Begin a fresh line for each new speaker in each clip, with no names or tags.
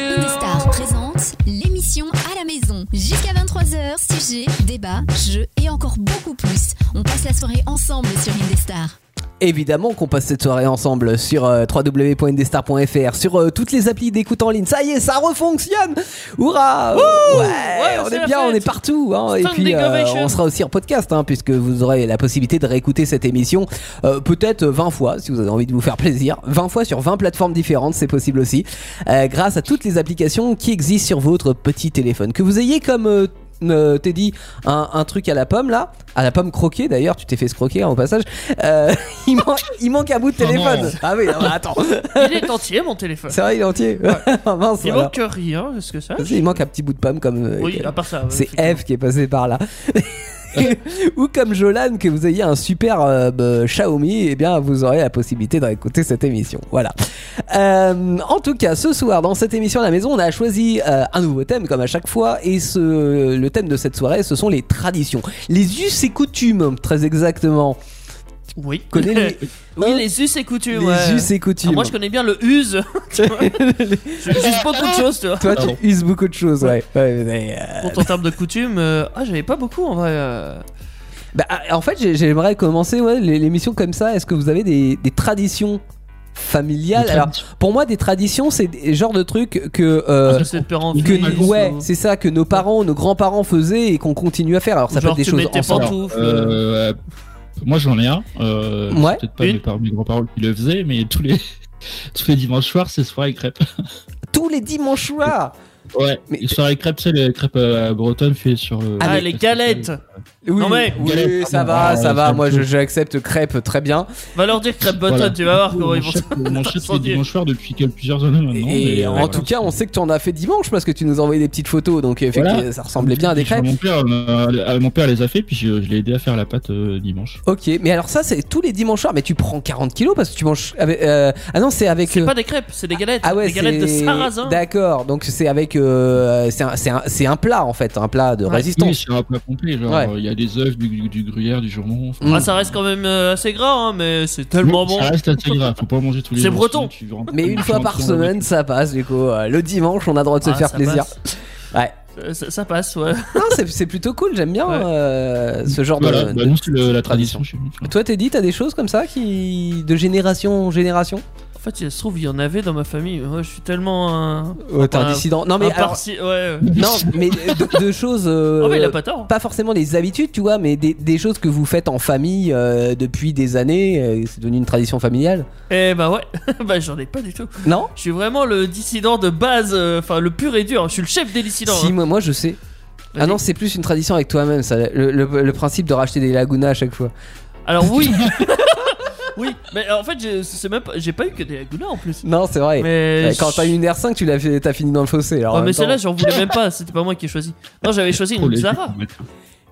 Indestar présente l'émission à la maison. Jusqu'à 23h, sujets, débats, jeux et encore beaucoup plus. On passe la soirée ensemble sur Indestar.
Évidemment qu'on passe cette soirée ensemble sur euh, www.indestar.fr, sur euh, toutes les applis d'écoute en ligne. Ça y est, ça refonctionne Hourra ouais, on
c'est
est
la
bien, on
fête.
est partout. hein. Et
Standing
puis euh,
ovation.
on sera aussi en podcast, hein, puisque vous aurez la possibilité de réécouter cette émission euh, peut-être 20 fois, si vous avez envie de vous faire plaisir. 20 fois sur 20 plateformes différentes, c'est possible aussi, euh, grâce à toutes les applications qui existent sur votre petit téléphone. Que vous ayez comme... euh, euh, Teddy, un, un truc à la pomme là, à la pomme croquée d'ailleurs, tu t'es fait scroquer hein, au passage. Euh, il, man- il manque un bout de
Oh
téléphone.
non.
ah oui, non, mais attends,
Il est entier mon téléphone.
c'est vrai, il est entier. Ah, mince,
Il
alors.
manque rien, est-ce que ça
Vas-y, il manque un petit bout de pomme comme. euh,
Oui,
que-
à part ça.
Euh, c'est
effectivement.
Eve qui est passée par là. Ou comme Jolan, que vous ayez un super euh, bah, Xiaomi, et bien vous aurez la possibilité d'écouter cette émission. Voilà. Euh, en tout cas, ce soir, dans cette émission à la maison, on a choisi euh, un nouveau thème, comme à chaque fois, et ce, le thème de cette soirée, ce sont les traditions. Les us et coutumes, très exactement.
Oui.
Tu connais les, Oh.
Oui, les us et coutumes.
les
ouais.
us et
Ah,
coutumes
moi je connais bien le use. J'use pas trop de choses, tu vois.
Toi,
Pardon.
tu uses beaucoup de choses, ouais. Ouais, mais, euh,
Pour en termes de coutumes, euh, ah, j'avais pas beaucoup en vrai. euh.
Bah, en fait, j'ai- j'aimerais commencer ouais, l'é- l'émission comme ça. Est-ce que vous avez des, des traditions familiales
Des
Alors,
traditions.
pour moi, des traditions, c'est des genres de trucs que. euh,
Parce que Ah, c'est de père en
que-
fils,
ouais,
ou-
c'est ça que nos parents, nos grands-parents faisaient et qu'on continue à faire. Alors, ça
Genre,
peut être des
tu
choses
mets tes
ensemble.
pantoufles.
Alors, euh, euh, moi j'en ai un. Euh,
Ouais.
c'est Peut-être pas
Une.
mes, par- mes grands-parents qui le faisaient, mais tous les tous les dimanches soirs, c'est soirée crêpes.
Tous les dimanches soirs
Ouais.
Mais-
Les soirées crêpes, c'est les crêpes euh, bretonnes faites sur. euh,
Ah,
la
les
place
galettes
sociale.
oui,
Non, mais-
oui,
Galette,
ça
pardon.
va,
Ah,
ça va.
c'est
Moi,
tout.
je- j'accepte crêpes très bien.
Va leur dire crêpe bretonne,
Voilà.
tu vas voir
Du coup,
comment ils
Mon
vont.
chef, mon chef fait
s'ennuyer.
dimanche soir depuis quelques- plusieurs années maintenant.
et
mais,
en
euh,
tout cas, on sait que tu en as fait dimanche parce que tu nous as envoyé des petites photos, donc effectivement,
Voilà.
ça ressemblait bien à des crêpes.
Mon père, euh, mon père les a fait, puis je, je l'ai aidé à faire la pâte euh, dimanche.
Ok, mais alors ça, c'est tous les dimanches soirs. Mais tu prends 40 kilos parce que tu manges. Avec, euh, ah non, c'est avec.
C'est
euh,
pas des crêpes, c'est des galettes.
ah ouais,
des galettes de
c'est-
sarrasin.
D'accord, donc c'est avec. euh, c'est un, c'est un- c'est un plat en fait, un plat de
Ouais.
Oui,
résistance.
c'est un plat complet. Genre,
Ouais.
euh, il y a des œufs, du, du, du gruyère, du jurement. enfin,
Mm.
Ah, ça reste quand même euh, assez gras, hein, mais c'est tellement
oui,
bon.
Ça reste assez grave. Faut pas manger tous les
C'est
jours,
breton.
sinon tu rentres-
Mais une
tu
fois
rentres
par
dans le-
semaine, ça passe du coup. euh, le dimanche, on a le droit de se
Ah,
faire
ça
plaisir.
passe.
Ouais.
Ça- Ça, ça passe, ouais.
Non, c'est c'est plutôt cool, j'aime bien
Ouais.
euh, ce genre
Voilà,
de.
bah,
de-
nous, c'est le- la tradition chez nous.
Toi, Teddy, t'as des choses comme ça qui. de génération en génération
En fait, il se trouve, il y en avait dans ma famille. Moi, je suis tellement un.
Oh, T'es un
un-
dissident. Non,
un
mais. alors- euh,
parti- ouais.
non, mais de, de choses. euh,
Oh, mais il a pas tort.
pas forcément des habitudes, tu vois, mais des, des choses que vous faites en famille euh, depuis des années. euh, c'est devenu une tradition familiale.
Eh bah ouais, bah j'en ai pas du tout.
Non
Je suis vraiment le dissident de base, euh, enfin le pur et dur. Je suis le chef des dissidents.
Si,
hein.
moi, moi je sais. Ah
Vas-y.
non, c'est plus une tradition avec toi-même, ça. Le, le- le principe de racheter des lagunas à chaque fois.
Alors oui, oui, mais en fait, j'ai- c'est même pas- j'ai pas eu que des lagunas en plus.
Non, c'est vrai.
Mais
Euh, Quand t'as eu une R5, tu l'as fait, t'as fini dans le fossé. Alors,
Ouais,
en
mais
même temps-
celle-là, j'en voulais même pas. C'était pas moi qui ai choisi. Non, j'avais choisi
Pour
une
les-
Zara,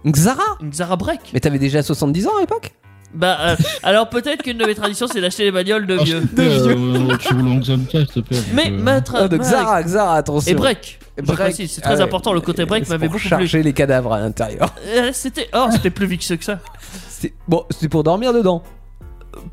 Oh,
Xara
une Zara Break.
Mais t'avais déjà 70 ans à l'époque
Bah, euh, alors peut-être qu'une de mes traditions, c'est d'acheter les bagnoles de
Oh,
Ah,
vieux.
s'il te plaît, euh, Tu roules en zone s'il te plaît.
Mais
donc, euh,
ma tra-
Ah, Donc
ma-
Xara, Xara, attention.
et break. je
Break.
précise, c'est très
Ah,
important. Le côté break
c'est
m'avait
pour
beaucoup plu.
charger les cadavres à l'intérieur.
Euh, C'était, oh, c'était plus vicieux que ça.
C'est- Bon, c'est pour dormir dedans.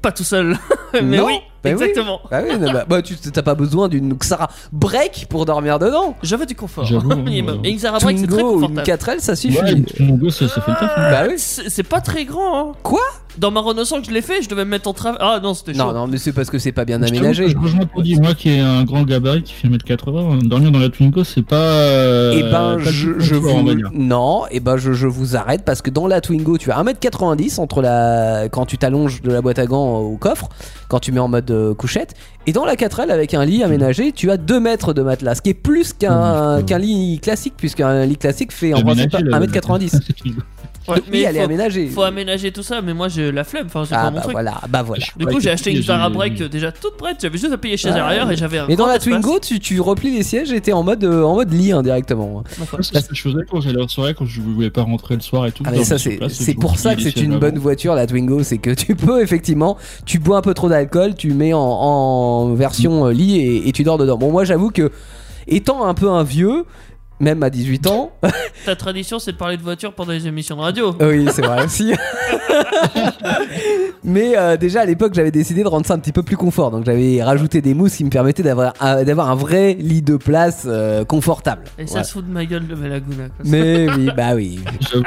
Pas tout seul, mais
Non,
oui,
bah oui.
exactement.
Ah oui, non, bah, bah, tu t'as pas besoin d'une Xara break pour dormir dedans.
J'avais du confort.
J'avoue,
Minimum.
euh,
Et une Zara Break, c'est très
Twingo ou une
confortable.
4L, ça suffit.
Ouais, mon gosse, ça ça fait le taf. hein.
Bah oui.
C'est c'est pas très grand, hein.
Quoi
Dans ma Renault 5, je l'ai fait, je devais me mettre en travers. Ah non, c'était chaud.
Non, non, mais c'est parce que c'est pas bien
Je t'avoue que
aménagé.
Je rejoins Tony, moi qui ai un grand gabarit qui fait 1m80, dormir dans la Twingo, c'est pas. euh,
Et ben,
pas
je,
le
je
confort,
vous
on va dire.
non, et ben je, je vous arrête parce que dans la Twingo, tu as 1m90 entre la quand tu t'allonges de la boîte à gants au coffre, quand tu mets en mode euh, couchette, et dans la 4L avec un lit aménagé, tu as 2 mètres de matelas, ce qui est plus qu'un
Mmh.
qu'un lit classique puisqu'un lit classique fait en
Aménager
principe
le-
1m90.
cette Twingo.
Ouais,
Donc, oui,
mais
elle est
faut,
aménagée.
faut aménager tout ça, mais moi j'ai la flemme, enfin c'est
ah
pas mon
bah
truc.
voilà, bah voilà.
Du coup, j'ai acheté une Zara Break euh, déjà toute prête, j'avais juste à payer chez
Ouais.
derrière et j'avais un.
Mais dans
grand
la
espace.
Twingo, tu, tu replies les sièges et t'es en mode euh, en mode lit hein, directement.
Ouais, C'est ce que je faisais quand j'allais en soirée, quand je voulais pas rentrer le soir et tout.
Ah mais
dormir
ça
sur
c'est
place,
c'est
je
pour ça que
oubliais
c'est
les
une
sièges
bonne
avant.
voiture la Twingo, c'est que tu peux effectivement, tu bois un peu trop d'alcool, tu mets en, en version euh, lit et, et tu dors dedans. Bon moi j'avoue que étant un peu un vieux, même à 18 ans, Ah
Ta
Euh,
tradition, c'est de parler de voiture pendant les émissions de radio.
oui c'est vrai aussi, Mais euh, déjà à l'époque, j'avais décidé de rendre ça un petit peu plus confort. Donc j'avais rajouté des mousses qui me permettaient d'avoir euh, d'avoir un vrai lit de place euh, confortable.
Et ça
Voilà.
se fout de ma gueule de Malaguna. quoi.
Mais oui, bah oui.
J'avoue.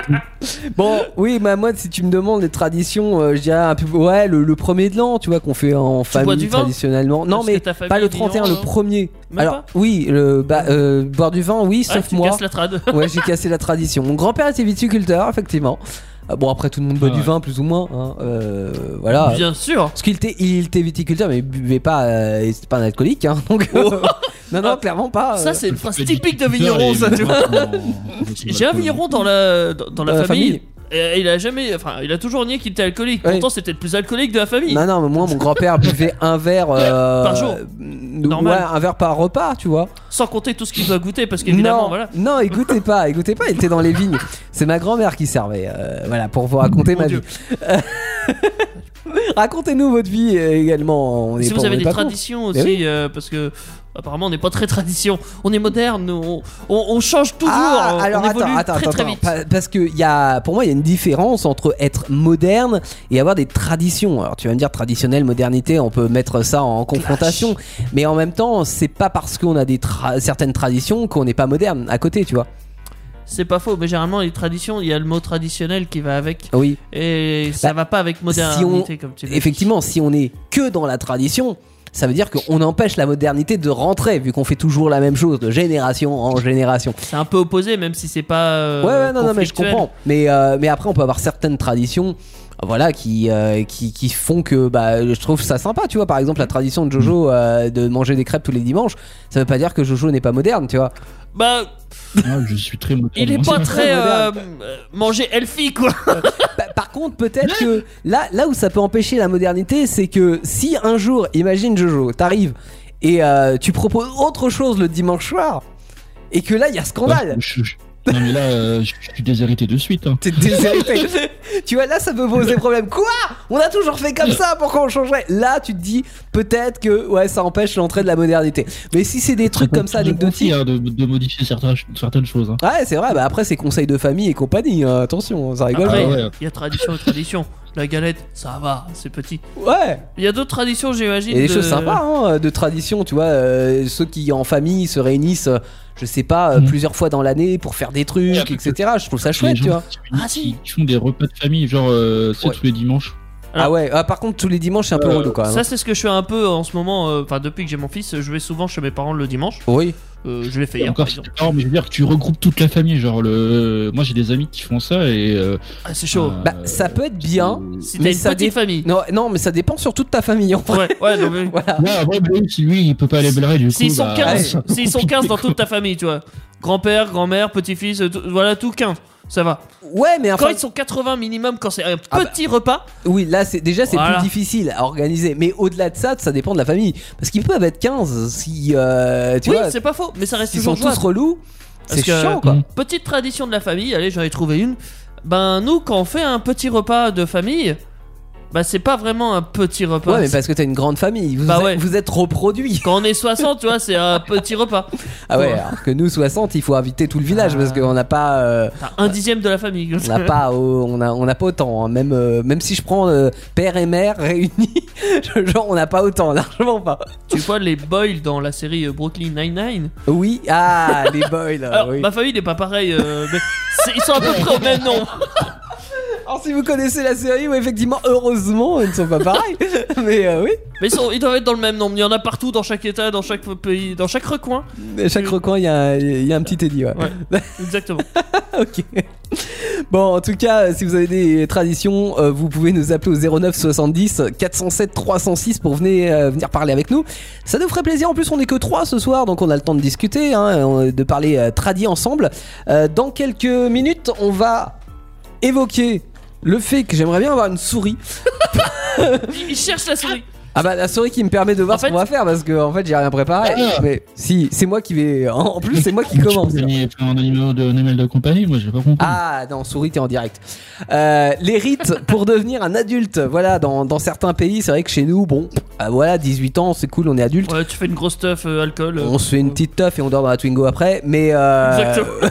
Bon, oui, bah moi, si tu me demandes les traditions, euh, je dirais un peu. Ouais, le, le premier de l'an, tu vois, qu'on fait en
bois
famille
du vin
traditionnellement. Non,
Parce
mais
que ta famille
pas le
dit
31,
non,
le
non.
premier.
Même
Alors,
pas
oui, le, bah, euh, boire du vin, oui,
Ah,
sauf
tu
moi.
casses la trad.
Ouais, j'ai cassé la tradition. Mon grand-père était viticulteur, effectivement. Ah, bon, après, tout le monde boit
Ah
du
ouais.
vin, plus ou moins. hein, euh, voilà.
Bien sûr.
Parce qu'il était, il était viticulteur, mais il buvait pas. euh, c'était pas un alcoolique, hein, donc. non, non, clairement pas. euh.
Oh. Ça, c'est une phrase
Le
typique de
viticulteur
vigneron,
est
ça, tu vois.
vraiment en-
J'ai un vigneron dans la, dans, dans la
Dans la
famille. Et il a jamais, enfin, il a toujours nié qu'il était alcoolique.
Ouais.
Pourtant, c'était le plus alcoolique de la famille.
Non, non, mais moi, mon grand-père buvait un verre. euh,
Par jour.
euh,
Normal.
Ouais, un verre par repas, tu vois.
Sans compter tout ce qu'il doit goûter, parce qu'évidemment,
non,
voilà.
non, écoutez pas, écoutez pas, il était dans les vignes. C'est ma grand-mère qui servait, euh, voilà, pour vous raconter
Mon
ma
Dieu.
vie. Euh, Racontez-nous votre vie euh, également. On est
Si
pas-
vous
on
avez
est
des
pas
traditions
Mais
aussi, euh, parce que apparemment on n'est pas très tradition, on est moderne, on, on, on change toujours,
Ah,
on-
alors
on
attends,
évolue
attends,
très
attends,
très
attends,
vite.
pa- parce que il y a, pour moi, il y a une différence entre être moderne et avoir des traditions. Alors tu vas me dire traditionnel, modernité, on peut mettre ça en confrontation, mais en même temps, c'est pas parce qu'on a des tra- certaines traditions qu'on n'est pas moderne à côté, tu vois.
C'est pas faux, mais généralement les traditions, il y a le mot traditionnel qui va avec,
Oui,
et ça
Bah,
va pas avec modernité comme tu dis.
effectivement, si on est que dans la tradition. Ça veut dire qu'on empêche la modernité de rentrer, vu qu'on fait toujours la même chose de génération en génération.
C'est un peu opposé, même si c'est pas. euh,
Ouais, ouais, non, non, mais je
conflictuel.
comprends. Mais, euh, mais après, on peut avoir certaines traditions. Voilà, qui, euh, qui, qui font que bah, je trouve ça sympa, tu vois. Par exemple, la tradition de Jojo euh, de manger des crêpes tous les dimanches, ça veut pas dire que Jojo n'est pas moderne, tu vois.
Bah,
Ah, je suis très moderne.
il est pas très euh,
moderne.
euh, manger healthy quoi.
Pa- Bah, par contre, peut-être que là, là où ça peut empêcher la modernité, c'est que si un jour, imagine Jojo, t'arrives et euh, tu proposes autre chose le dimanche soir, et que là, il y a scandale.
Ouais, je- je- Non, mais là, euh, je je suis déshérité de suite. hein.
T'es déshérité. tu vois, là, ça peut poser problème. Quoi On a toujours fait comme ça, pourquoi on changerait Là, tu te dis, peut-être que ouais, ça empêche l'entrée de la modernité. Mais si c'est des trucs comme ça
J'ai
anecdotiques.
compris, hein, de, de modifier certaines, certaines choses. hein.
Ouais, c'est vrai, bah après, c'est conseils de famille et compagnie. hein, attention, ça rigole.
Après,
pas.
il
ouais.
y a tradition et tradition. La galette, ça va, c'est petit.
Ouais,
Il y a d'autres traditions, j'imagine.
il y a des
de-
choses sympas hein, de tradition, tu vois. euh, ceux qui en famille se réunissent, euh, je sais pas, euh,
Mm.
Mhm.
plusieurs fois dans l'année pour faire des trucs, etc. Je trouve ça chouette,
Les gens
tu vois.
qui-
Ah, si.
Qui font des repas de famille, genre, euh, tu sais,
Ouais.
tous les dimanches.
Ah ouais, ah, par contre, tous les dimanches, c'est un peu
Euh,
relou quand même. hein.
Ça, c'est ce que je fais un peu en ce moment. euh, Enfin, depuis que j'ai mon fils, je vais souvent chez mes parents le dimanche.
oui,
Euh, je l'ai fait
Et
hier.
encore,
par
c'est
exemple.
non, mais je veux dire, tu regroupes toute la famille. Genre, le... moi, j'ai des amis qui font ça et. euh,
Ah, c'est chaud.
euh,
bah ça peut être bien.
si
mais
t'as une
ça
petite
dé-
famille.
Non, non, mais ça dépend surtout de ta famille en vrai.
Ouais, ouais, non, mais-
Voilà.
Ouais, après, bah oui, si lui, il peut pas aller blairer du coup.
S'ils sont
bah,
15,
ouais.
s'ils sont 15 dans toute ta famille, tu vois. Grand-père, grand-mère, petit-fils, euh, tout- voilà, tout 15. Ça va.
Ouais, mais
Quand
enfin,
ils sont 80 minimum, quand c'est un
Ah bah.
petit repas,
oui, là, c'est déjà c'est
Voilà.
plus difficile à organiser. Mais au-delà de ça, ça dépend de la famille, parce qu'ils peuvent être 15 si euh, tu
oui,
vois,
c'est pas faux, mais ça reste
ils sont
toujours
tous
jouable.
relous.
Parce
C'est
que-
chiant, quoi.
Mm.
Petite tradition de la famille, allez, j'en ai trouvé une. Ben, nous, quand on fait un petit repas de famille, bah, c'est pas vraiment un petit repas.
Ouais, mais parce que t'as une grande famille, vous,
Bah
êtes-
ouais.
vous êtes reproduits.
Quand on est 60, tu vois, c'est un petit repas.
Ah ouais,
Ouais.
alors que nous 60, il faut inviter tout le village
Ah.
parce qu'on n'a pas, euh,
T'as un dixième de la famille.
on n'a pas, oh, on a, on n'a pas autant. hein. Même, euh, même si je prends euh, père et mère réunis, genre on n'a pas autant, largement pas.
Tu vois les Boyle dans la série euh, Brooklyn Nine-Nine
Oui, ah les boys là.
Alors, bah-
oui.
ma famille n'est pas pareille, euh, mais c'est- ils sont à peu près au même nom.
Alors si vous connaissez la série, ouais, effectivement, heureusement, ils ne sont pas pareils. mais euh, oui,
Mais ils, sont- ils doivent être dans le même nombre. Il y en a partout, dans chaque état, dans chaque pays, dans chaque recoin.
À chaque recoin, il y, a un- il y a un petit Teddy, ouais.
Ouais, exactement.
ok. Bon, en tout cas, euh, si vous avez des traditions, euh, vous pouvez nous appeler au 09 70 407 306 pour venir, euh, venir parler avec nous. Ça nous ferait plaisir. En plus, on est que trois ce soir, donc on a le temps de discuter, hein, on- de parler euh, tradi ensemble. Euh, dans quelques minutes, on va évoquer le fait que j'aimerais bien avoir une souris.
Ils cherchent la souris.
Ah bah la souris qui me permet de voir
En
ce qu'on
fait-
va faire parce que en fait j'ai rien préparé.
Ah.
Mais si c'est moi qui vais. En en plus c'est moi qui
Tu
commence.
peux gagner un animal de, un animal de compagnie, moi j'ai pas compris.
Ah non, souris, t'es en direct. Euh, les rites pour devenir un adulte. Voilà, dans, dans certains pays, c'est vrai que chez nous, bon, ah, voilà, 18 ans, c'est cool, on est adulte.
Ouais, tu fais une grosse teuf euh, alcool. euh,
On se fait une petite teuf et on dort dans la Twingo après, mais euh,
Exactement.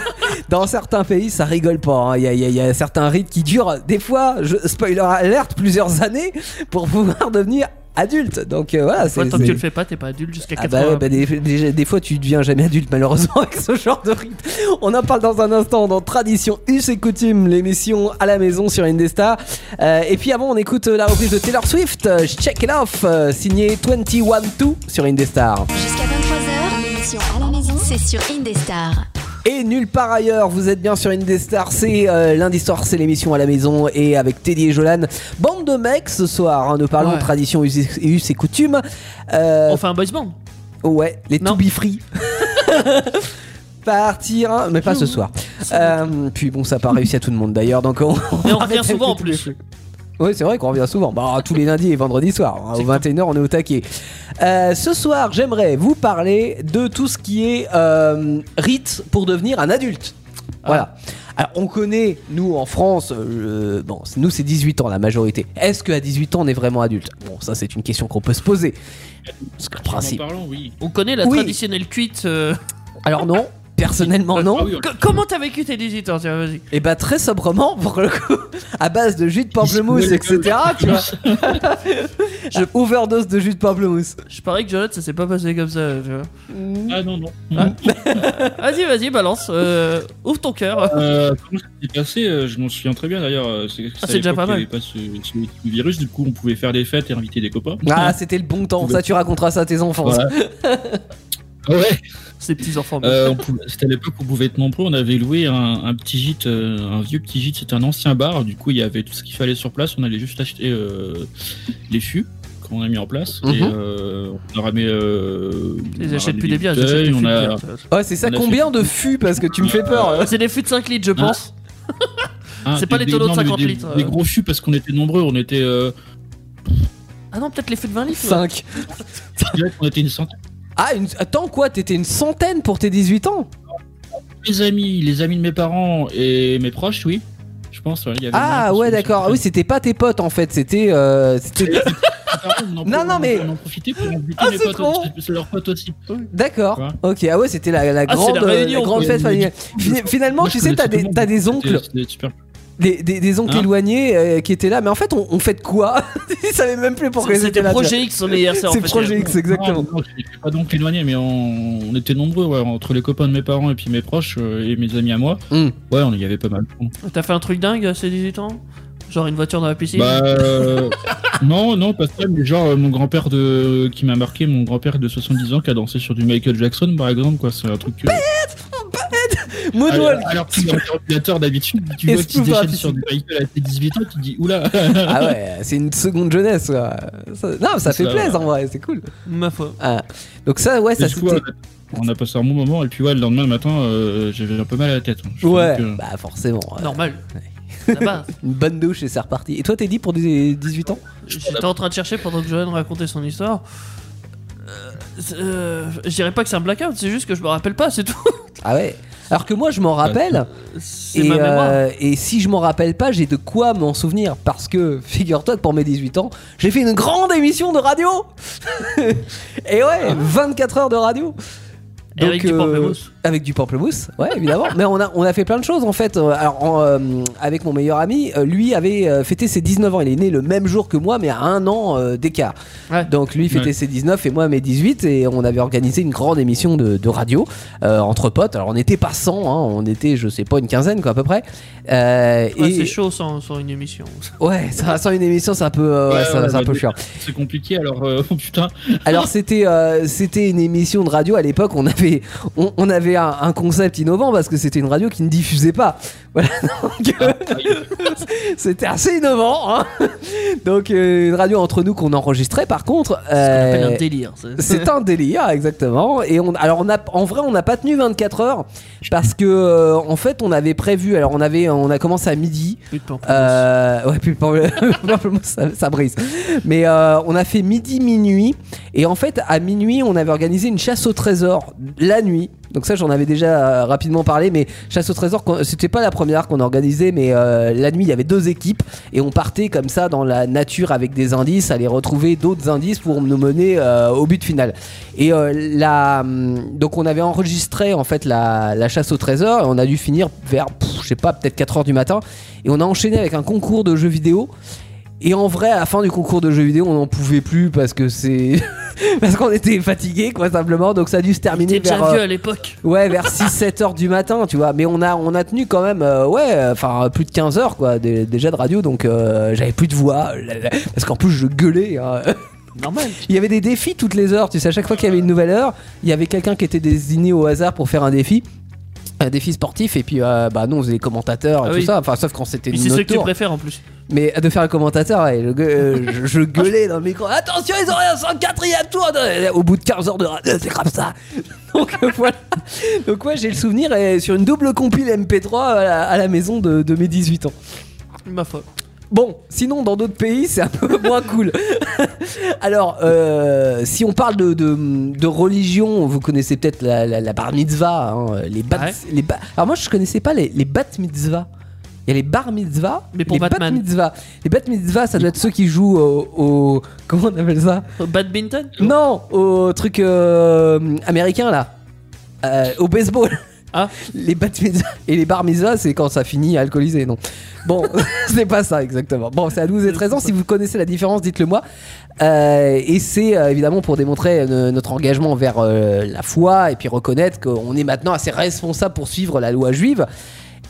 dans certains pays ça rigole pas. hein. Il y, a- il y a- il y a certains rites qui durent des fois, je, spoiler alerte, plusieurs années pour pouvoir devenir adulte. Donc euh, voilà,
Ouais,
c'est
tant que tu
c'est-
le fais pas, t'es pas adulte jusqu'à
Ah bah ouais,
80.
bah des, des- des fois tu deviens jamais adulte malheureusement avec ce genre de rite. On en parle dans un instant dans Tradition Us et Coutume, l'émission à la maison sur Indesta. Euh, et puis avant on écoute euh, la reprise de Taylor Swift, euh, Check It Off, euh, signé 21-2 sur Indestar.
Jusqu'à 23h, l'émission à la maison, c'est sur Indestar.
Et nulle part ailleurs, vous êtes bien sur Indestar, c'est euh, lundi soir, c'est l'émission à la maison et avec Teddy et Jolan, bande de mecs ce soir, hein, nous parlons
Ouais.
Tradition Us et, Us et Coutume. Euh,
On fait un boys band.
Ouais, les to
Non.
be free. Partir, hein, mais pas ce soir. Euh, puis bon, ça n'a pas réussi à tout le monde d'ailleurs, donc on.
Et on
va
revient
mettre les
souvent Euh, en
To Be
plus.
Free. Oui, c'est vrai qu'on revient souvent. Bah, tous les lundis et vendredis soirs. hein, aux 21h, on est au taquet. Euh, ce soir, j'aimerais vous parler de tout ce qui est euh, rite pour devenir un adulte.
Ah.
Voilà. Alors, on connaît, nous en France, euh, bon, c'est- nous c'est 18 ans la majorité. Est-ce qu'à 18 ans on est vraiment adulte Bon, ça c'est une question qu'on peut se poser. Parce que le principe.
En parlant, oui.
On connaît la
Oui.
traditionnelle cuite. euh,
Alors non, personnellement
Ah
Oh non.
oui, on-
co- Comment t'as vécu tes 18 ans Tiens, vas-y.
Et bah très sobrement pour le coup, à base de jus de pamplemousse,
Oui,
etc. Tu vois, je overdose de jus de pamplemousse.
Je parie que Jonathan, ça s'est pas passé comme ça. tu vois.
Ah non, non.
Ah. Vas-y, vas-y, balance. euh, ouvre ton cœur.
Euh, comment ça s'est passé euh, Je m'en souviens très bien d'ailleurs. euh, C'est
Ah, c'est déjà
l'époque
pas mal.
qu'il y avait pas ce, ce virus, du coup on pouvait faire des fêtes et inviter des copains.
Ah, c'était le bon temps. Ça, tu raconteras ça à tes enfants. ça.
Voilà. Ah ouais.
Ces petits enfants.
Euh, on pouvait- C'était à l'époque où on pouvait être nombreux. On avait loué un, un petit gîte, euh, un vieux petit gîte. C'était un ancien bar. Du coup, il y avait tout ce qu'il fallait sur place. On allait juste acheter euh, les fûts qu'on a mis en place.
Mhm.
Et euh, on a ramé. Euh, on
Ils
a
achètent
ramené
plus des bières, ils achètent
bouteilles,
des fûts
on
de
a-
bière, tu vois.
Ouais, c'est ça.
On a
Combien de fûts parce que tu me fais peur. euh.
C'est des fûts de 5 litres, je
Ah.
pense.
Ah,
C'est pas
des-
les tonneaux de
non, mais
50
des-
litres,
Des
euh.
gros fûts parce qu'on était nombreux. On était, euh,
Ah non, peut-être les fûts de 20 litres. ouais.
Cinq.
je dirais qu'on était une centaine.
Ah, une... attends quoi T'étais une centaine pour tes 18 ans
Mes amis, les amis de mes parents et mes proches, oui. Je pense. ouais, il y avait
Ah
une-
ouais, d'accord. Ah Oui, c'était pas tes potes en fait. C'était. euh, c'était-
Mes parents, on en-
Non, non, mais-
On en profitait pour inviter
Ah,
mes
c'est
potes.
trop.
C'est leurs potes aussi.
D'accord.
Ouais.
Ok. Ah ouais, c'était la, la
Ah, c'est
grande,
la
euh,
réunion,
grande
quoi.
fête familiale. Fin- Finalement,
Moi, je
tu sais, t'as
connaissais tout
des,
le monde.
t'as des oncles.
C'était- c'était super
Des, des, des oncles
Hein
éloignés euh, qui étaient là, mais en fait, on, on fait de quoi Ils savaient même plus pourquoi ils étaient
C'était
là. tu
Projet X, son meilleur
vois.
sœur.
C'est Projet X, exactement.
Non, non, je n'étais pas donc éloigné, mais on, on était nombreux, ouais, entre les copains de mes parents et puis mes proches euh, et mes amis à moi.
Hmm.
Ouais, on y avait pas mal.
T'as fait un truc dingue à ces 18 ans Genre une voiture dans la piscine
Bah, euh, non, non, pas ça, mais genre euh, mon grand-père de qui m'a marqué, mon grand-père de 70 ans qui a dansé sur du Michael Jackson par exemple, quoi. C'est un truc. que-
Moonwalk
alors, alors que dans le calculateur d'habitude, tu
Et
vois qu'il se
Spoofy.
déchaîne sur du Michael à tes 18 ans, tu te dis oula.
Ah ouais, c'est une seconde jeunesse. quoi. Ça- non, ça fait
Ça va.
plaisir en vrai, c'est cool.
Ma foi.
Ah. Donc, ça, ouais, ça
Du coup,
c'était.
on a passé un bon moment et puis ouais, le lendemain matin, euh, j'avais un peu mal à la tête. hein. Je
Ouais,
t'avoue que-
bah forcément. euh,
Normal. Là-bas.
Une bonne douche et c'est reparti. Et toi, t'es dit pour des 18 ans
J'étais en train de chercher pendant que Johan racontait son histoire. Euh, c'est- euh, je dirais pas que c'est un blackout, c'est juste que je me rappelle pas, c'est tout.
Ah ouais. Alors que moi, je m'en rappelle.
Bah, C'est
Et,
ma mémoire.
euh, et si je m'en rappelle pas, j'ai de quoi m'en souvenir. Parce que, figure-toi que pour mes 18 ans, j'ai fait une grande émission de radio. et
Ah.
ouais, 24 heures de radio.
Et avec
euh,
du pamplemousse.
Avec du pamplemousse, ouais, évidemment. Mais on a, on a fait plein de choses en fait. Euh, Alors, en, euh, avec mon meilleur ami, euh, lui avait euh, fêté ses 19 ans. Il est né le même jour que moi, mais à un an euh, d'écart.
Ouais.
Donc, lui fêtait
Ouais.
ses 19 et moi mes 18. Et on avait organisé une grande émission de, de radio euh, entre potes. Alors, on n'était pas 100, hein, on était, je sais pas, une quinzaine quoi, à peu près. Euh,
Ouais,
et
C'est chaud sans, sans une émission.
ouais, ça, sans une émission, c'est un peu, euh,
Ouais,
ouais, ça-
ouais,
c'est un
bah,
peu
déjà,
chiant.
C'est compliqué alors, euh, oh putain.
Alors c'était euh, c'était une émission de radio à l'époque on avait on, on avait c'était un, un concept innovant parce que c'était une radio qui ne diffusait pas. Voilà, donc euh,
Ah,
c'était assez innovant. hein. donc euh, une radio entre nous qu'on enregistrait. Par contre,
On
euh,
appelle un délire. ça.
c'est un délire exactement. Et on, alors on a, en vrai, on n'a pas tenu 24 heures parce que euh, en fait, on avait prévu. Alors on avait, on a commencé à midi.
Plus de pamplemousse.
Euh, ouais, puis pour- probablement, ça, ça brise. Mais euh, on a fait midi, minuit. Et en fait, à minuit, on avait organisé une chasse au trésor la nuit. Donc ça, j'en avais déjà euh, rapidement parlé, mais chasse au trésor, qu'on- c'était pas la première qu'on organisait, mais euh, la nuit, il y avait deux équipes et on partait comme ça dans la nature avec des indices, aller retrouver d'autres indices pour nous mener euh, au but final. Et euh, la, hum, donc on avait enregistré en fait la, la chasse au trésor et on a dû finir vers, pff, je sais pas, peut-être 4 heures du matin et on a enchaîné avec un concours de jeux vidéo. Et en vrai, à la fin du concours de jeux vidéo, on n'en pouvait plus parce que c'est parce qu'on était fatigué, quoi, simplement. Donc ça a dû se terminer
T'es
vers
déjà
euh,
vieux à l'époque.
Ouais, vers 6-7 heures du matin, tu vois. Mais on a, on a tenu quand même, euh, ouais, enfin, plus de 15 heures, quoi, dé- déjà de radio, donc euh, j'avais plus de voix. euh, là, là, Parce qu'en plus, je gueulais. hein.
Normal.
Il y avait des défis toutes les heures, tu sais, à chaque fois qu'il y avait une nouvelle heure, il y avait quelqu'un qui était désigné au hasard pour faire un défi. Un défi sportif, et puis, euh, bah, nous, on faisait les commentateurs et
Ah
tout
oui.
ça. Enfin, sauf quand c'était
Mais c'est
notre
ceux que tu
tour.
préfères en plus.
Mais de faire le commentateur, ouais, je, gue- euh, je- je gueulais dans le micro. Attention, ils ont un 104 e tour de- Au bout de 15 heures de radio, c'est comme ça. Donc euh, voilà. Donc ouais, j'ai le souvenir euh, sur une double compile MP3 à la, à la maison de, de mes 18 ans.
Ma foi.
Bon, sinon, dans d'autres pays, c'est un peu moins cool. Alors, euh, si on parle de, de, de religion, vous connaissez peut-être la, la, la bar mitzvah, hein, les bat,
Ouais.
les ba- Alors moi, je connaissais pas les, les bat mitzvah. Il y a les bar mitzvah,
Mais pour
les bat
Batman.
mitzvah. Les bat mitzvah, ça doit être ceux qui jouent au, au- comment on appelle ça
Au Badminton
Non, au truc euh, américain là, Euh, au baseball.
Ah.
Les bat mitzvah et les bar mitzvah, c'est quand ça finit alcoolisé, non Bon, c'est pas ça exactement. Bon, c'est à 12 et 13 ans. Si vous connaissez la différence, dites-le moi. Euh, et c'est euh, évidemment pour démontrer euh, notre engagement envers euh, la foi et puis reconnaître qu'on est maintenant assez responsable pour suivre la loi juive.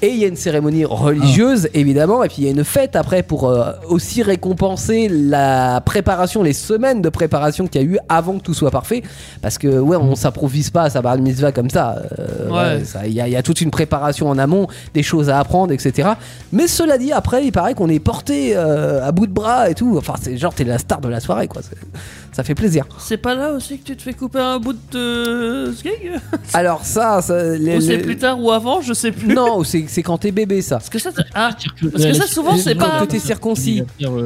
Et il y a une cérémonie religieuse,
Ah.
évidemment, et puis il y a une fête après pour euh, aussi récompenser la préparation, les semaines de préparation qu'il y a eu avant que tout soit parfait. Parce que, ouais, on s'improvise pas à sa bar mitzvah comme ça. Euh,
Ouais.
ouais, ça- Il y, a- il y a toute une préparation en amont, des choses à apprendre, etc. Mais cela dit, après, il paraît qu'on est porté euh, à bout de bras et tout. Enfin, c'est genre, t'es la star de la soirée, quoi. C'est- Ça fait plaisir.
C'est pas là aussi que tu te fais couper un bout de euh, skeg
Alors, ça. ça les-
Ou c'est
les-
plus tard ou avant, je sais plus.
Non, c'est c'est quand t'es bébé, ça.
Parce que ça, c'est- ah, Parce que ça, souvent, c'est
Quand
pas-
t'es circoncis.
euh,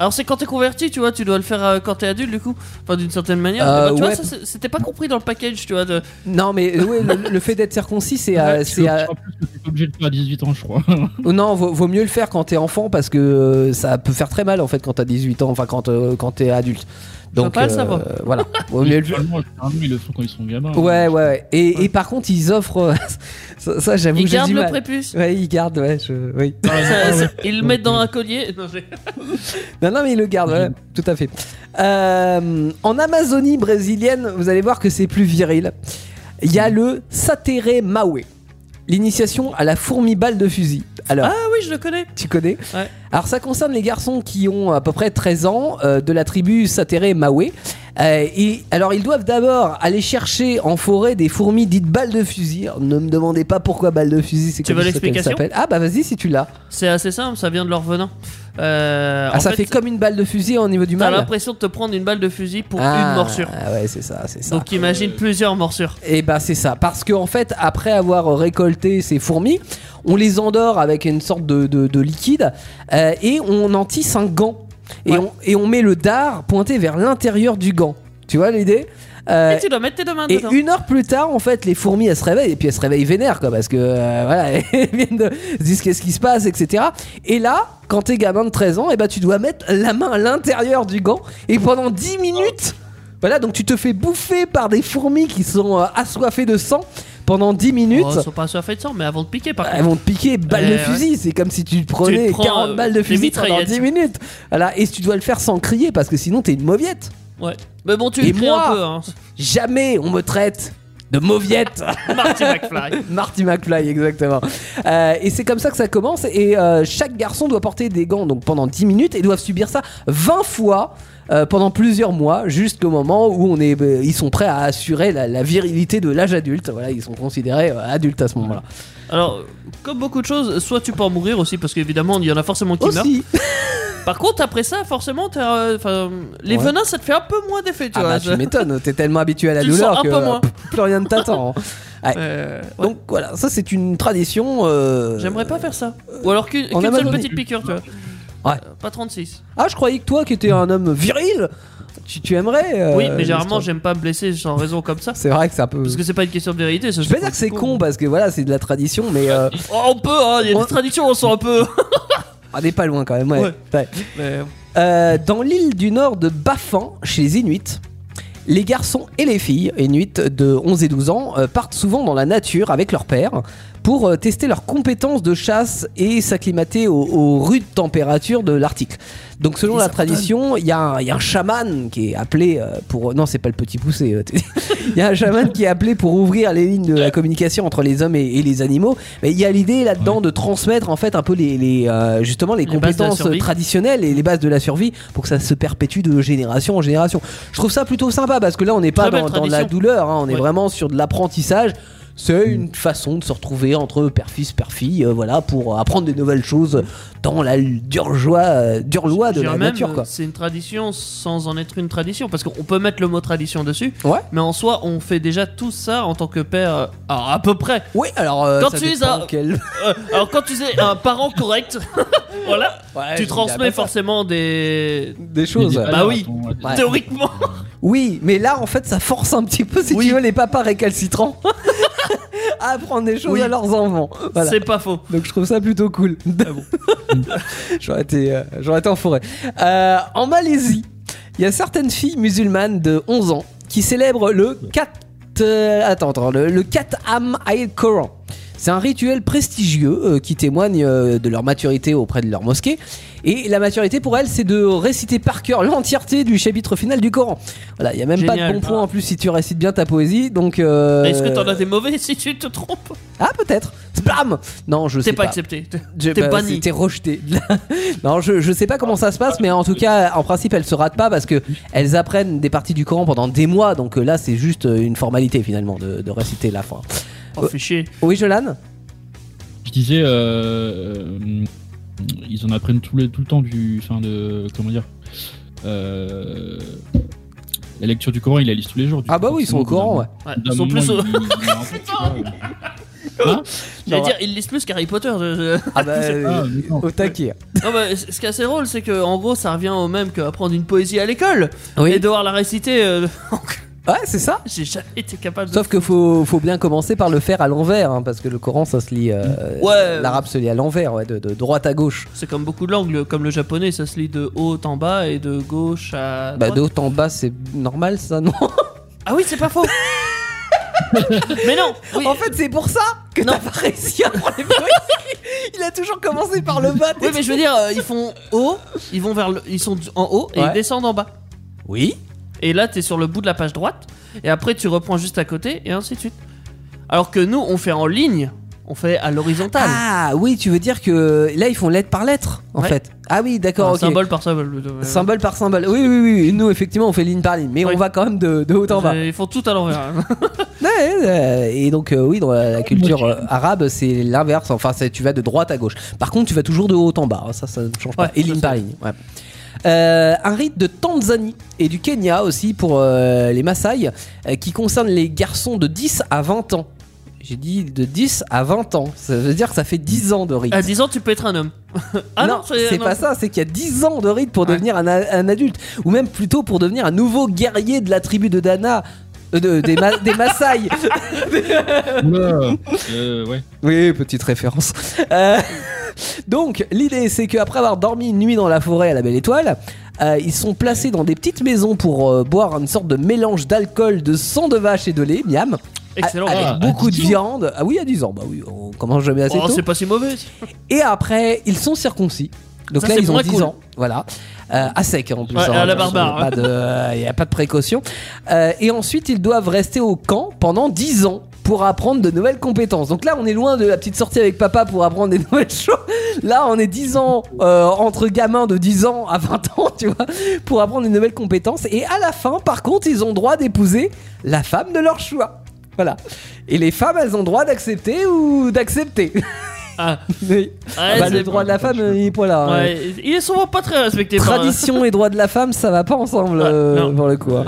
alors c'est quand t'es converti, tu vois, tu dois le faire euh, quand t'es adulte, du coup, enfin d'une certaine manière.
Euh,
Mais bon, tu
ouais.
vois, ça, c'est- c'était pas compris dans le package, tu vois. de-
Non, mais euh, ouais, le, le fait d'être circoncis, c'est. euh, c'est, euh, oh
obligé de le faire à 18 ans, je crois.
non, vaut, vaut mieux le faire quand t'es enfant parce que euh, ça peut faire très mal en fait quand t'as 18 ans, enfin quand, euh, quand t'es adulte.
Je veux
Donc euh,
pas le savoir.
voilà, vaut mieux le faire.
Généralement, généralement, ils le font quand ils sont gamins. hein.
Ouais, ouais, ouais. Et, et par contre, ils offrent. euh, ça, ça, j'avoue,
Ils
j'ai
gardent
du
le
mal.
prépuce.
Ouais, ils gardent, ouais, je- oui.
Ça- ça- Ils le mettent dans un collier. Non, j'ai-
Non, non, mais ils le gardent, ouais,
Mm-hmm.
tout à fait. Euh, en Amazonie brésilienne, vous allez voir que c'est plus viril. Il y a le Satere Mawe, l'initiation à la fourmi balle de fusil. Alors,
Ah oui, je le connais.
Tu connais
Ouais.
Alors ça concerne les garçons qui ont à peu près 13 ans euh, de la tribu Satere Mawe. Euh, et, alors ils doivent d'abord aller chercher en forêt des fourmis dites balles de fusil. Alors, ne me demandez pas pourquoi balles de fusil, c'est
Tu
comme
veux
ça qu'elles
l'explication
s'appellent. Ah bah vas-y si tu l'as.
C'est assez simple, ça vient de leur venin. Euh,
Ah,
en
ça fait, comme une balle de fusil au niveau du
T'as
mal.
l'impression de te prendre une balle de fusil pour
Ah,
une morsure.
Ah ouais c'est ça, c'est ça.
Donc imagine plusieurs morsures.
Et ben c'est ça, parce qu'en fait, après avoir récolté ces fourmis, on les endort avec une sorte de, de- de liquide euh, et on en tisse un gant. Et,
Ouais.
on, et on met le dard pointé vers l'intérieur du gant. Tu vois l'idée Euh,
Et tu dois mettre tes deux mains
et
dedans.
une heure plus tard, en fait, les fourmis elles se réveillent et puis elles se réveillent vénères quoi, parce que euh, voilà, elles viennent de elles se disent qu'est-ce qui se passe, etc. Et là, quand t'es gamin de 13 ans, et ben tu dois mettre la main à l'intérieur du gant et pendant 10 minutes, voilà, donc tu te fais bouffer par des fourmis qui sont euh, assoiffées de sang pendant 10 minutes.
Oh, ils sont pas assoiffés de sang, mais avant de piquer par contre.
Elles vont te piquer balles
Euh,
de
ouais.
fusil, c'est comme si tu te prenais
prends,
40
euh,
balles de
des
fusil pendant
mitraillettes.
10 minutes. Voilà, et tu dois le faire sans crier parce que sinon t'es une mauviette.
Ouais. Mais bon, tu
Et
le crées
moi
un peu. Hein.
Jamais on me traite de Mauviette
Marty McFly.
Marty McFly, exactement. Euh, et c'est comme ça que ça commence. Et euh, chaque garçon doit porter des gants donc pendant 10 minutes et doivent subir ça 20 fois. euh, pendant plusieurs mois, jusqu'au moment où on est, euh, ils sont prêts à assurer la, la virilité de l'âge adulte. Voilà, ils sont considérés euh, adultes à ce moment-là.
Alors, comme beaucoup de choses, soit tu peux en mourir aussi, parce qu'évidemment, il y en a forcément qui meurent.
Aussi,
Par contre, après ça, forcément, t'as, euh, enfin, les
Ouais.
venins, ça te fait un peu moins d'effet, tu
ah
vois.
bah, tu m'étonnes, t'es tellement habitué à la
Tu le sens
douleur
un
que
peu
euh,
moins.
plus rien ne t'attend. hein.
Euh, ouais.
Donc voilà, ça c'est une tradition. euh,
J'aimerais pas faire ça. Ou alors qu'une
en
qu'une seule
Amazonie.
petite piqûre, tu vois.
Ouais.
Euh, pas 36.
Ah, je croyais que toi qui étais un homme viril, tu, tu aimerais. euh,
oui, mais généralement,
l'histoire.
j'aime pas me blesser sans raison comme ça.
C'est vrai que c'est un peu.
Parce que c'est pas une question de vérité. Ça,
Je vais dire que c'est con parce que voilà, c'est de la tradition, mais euh,
Oh, on peut, hein, il y a
Ouais.
des traditions, on sent un peu.
on n'est pas loin quand même. ouais.
Ouais.
Ouais.
Mais,
Euh, dans l'île du nord de Baffin, chez les Inuits, les garçons et les filles Inuits de 11 et 12 ans euh, partent souvent dans la nature avec leur père pour euh, tester leurs compétences de chasse et s'acclimater aux, aux rudes températures de l'Arctique. Donc selon
Des
la
automnes.
tradition, il y, a un- il y a un chaman qui est appelé euh, pour... Non, c'est pas le petit poussé. euh, Il y a un chaman qui est appelé pour ouvrir les lignes de la communication entre les hommes et, et les animaux. Mais il y a l'idée là-dedans de transmettre en fait un peu les, les, euh, justement les,
Les bases de la
compétences
survie.
traditionnelles et les bases de la survie pour que ça se perpétue de génération en génération. Je trouve ça plutôt sympa parce que là on n'est pas
Très belle
dans, dans la
tradition.
douleur, hein, on est
Ouais.
vraiment sur de l'apprentissage. C'est une façon de se retrouver entre père-fils, père-fille, euh, voilà, pour apprendre des nouvelles choses dans la dure joie, euh, dure loi de
je
la
dirais même,
nature. Quoi.
euh, C'est une tradition sans en être une tradition. Parce qu'on peut mettre le mot tradition dessus.
Ouais.
Mais en soi, on fait déjà tout ça en tant que père. euh, alors, à peu près.
Oui, alors euh,
Quand
ça
tu es
dépend
un-
quel-
Euh, alors, quand tu es un parent correct, voilà,
Ouais, Ah, je
tu
dis à
transmets
peu près
forcément des.
des choses.
Il y a des
Bah
valeurs
oui.
à ton- à tes-
Ouais.
Théoriquement.
Oui, mais là, en fait, ça force un petit peu, si
Oui.
tu veux, les papas récalcitrants à apprendre des choses
Oui.
à leurs enfants. Voilà.
C'est pas faux.
Donc je trouve ça plutôt cool.
Ah
j'aurais, été, euh, j'aurais été en forêt. Euh, en Malaisie, il y a certaines filles musulmanes de 11 ans qui célèbrent le 4... attends, attends, le, le Kat Am al Koran. C'est un rituel prestigieux euh, qui témoigne euh, de leur maturité auprès de leur mosquée. Et la maturité pour elles, c'est de réciter par cœur l'entièreté du chapitre final du Coran. Voilà, il n'y a même pas
Génial.
de bon point en plus si tu récites bien ta poésie. Donc, euh,
Est-ce que t'en as des mauvais si tu te trompes
Ah, peut-être. Splam Non, je sais
T'es pas
pas.
accepté.
Je-
T'es
bah,
banni.
c'est- T'es rejeté. non, je, je sais pas comment ça se passe, mais en tout cas, en principe, elles se ratent pas parce que elles apprennent des parties du Coran pendant des mois. Donc euh, là, c'est juste euh, une formalité finalement de, de réciter la fin.
Oh, fais chier.
Oui, Jolan
Je disais, euh, euh, ils en apprennent tout le, tout le temps du. Enfin, de. Comment dire euh, La lecture du Coran, ils la lisent tous les jours. du
Ah
coup,
bah oui, ils sont au
forcément,
Coran,
d'un-
ouais.
Ouais,
d'un
ils sont
moment,
plus. au-
ils- ils- un peu, tu vois, euh,
J'allais
Non,
dire, ils lisent plus qu'Harry Potter. je- je-
Ah bah,
ah,
euh,
mais non.
au taquet.
non, bah, c- ce qui est assez drôle, c'est que en gros, ça revient au même qu'apprendre une poésie à l'école et devoir la réciter. euh,
Ouais, c'est ça.
J'ai jamais été capable de.
Sauf que faut, faut bien commencer par le faire à l'envers, hein, parce que le Coran, ça se lit. euh,
Ouais.
L'arabe se lit à l'envers, ouais, de, de droite à gauche.
C'est comme beaucoup de langues, le- comme le japonais, ça se lit de haut en bas et de gauche à.
Bah,
droite.
de haut en bas, c'est normal, ça, non
Ah oui, c'est pas faux. Mais non. oui,
En fait, c'est pour ça que
Non.
t'as pas réussi à prendre les poésies. Il a toujours commencé par le bas.
Oui, mais je veux dire, euh, ils font haut, ils vont vers, le- ils sont en haut et
Ouais.
ils descendent en bas.
Oui.
Et là, t'es sur le bout de la page droite. Et après, tu reprends juste à côté et ainsi de suite. Alors que nous, on fait en ligne. On fait à l'horizontale.
Ah oui, tu veux dire que là ils font lettre par lettre en
Ouais.
fait. Ah oui, d'accord.
Enfin,
ok.
Symbole par symbole. plutôt.
Symbole par symbole. Oui, oui, oui, oui. Nous effectivement on fait ligne par ligne, mais
Oui.
on va quand même de, de haut en bas.
Ils font tout à l'envers. hein.
Ouais, ouais, et donc euh, oui, dans la, la culture euh, arabe c'est l'inverse. Enfin, c'est- tu vas de droite à gauche. Par contre, tu vas toujours de haut en bas. hein. Ça, ça ne change pas.
Ouais,
Et
ça,
ligne
c'est
par ligne. ouais. Euh, un rite de Tanzanie et du Kenya aussi pour euh, les Maasai euh, qui concerne les garçons de 10 à 20 ans. J'ai dit de 10 à 20 ans. Ça veut dire que ça fait 10 ans de rite.
à 10 ans, tu peux être un homme. ah non,
non, c'est
non.
pas ça, c'est qu'il y a 10 ans de rite pour
Ouais.
devenir un, a- un adulte, ou même plutôt pour devenir un nouveau guerrier de la tribu de Dana, euh, de- des, Ma- des Maasai.
Oula, euh, ouais.
Oui, petite référence. Euh, donc, l'idée, c'est qu'après avoir dormi une nuit dans la forêt à la Belle Étoile, euh, ils sont placés dans des petites maisons pour euh, boire une sorte de mélange d'alcool, de sang de vache et de lait, miam,
Excellent.
avec
Ah, à
beaucoup de
10 ans.
viande. Ah oui, à 10 ans, bah oui, on Bah commence jamais assez
Oh,
tôt.
c'est pas si mauvais.
Et après, ils sont circoncis. Donc
Ça,
là,
c'est
ils ont
moins
10
cool.
ans. Voilà. Euh, à sec, en plus.
Ouais, à la
parce que
barbare, hein.
pas de- euh, Il n'y a pas de précaution. Euh, et ensuite, ils doivent rester au camp pendant 10 ans pour apprendre de nouvelles compétences. Donc là, on est loin de la petite sortie avec papa pour apprendre des nouvelles choses. Là, on est 10 ans euh, entre gamins de 10 ans à 20 ans, tu vois, pour apprendre des nouvelles compétences. Et à la fin, par contre, ils ont droit d'épouser la femme de leur choix. Voilà. Et les femmes, elles ont droit d'accepter ou d'accepter.
Ah,
Oui.
ouais,
Bah,
c'est-
le droit de la femme, il est pas là. hein.
ouais, il est souvent pas très respecté. hein. par-
Tradition et droit de la femme, ça va pas ensemble
Ouais,
euh,
non.
pour le coup. hein.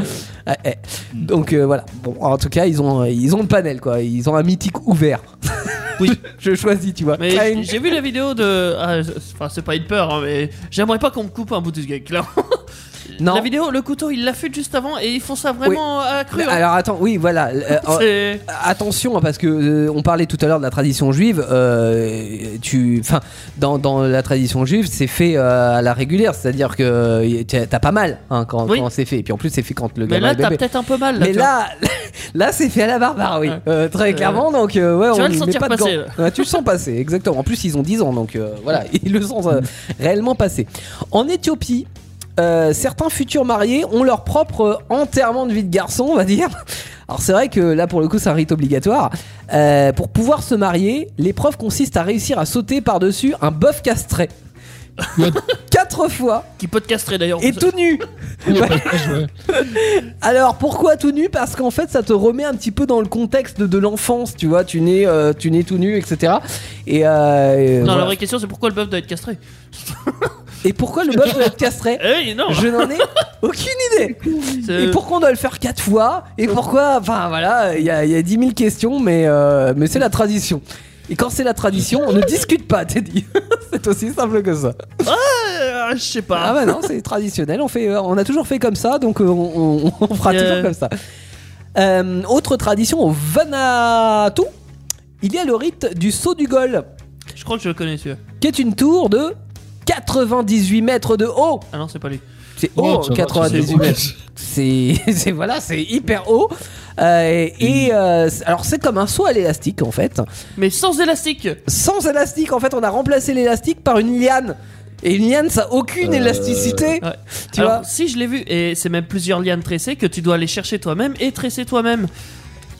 Ah, eh. Donc euh, voilà. Bon, en tout cas, ils ont euh, ils ont le panel quoi. Ils ont un mythique ouvert.
Oui.
je choisis, tu vois.
Mais
Klein.
j'ai- j'ai vu la vidéo de. ah, c'est- Enfin, c'est pas une peur, hein, mais j'aimerais pas qu'on me coupe un bout de ce gag, clairement.
Non.
La vidéo, le couteau, ils l'affûtent juste avant et ils font ça vraiment à la crue. hein.
Alors attends, oui, voilà. Euh, euh,
C'est-
Attention, hein, parce que euh, on parlait tout à l'heure de la tradition juive. euh, tu, enfin, dans, dans la tradition juive, c'est fait euh, à la régulière, c'est-à-dire que y- t'as t'as pas mal hein, quand,
Oui.
quand c'est fait. Et puis en plus, c'est fait quand oh, le
Mais
gamin
là,
est bébé.
t'as peut-être un peu mal. Là,
Mais
tu vois.
là, là, c'est fait à la barbare, oui,
Ouais.
Euh, très
Euh,
clairement. Donc, euh, ouais,
tu
on
vas le
lui met
sentir
pas de
passer,
gants. Ouais, tu le sens passer, exactement. En plus, ils ont 10 ans, donc euh, voilà, ils le sentent euh, réellement passer. En Éthiopie. euh, certains futurs mariés ont leur propre euh, enterrement de vie de garçon, on va dire. Alors c'est vrai que là pour le coup c'est un rite obligatoire. Euh, pour pouvoir se marier, l'épreuve consiste à réussir à sauter par-dessus un bœuf castré.
What
Quatre fois
qui peut te castrer d'ailleurs.
et tout nu.
Il y a pas de page, ouais.
Alors pourquoi tout nu Parce qu'en fait ça te remet un petit peu dans le contexte de, de l'enfance, tu vois, tu nais, euh, tu nais tout nu, etc. Et, euh, et
Non,
voilà.
la vraie question, c'est pourquoi le bœuf doit être castré
Et pourquoi le bœuf doit être castré
Eh oui, non
Je n'en ai aucune idée.
c'est-
Et pourquoi on doit le faire quatre fois Et pourquoi Enfin voilà, il y, a- il y a 10 000 questions, mais, euh, mais c'est la tradition. Et quand c'est la tradition, on ne discute pas, t'es dit. c'est aussi simple que ça.
Euh, Je sais
Ah
pas.
bah non, c'est traditionnel. On, fait, euh, on a toujours fait comme ça, donc euh, on, on- on fera
Euh.
toujours comme ça. Euh, autre tradition au Vanuatu, il y a le rite du saut du Gol,
Je crois que je le connais, celui-là.
qui est une tour de 98 mètres de haut.
Ah non, c'est pas lui.
C'est
Oh,
haut,
ça va,
98
c'est-
mètres. C'est c'est- voilà, c'est hyper haut. Euh, et euh, c'est- alors c'est comme un saut à l'élastique en fait.
Mais sans élastique
Sans élastique en fait, on a remplacé l'élastique par une liane. Et une liane, ça a aucune
Euh,
élasticité.
ouais.
Tu
Alors,
vois
si je l'ai vu, et c'est même plusieurs lianes tressées que tu dois aller chercher toi-même et tresser toi-même.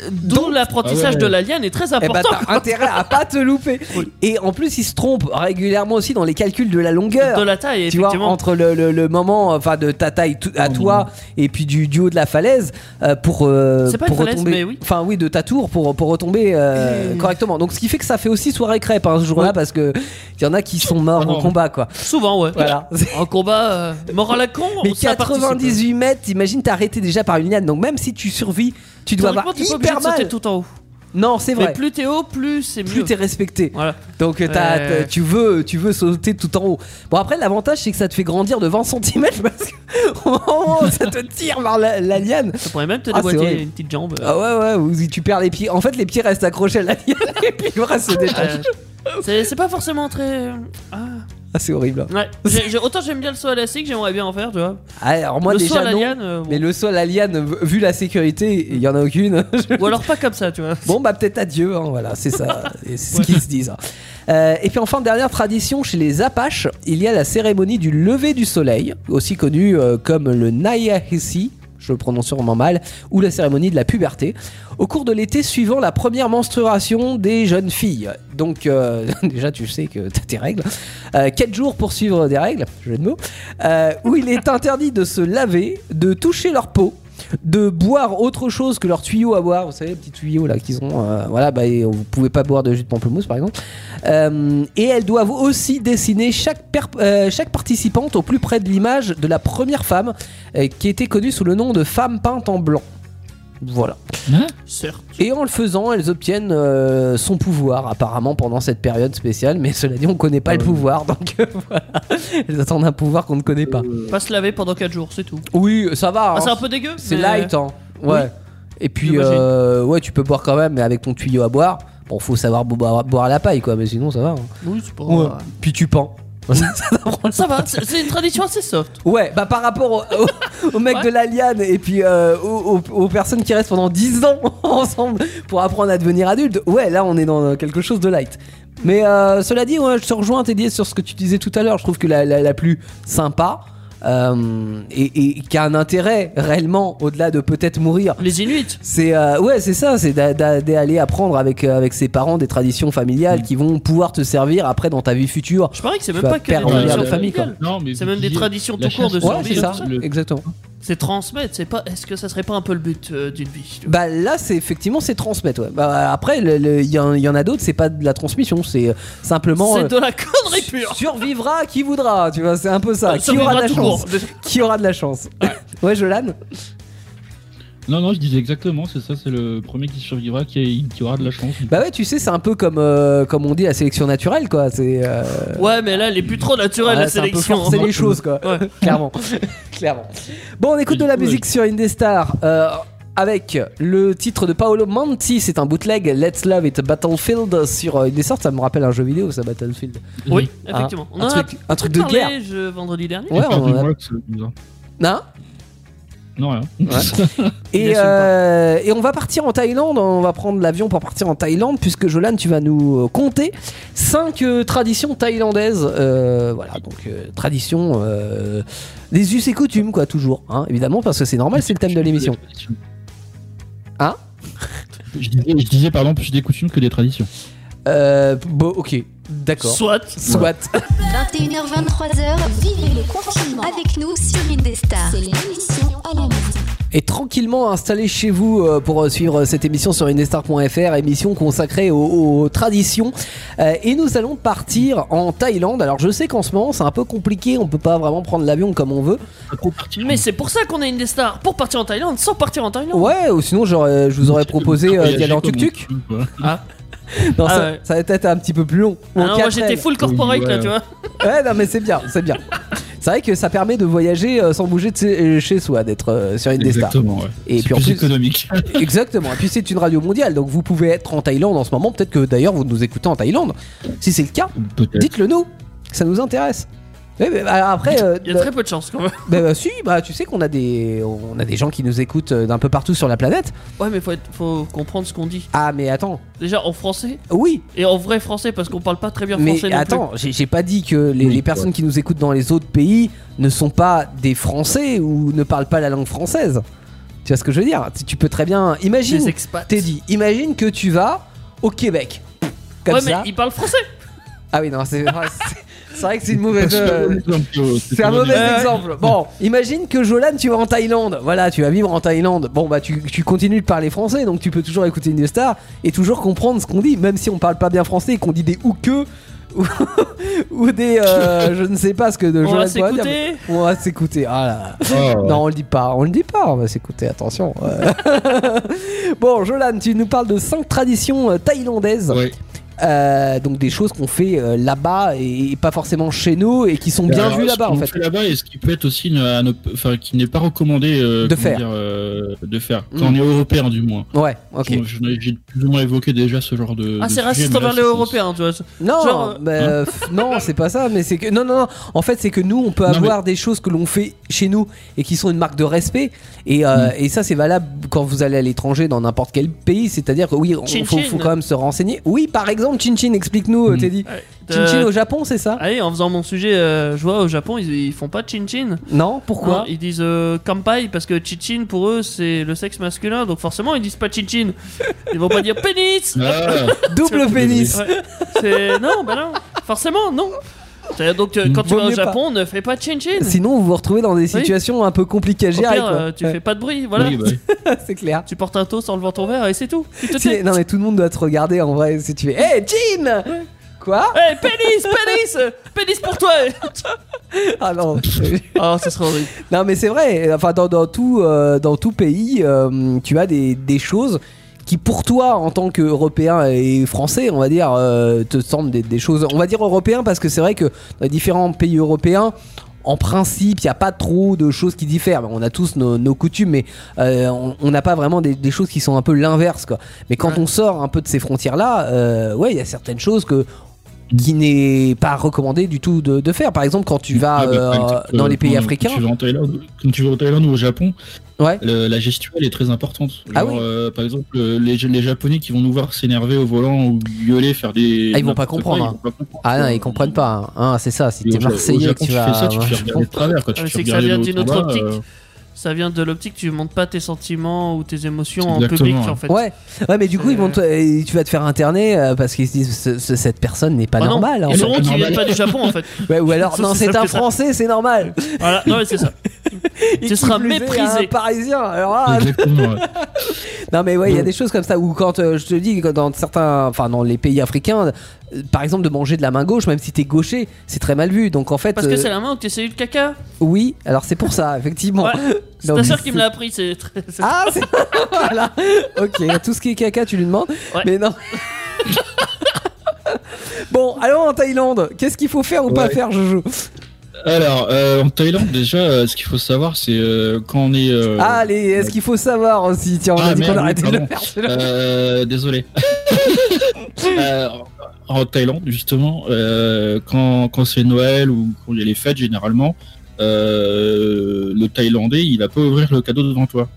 D'où
Donc-
l'apprentissage
Ah ouais.
de la liane est très
Eh ben,
important.
t'as intérêt à pas te louper.
Oui.
Et en plus, ils se trompent régulièrement aussi dans les calculs de la longueur.
de la taille,
tu vois,
effectivement.
entre le, le- le moment enfin de ta taille tou- à
Oh,
toi et puis du, du haut de la falaise euh, pour, euh,
C'est pas une
pour
falaise,
retomber
mais oui.
enfin oui de ta tour pour, pour retomber euh,
Et-
correctement donc ce qui fait que ça fait aussi soirée crêpe hein, ce jour-là
Oui.
parce que il y en a qui sont morts
Ah non.
en combat quoi
Souvent, ouais.
voilà
En combat, euh, mort à la con,
mais
ça participe.
98 mètres imagine t'es arrêté déjà par une liane donc même si tu survis tu dois avoir
Théoriquement, t'es pas obligé
hyper
de sauter
mal
tout en haut.
non c'est
Mais
vrai
plus t'es haut, plus c'est mieux.
plus t'es respecté
Voilà.
donc t'as-
Ouais.
t'as- tu veux tu veux sauter tout en haut bon après l'avantage c'est que ça te fait grandir de 20 cm parce que au moment où ça te tire vers la- la liane
Ça pourrait même te
Ah, c'est
déboîter
horrible.
une petite jambe.
Ah ouais, ouais, ou si tu perds les pieds. En fait, les pieds restent accrochés à la liane et puis le reste se détache.
Euh, c'est c'est pas forcément très. Ah.
Ah, c'est horrible.
Ouais. J'ai- j'ai- autant j'aime bien le saut à l'élastique, j'aimerais bien en faire, tu vois.
Ah, Alors, moi,
le saut
déjà,
à la
non.
liane, euh,
Mais le sol à la liane, vu- vu la sécurité, il y en a aucune.
ou alors pas comme ça, tu vois.
bon, bah, peut-être adieu, hein, voilà, c'est ça. Et c'est ce qu'ils se disent. Euh, et puis, enfin, dernière tradition, chez les Apaches, il y a la cérémonie du lever du soleil, aussi connue euh, comme le Nayahesi. Je le prononce sûrement mal, ou la cérémonie de la puberté, au cours de l'été suivant la première menstruation des jeunes filles. Donc, euh, déjà, tu sais que t'as tes règles. Euh, Quatre jours pour suivre des règles, jeu de mots, euh, où il est interdit de se laver, de toucher leur peau, de boire autre chose que leur tuyau à boire, vous savez, les petits tuyaux là qu'ils ont, euh, voilà, bah, et vous pouvez pas boire de jus de pamplemousse par exemple. Euh, et elles doivent aussi dessiner chaque, per- euh, chaque participante au plus près de l'image de la première femme euh, qui était connue sous le nom de femme peinte en blanc. Voilà.
Hein
Certes.
Et en le faisant, elles obtiennent euh, son pouvoir, apparemment pendant cette période spéciale. Mais cela dit, on connaît pas
Ah
le
oui.
pouvoir, donc euh, voilà. Elles attendent un pouvoir qu'on ne connaît pas.
Euh.
Pas se laver pendant 4 jours, c'est tout.
Oui, ça va.
Ah,
hein.
c'est un peu dégueu.
C'est
mais-
light, hein. Ouais. Et puis,
J'imagine.
euh, ouais, tu peux boire quand même, mais avec ton tuyau à boire. Bon, faut savoir bo- boire, boire à la paille, quoi, mais sinon ça va. hein.
Oui, c'est pas.
Puis tu pends.
Ça va, c'est c'est une tradition assez soft.
Ouais, bah par rapport au, au- au mec
Ouais.
de la liane et puis euh, aux, aux- aux personnes qui restent pendant 10 ans ensemble pour apprendre à devenir adulte, ouais, là on est dans euh, quelque chose de light. Mais euh, cela dit, ouais, je te rejoins Teddy sur ce que tu disais tout à l'heure, je trouve que la, la- la plus sympa euh, et, et qui a un intérêt réellement au-delà de peut-être mourir.
Les Inuits.
C'est euh, ouais, c'est ça, c'est d'a- d'a- d'aller apprendre avec euh, avec ses parents des traditions familiales qui vont pouvoir te servir après dans ta vie future.
Je parie que c'est même
vas
pas que des
perdre
un lien
traditions
de
famille, quoi.
familiales.
Non, mais
C'est même des
Guy-
traditions
la
tout court de
chasse,
Ouais,
survie.
c'est
et
ça,
tout ça.
Le-
exactement.
C'est transmettre. C'est pas. Est-ce que ça serait pas un peu le but euh, d'une vie
Bah là, c'est effectivement, c'est transmettre. Ouais. Bah, après, il y, en y en a d'autres, c'est pas de la transmission, c'est simplement.
C'est
euh,
de la connerie
su-
pure.
Survivra qui voudra, tu vois, c'est un peu ça.
Ça
qui aura de
viendra
la
tout
chance
court. De-
Qui aura de la chance Ouais, Jolan
Non, non, je disais exactement, c'est ça, c'est le premier qui survivra qui, qui aura de la chance.
Bah ouais, tu sais, c'est un peu comme, euh, comme on dit la sélection naturelle, quoi. C'est. euh,
Ouais, mais là, elle est plus trop naturelle
ouais,
la
c'est un peu
sélection. hein.
forcer les choses, quoi.
Ouais.
Clairement. Clairement. Bon, on écoute de la
Du coup,
musique sur Indestar. euh, avec le titre de Paolo Manti, c'est un bootleg Let's Love It Battlefield sur euh, Indestar, ça me rappelle un jeu vidéo ça Battlefield.
Oui,
Ah,
effectivement. On
un,
en a
truc, un truc de
parlé,
guerre.
je- vendredi dernier.
Ouais,
Peur
on
de
a-
moi, c'est bizarre.
Hein
Non, rien.
et,
assume pas.
euh, et on va partir en Thaïlande, on va prendre l'avion pour partir en Thaïlande, puisque Jolan, tu vas nous euh, compter 5 traditions thaïlandaises. Euh, voilà, donc euh, traditions, euh, des us et coutumes, quoi, toujours, hein, évidemment, parce que c'est normal, c'est le thème de l'émission. Hein
je disais, je disais, pardon, plus des coutumes que des traditions.
Euh, bon, ok, d'accord.
Soit.
Soit.
21h23h, vivez le confinement avec nous sur Indestar. C'est l'émission à la maison.
Et tranquillement installé chez vous euh, pour euh, suivre euh, cette émission sur indestar.fr, émission consacrée aux, aux traditions. Euh, et nous allons partir en Thaïlande. Alors je sais qu'en ce moment c'est un peu compliqué, on peut pas vraiment prendre l'avion comme on veut.
Pas trop parti.
Mais c'est pour ça qu'on a une des stars. Pour partir en Thaïlande, sans partir en Thaïlande.
Ouais, ou sinon j'aurais- je vous aurais proposé euh, d'y aller en tuk-tuk. Non,
Ah
ça,
ouais.
ça va peut-être un petit peu plus long. Ou en
Ah non, moi
quatre
j'étais
ailes.
full corporate
Oui,
là,
ouais.
tu vois.
Ouais, non mais c'est bien, c'est bien. C'est vrai que ça permet de voyager euh, sans bouger de chez- chez soi, d'être euh, sur Indestar.
Exactement, ouais.
Et
C'est
puis en
plus
plus-
économique.
Exactement. Et puis c'est une radio mondiale, donc vous pouvez être en Thaïlande en ce moment. Peut-être que d'ailleurs vous nous écoutez en Thaïlande. Si c'est le cas,
Peut-être.
dites-le nous. Ça nous intéresse. Oui, mais, alors après, euh,
Il y a très peu de chance quand même.
bah, bah, si, bah, tu sais qu'on a des, on a des gens qui nous écoutent euh, d'un peu partout sur la planète.
Ouais, mais faut, être- faut comprendre ce qu'on dit.
Ah mais attends,
Déjà en français,
oui,
et en vrai français, parce qu'on parle pas très bien
mais
français. non plus.
attends, j'ai j'ai pas dit que les,
Oui,
les personnes qui nous écoutent dans les autres pays ne sont pas des Français ou ne parlent pas la langue française. Tu vois ce que je veux dire Tu- Tu peux très bien, imagine,
Des expats.
Teddy, imagine que tu vas au Québec. Comme
ouais,
ça.
mais ils parlent français.
Ah oui, non, c'est vrai, c'est- c'est vrai que c'est une mauvaise. euh, C'est un mauvais
Ouais.
exemple. Bon, imagine que Jolan, tu vas en Thaïlande. Voilà, tu vas vivre en Thaïlande. Bon, bah, tu, tu continues de parler français, donc tu peux toujours écouter une star et toujours comprendre ce qu'on dit, même si on parle pas bien français et qu'on dit des ou que ou, ou des. euh, je ne sais pas ce que de
On
Jolan
va
pourrait dire,
s'écouter.
mais On va s'écouter. Ah là là. Non, on le dit pas, on le dit pas, on va s'écouter, attention. Euh. bon, Jolan, tu nous parles de cinq traditions euh, thaïlandaises.
Ouais.
Euh, donc des choses qu'on fait euh, là-bas et, et pas forcément chez nous et qui sont bien
Alors,
vues
ce
là-bas en
qu'on
fait.
là-bas et ce qui peut être aussi une- un op- enfin qui n'est pas recommandé euh,
De
comment
faire.
dire, euh, de faire quand
Mm.
on est européen du moins.
Ouais, ok.
Bon, je- J'ai plus ou moins évoqué déjà ce genre de.
Ah,
de
c'est
sujet,
raciste
mais là,
envers les
c'est-
Européens, tu vois.
Non,
Genre, euh,
bah, euh, f- non, c'est pas ça, mais c'est que non, non, non. En fait, c'est que nous, on peut
Non,
avoir des choses que l'on fait chez nous et qui sont une marque de respect. Et, euh,
Mm.
et ça, c'est valable quand vous allez à l'étranger dans n'importe quel pays. C'est-à-dire que oui, on-
Chin
faut,
chin.
faut quand même se renseigner. Oui, par exemple, Chin Chin, explique-nous,
Mm.
Teddy.
Ouais.
Chin Chin
Euh,
au Japon, c'est ça
Allez, en faisant mon sujet, euh, je vois au Japon, ils, ils font pas chin chin.
Non, pourquoi
Non, Ils disent euh, kampai parce que chin chin pour eux c'est le sexe masculin, donc forcément ils disent pas chin chin. Ils vont pas dire pénis.
Ah,
Double pénis.
Ouais. C'est non, bah non, forcément non. C'est- Donc euh, quand tu
Vaut
vas au
mieux pas.
Japon, ne fais pas chin chin.
Sinon, vous vous retrouvez dans des situations un peu compliquées à
Au
gérer.
pire,
quoi.
euh, tu
Ouais,
fais pas de bruit, voilà.
oui, bah oui.
c'est clair.
Tu portes un toast en levant ton verre et c'est tout. Tu te
Si-
tais.
non, mais tout le monde doit te regarder en vrai si tu fais Hey, Jin Quoi
Hey, Eh, pénis, pénis, euh, pénis pour toi.
Ah non.
Oh, ça serait horrible.
Non mais c'est vrai, enfin dans, dans tout, euh, dans tout pays, euh, tu as des, des choses qui pour toi en tant qu'Européen et Français, on va dire, euh, te semblent des, des choses, on va dire Européen parce que c'est vrai que dans les différents pays européens, en principe, il n'y a pas trop de choses qui diffèrent. On a tous nos, nos coutumes, mais euh, on- on n'a pas vraiment des, des choses qui sont un peu l'inverse. quoi. Mais quand
Ouais.
on sort un peu de ces frontières-là, euh, ouais, il y a certaines choses que qui n'est pas recommandé du tout de, de faire. Par exemple, quand tu vas
Ah, bah,
euh,
par exemple,
dans
euh,
les pays
quand-
africains,
Quand tu vas en Thaïlande, quand tu vas en Thaïlande ou au Japon,
Ouais.
le- la gestuelle est très importante. Genre,
Ah oui.
euh, par exemple, euh, les, les Japonais qui vont nous voir s'énerver au volant ou gueuler, faire des.
Ah, ils vont pas
n'importe quoi,
comprendre, hein.
ils vont pas comprendre.
ah non,
Euh,
ils comprennent pas. hein. Hein, c'est ça, si
Et
t'es
au Ja- au
marseillais,
Japon,
que tu
tu
vas.
fais ça, tu te fais regarder de travers.
Ah,
Quand tu
mais
te
c'est
fais
que ça
regarder
vient d'une
de haut en
autre
bas,
optique.
euh,
Ça vient de l'optique, tu montes pas tes sentiments ou tes émotions en
Exactement,
public
ouais.
en fait.
Ouais, ouais, mais du coup,
C'est-
ils vont te- et tu vas te faire interner euh, parce qu'ils se disent ce- ce- cette personne n'est pas
Ah non,
normale. en
Ils
fait.
sauront
c'est
qu'ils viennent
normal.
pas du Japon en fait.
Ouais, ou alors,
Ça,
non,
c'est
c'est
ça,
un
c'est ça.
Français, c'est normal.
Voilà, non mais c'est ça.
Et
Tu
qui
seras
plus est,
méprisé.
Un Parisien. Alors
Ah.
là,
Exactement. ouais.
non, mais
Mm.
ouais, il y a des choses comme ça où quand euh, je te dis que dans certains, enfin dans les pays africains, euh, par exemple de manger de la main gauche, même si t'es gaucher, c'est très mal vu. Donc en fait,
Parce que
euh,
c'est la main où t'essayes le caca.
oui, alors c'est pour ça, effectivement.
Ouais, C'est
Non,
ta
mais
soeur qui
c'est-
me l'a appris, c'est très. c'est-
Ah, c'est... voilà. Ok, tout ce qui est caca, tu lui demandes.
Ouais.
Mais non. bon, allons en Thaïlande. Qu'est-ce qu'il faut faire ou pas
Ouais.
faire, Jojo
Alors, euh, en Thaïlande, déjà, euh, ce qu'il faut savoir, c'est euh, quand on est. euh,
Ah, les... est-ce qu'il faut savoir aussi Tiens, on
Ah,
a dit
merde,
qu'on
oui,
arrêtait de le
pardon.
faire. celui-là.
Euh, désolé. Euh, en Thaïlande, justement, euh, quand, quand c'est Noël ou quand il y a les fêtes, généralement, euh, le Thaïlandais, il va pas ouvrir le cadeau devant toi.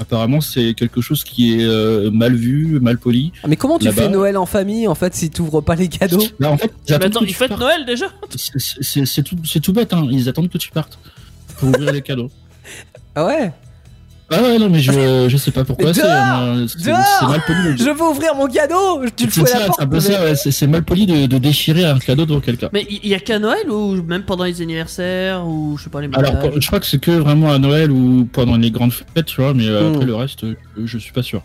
Apparemment, c'est quelque chose qui est euh, mal vu, mal poli.
Mais comment tu
Là-bas.
fais Noël en famille en fait si t'ouvres pas les cadeaux
Là, Bah, en fait, ils
Mais
attendent
attends,
que
ils
tu
fêtent
partes.
Noël déjà
C'est- C'est c'est tout, c'est tout bête, hein. ils attendent que tu partes pour ouvrir les cadeaux.
Ah ouais
Ah ouais, non, mais je, je sais pas pourquoi,
Mais
c'est
dehors
euh, c'est-
Dehors
c'est mal poli.
Je veux ouvrir mon cadeau Tu le fous
C'est
à la
ça,
porte
c'est un peu
mais-
ça, ouais, c'est- c'est mal poli de, de déchirer un cadeau devant quelqu'un.
Mais il y, a qu'à Noël ou même pendant les anniversaires ou je sais pas les mariages.
Bah
Alors, pour- je crois que c'est que vraiment à Noël ou pendant les grandes fêtes, tu vois, mais euh,
Hmm.
après le reste, euh, je, je suis pas sûr.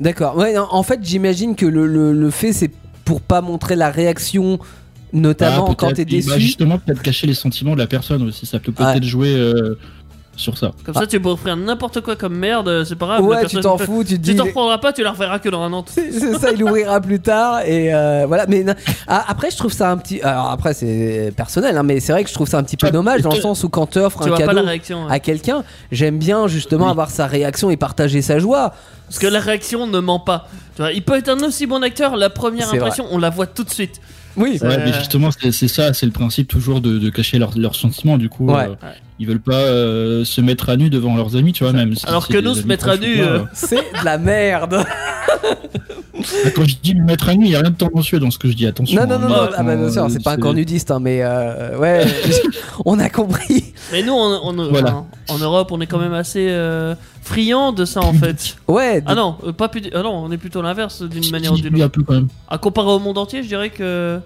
D'accord. Ouais, en en fait, j'imagine que le, le, le fait c'est pour pas montrer la réaction, notamment
Ah,
quand
peut-être.
t'es
Et
déçu.
bah, justement, peut-être cacher les sentiments de la personne aussi, ça peut peut-être
Ouais.
jouer euh, sur ça.
Comme ça, tu peux offrir n'importe quoi comme merde, c'est pas grave. Ah, la
ouais, tu
personne-
t'en fous, tu te
Tu
dis.
t'en reprendras pas, tu la reverras que dans un an.
C'est c'est ça, il ouvrira plus tard et euh, voilà. Mais na- ah, après, je trouve ça un petit. Alors après, c'est personnel, hein, mais c'est vrai que je trouve ça un petit peu
Ah,
dommage dans le
tu-
sens où quand t'offres
Tu
un
vois pas la
cadeau
réaction. hein. ouais.
à quelqu'un, j'aime bien justement
Oui.
avoir sa réaction et partager sa joie.
Parce que la réaction ne ment pas. Tu vois, il peut être un aussi bon acteur, la première
C'est vrai.
impression, on la voit tout de suite.
Oui.
Ouais.
Ouais, mais justement, c'est c'est ça, c'est le principe toujours de, de cacher leurs leurs sentiments, du coup,
Ouais.
euh, ils veulent pas euh, se mettre à nu devant leurs amis, tu vois, même. si
Alors
c'est
que
des
nous, se
amis
mettre à
proches ou
nu,
pas,
euh,
C'est de la merde.
Ah, Quand je dis me mettre à nu, il n'y a rien de tendancieux dans ce que je dis, attention.
Non, non, non,
hein,
non.
mais
Ah bah bien sûr,
quand,
c'est pas un
euh,
corps nudiste, hein, mais euh, ouais, on a compris.
Mais nous, on, on-
Voilà.
en, en Europe, on est quand même assez euh, friand de ça en fait.
Ouais.
Ah non, euh, pas pudi- ah non, on est plutôt l'inverse d'une manière ou
Si,
d'une
oui,
autre.
un peu quand même.
À comparer au monde entier, je dirais que.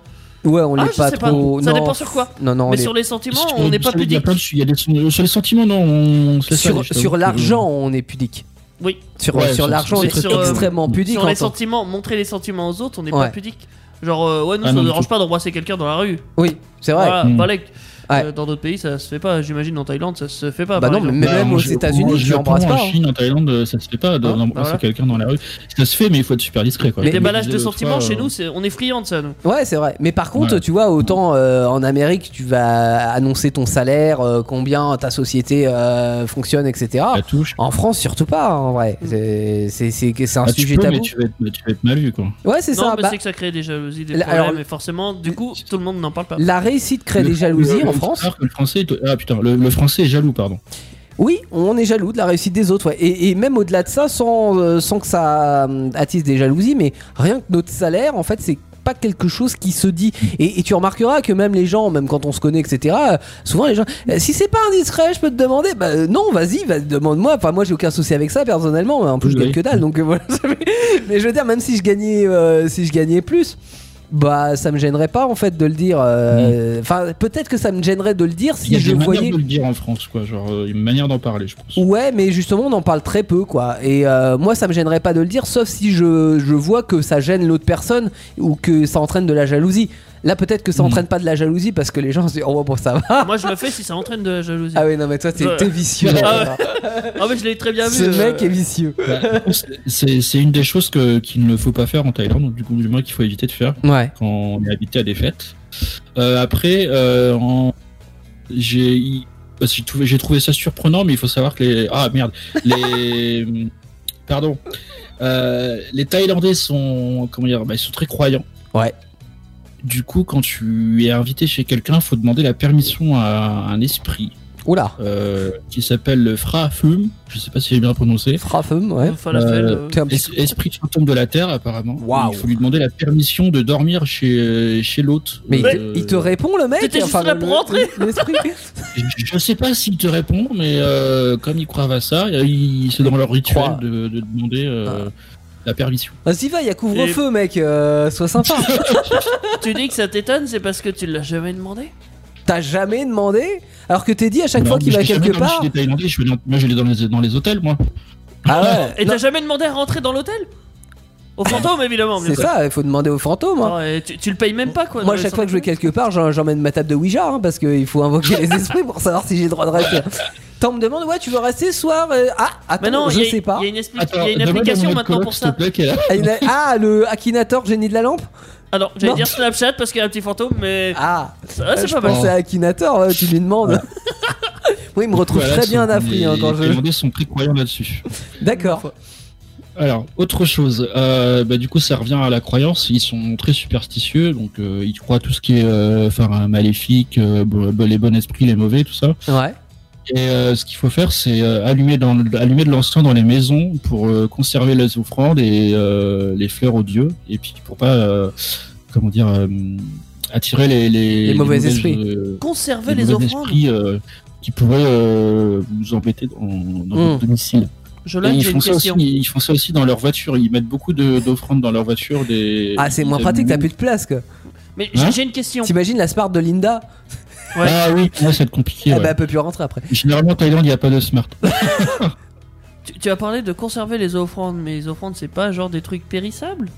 Ouais, on
Ah,
l'est
je
pas
sais pas.
trop.
Ça
non.
dépend sur quoi.
Non, non, on
Mais
est-
sur les sentiments, on n'est pas
Sur les- il y a
pudique.
plein de- il y a des- euh, Sur les sentiments, non, on se laisse aller,
sur,
je t'avoue
sur
que-
l'argent, on est pudique.
Oui.
Sur,
Ouais,
sur
sur-
l'argent, on
sur-
est
sur, euh,
extrêmement pudique.
Sur
en
les
tant-
sentiments, montrer les sentiments aux autres, on n'est
Ouais.
pas pudique. Genre, euh, ouais, nous,
Ah
ça
non,
nous
du
dérange
tout.
pas d'embrasser quelqu'un dans la rue.
Oui, c'est vrai. Hmm.
Voilà,
Mm.
balèque.
Ouais.
Euh, dans d'autres pays, ça se fait pas. J'imagine en Thaïlande, ça se fait pas.
Bah
par
non,
exemple.
mais même
en
aux
Japon,
États-Unis,
en
tu
Japon,
l'embrasses pas,
En
hein.
Chine, en Thaïlande, ça se fait pas
Ah,
d'embrasser
bah voilà.
quelqu'un dans la rue. Ça se fait, mais il faut être super discret. Quoi.
Mais-
Les déballages de
L'autre
sentiments
fois,
chez
euh,
nous, c'est- on est friands de ça, nous.
Ouais, c'est vrai. Mais par contre,
Ouais.
tu vois, autant euh, en Amérique, tu vas annoncer ton salaire, euh, combien ta société euh, fonctionne, etc.
La touche.
En France, surtout pas, hein, en vrai. C'est- C'est c'est- c'est un
Ah, tu
sujet
peux,
tabou.
mais tu vas, être, mais tu vas être mal vu. Quoi.
Ouais, c'est
Non,
ça.
mais
Bah,
c'est que ça crée des jalousies, des
Là,
problèmes,
alors-
et forcément, du coup, tout le monde n'en parle pas.
la réussite crée
Le-
des jalousies
le-
en France.
alors que le français, est- ah, putain, le, le français est jaloux, pardon.
Oui, on est jaloux de la réussite des autres, ouais. et, et même au-delà de ça, sans, euh, sans que ça euh, attise des jalousies, mais rien que notre salaire, en fait, c'est pas quelque chose qui se dit. Et, et tu remarqueras que même les gens, même quand on se connaît, etc., euh, souvent les gens, euh, si c'est pas indiscret, je peux te demander, bah euh, non, vas-y, vas demande-moi. Enfin, moi, j'ai aucun souci avec ça personnellement, en plus, je
Oui.
gagne que dalle, donc euh, voilà. mais je veux dire, même si je gagnais, euh, si je gagnais plus. Bah, ça me gênerait pas en fait de le dire. euh, Enfin, peut-être que ça me gênerait de le dire
Mm. Il y
si
a
je
des manières
voyais.
de le dire en France, quoi. Genre, euh, une manière d'en parler, je pense.
Ouais, mais justement, on en parle très peu, quoi. Et euh, moi, ça me gênerait pas de le dire, sauf si je, je vois que ça gêne l'autre personne ou que ça entraîne de la jalousie. Là, peut-être que ça
Mhm.
entraîne pas de la jalousie parce que les gens se disent, oh, ouais, bon, ça va.
Moi, je le fais si ça entraîne de la jalousie.
Ah oui, non, mais toi, t'es
Ouais.
t'es vicieux.
Ah Ah, mais je l'ai très bien vu.
Ce
euh,
mec est vicieux.
C'est c'est une des choses que- qu'il ne faut pas faire en Thaïlande, donc du coup, du moins qu'il faut éviter de faire.
Ouais.
quand on est habité à des fêtes. Euh, après, euh, en- j'ai il- parce que j'ai trouvé, j'ai trouvé ça surprenant, mais il faut savoir que les ah merde les pardon Euh, les Thaïlandais sont comment dire bah, ils sont très croyants.
Ouais.
Du coup, quand tu es invité chez quelqu'un, faut demander la permission à un esprit
Oula,
euh, qui s'appelle le Fra Fum. Je sais pas si j'ai bien prononcé.
frafum, ouais.
Enfin, la fête,
Euh,
euh,
T'es un petit-
Es- esprit de fantôme de la Terre, apparemment.
Waouh.
Il faut lui demander la permission de dormir chez, chez l'hôte.
Mais il te-
Euh,
il te répond le mec
T'étais juste là
le-
pour
le-
rentrer.
l'esprit.
Je je sais pas s'il te répond, mais euh, comme ils croient à ça, ils- c'est dans leur rituel
Croient.
de, de demander
Ah.
euh, la permission.
Vas-y, va, il y a couvre-feu, mec. euh, sois sympa.
tu dis que ça t'étonne, c'est parce que tu l'as jamais demandé
T'as jamais demandé Alors que t'es dit à chaque
Non,
fois qu'il
mais
va
je l'ai jamais
quelque
dans le
part.
chez les Thaïlandais, je vais dans- moi je l'ai dans les, dans les hôtels, moi.
Ah ouais.
Et
non, Ah.
t'as jamais demandé à rentrer dans l'hôtel Au fantôme, évidemment. bien
C'est
sûr.
ça, il faut demander aux fantômes. hein.
Alors, euh, tu, tu le payes même pas, quoi.
Moi,
dans
chaque
les
fois que je vais quelque part, j'en- j'emmène ma table de Ouija hein, parce qu'il faut invoquer les esprits pour savoir si j'ai le droit de rester. Tant on me demande, ouais, tu veux rester ce soir euh, Ah, attends,
Mais non,
je
il y a-
sais pas.
Il y a une, expli-
Attends,
il y a une
demande à mon
application
autre
maintenant
coloc,
pour
s'il
ça.
te plaît, qu'elle a-
Ah, il y en a- ah, le Akinator, génie de la lampe
Alors, j'allais
Non.
dire Snapchat parce qu'il y a un petit fantôme, mais.
Ah,
Ah, c'est
je
pas mal.
pensais à Akinator, ouais, tu lui demandes. Moi, il me retrouve
Voilà,
très bien en
sont-
Afrique hein,
les-
quand
les
je.
Thaïlandais sont très croyants là-dessus.
D'accord.
Alors, autre chose, euh, bah, du coup, ça revient à la croyance. Ils sont très superstitieux, donc euh, ils croient tout ce qui est euh, enfin, euh, maléfique, euh, bo- bo- les bons esprits, les mauvais, tout ça.
Ouais.
Et euh, ce qu'il faut faire, c'est euh, allumer, dans, le- allumer de l'encens dans les maisons pour euh, conserver les offrandes et euh, les fleurs aux dieux, et puis pour pas, euh, comment dire, euh, attirer les,
Les mauvais esprits.
euh,
Conserver
les
les
mauvais
offrandes.
esprits euh, qui pourraient euh, vous embêter dans, dans
Hmm.
votre domicile.
Je
Et
lâche
ils,
j'ai une
font ça aussi,
question.
ils font ça aussi dans leur voiture. Ils mettent beaucoup de- d'offrandes dans leur voiture. Des,
Ah, c'est moins
des-
pratique, t'as plus de place. quoi.
Mais j'ai-
Hein
j'ai une question.
T'imagines la Sparte de Linda
Ouais. Eh ben-
Ah oui, ouais, ça va être compliqué.
Ah
ouais.
bah, elle peut plus rentrer après.
Généralement, en Thaïlande, il n'y a pas de smart.
Tu, tu as parlé de conserver les offrandes, mais les offrandes, c'est pas genre des trucs périssables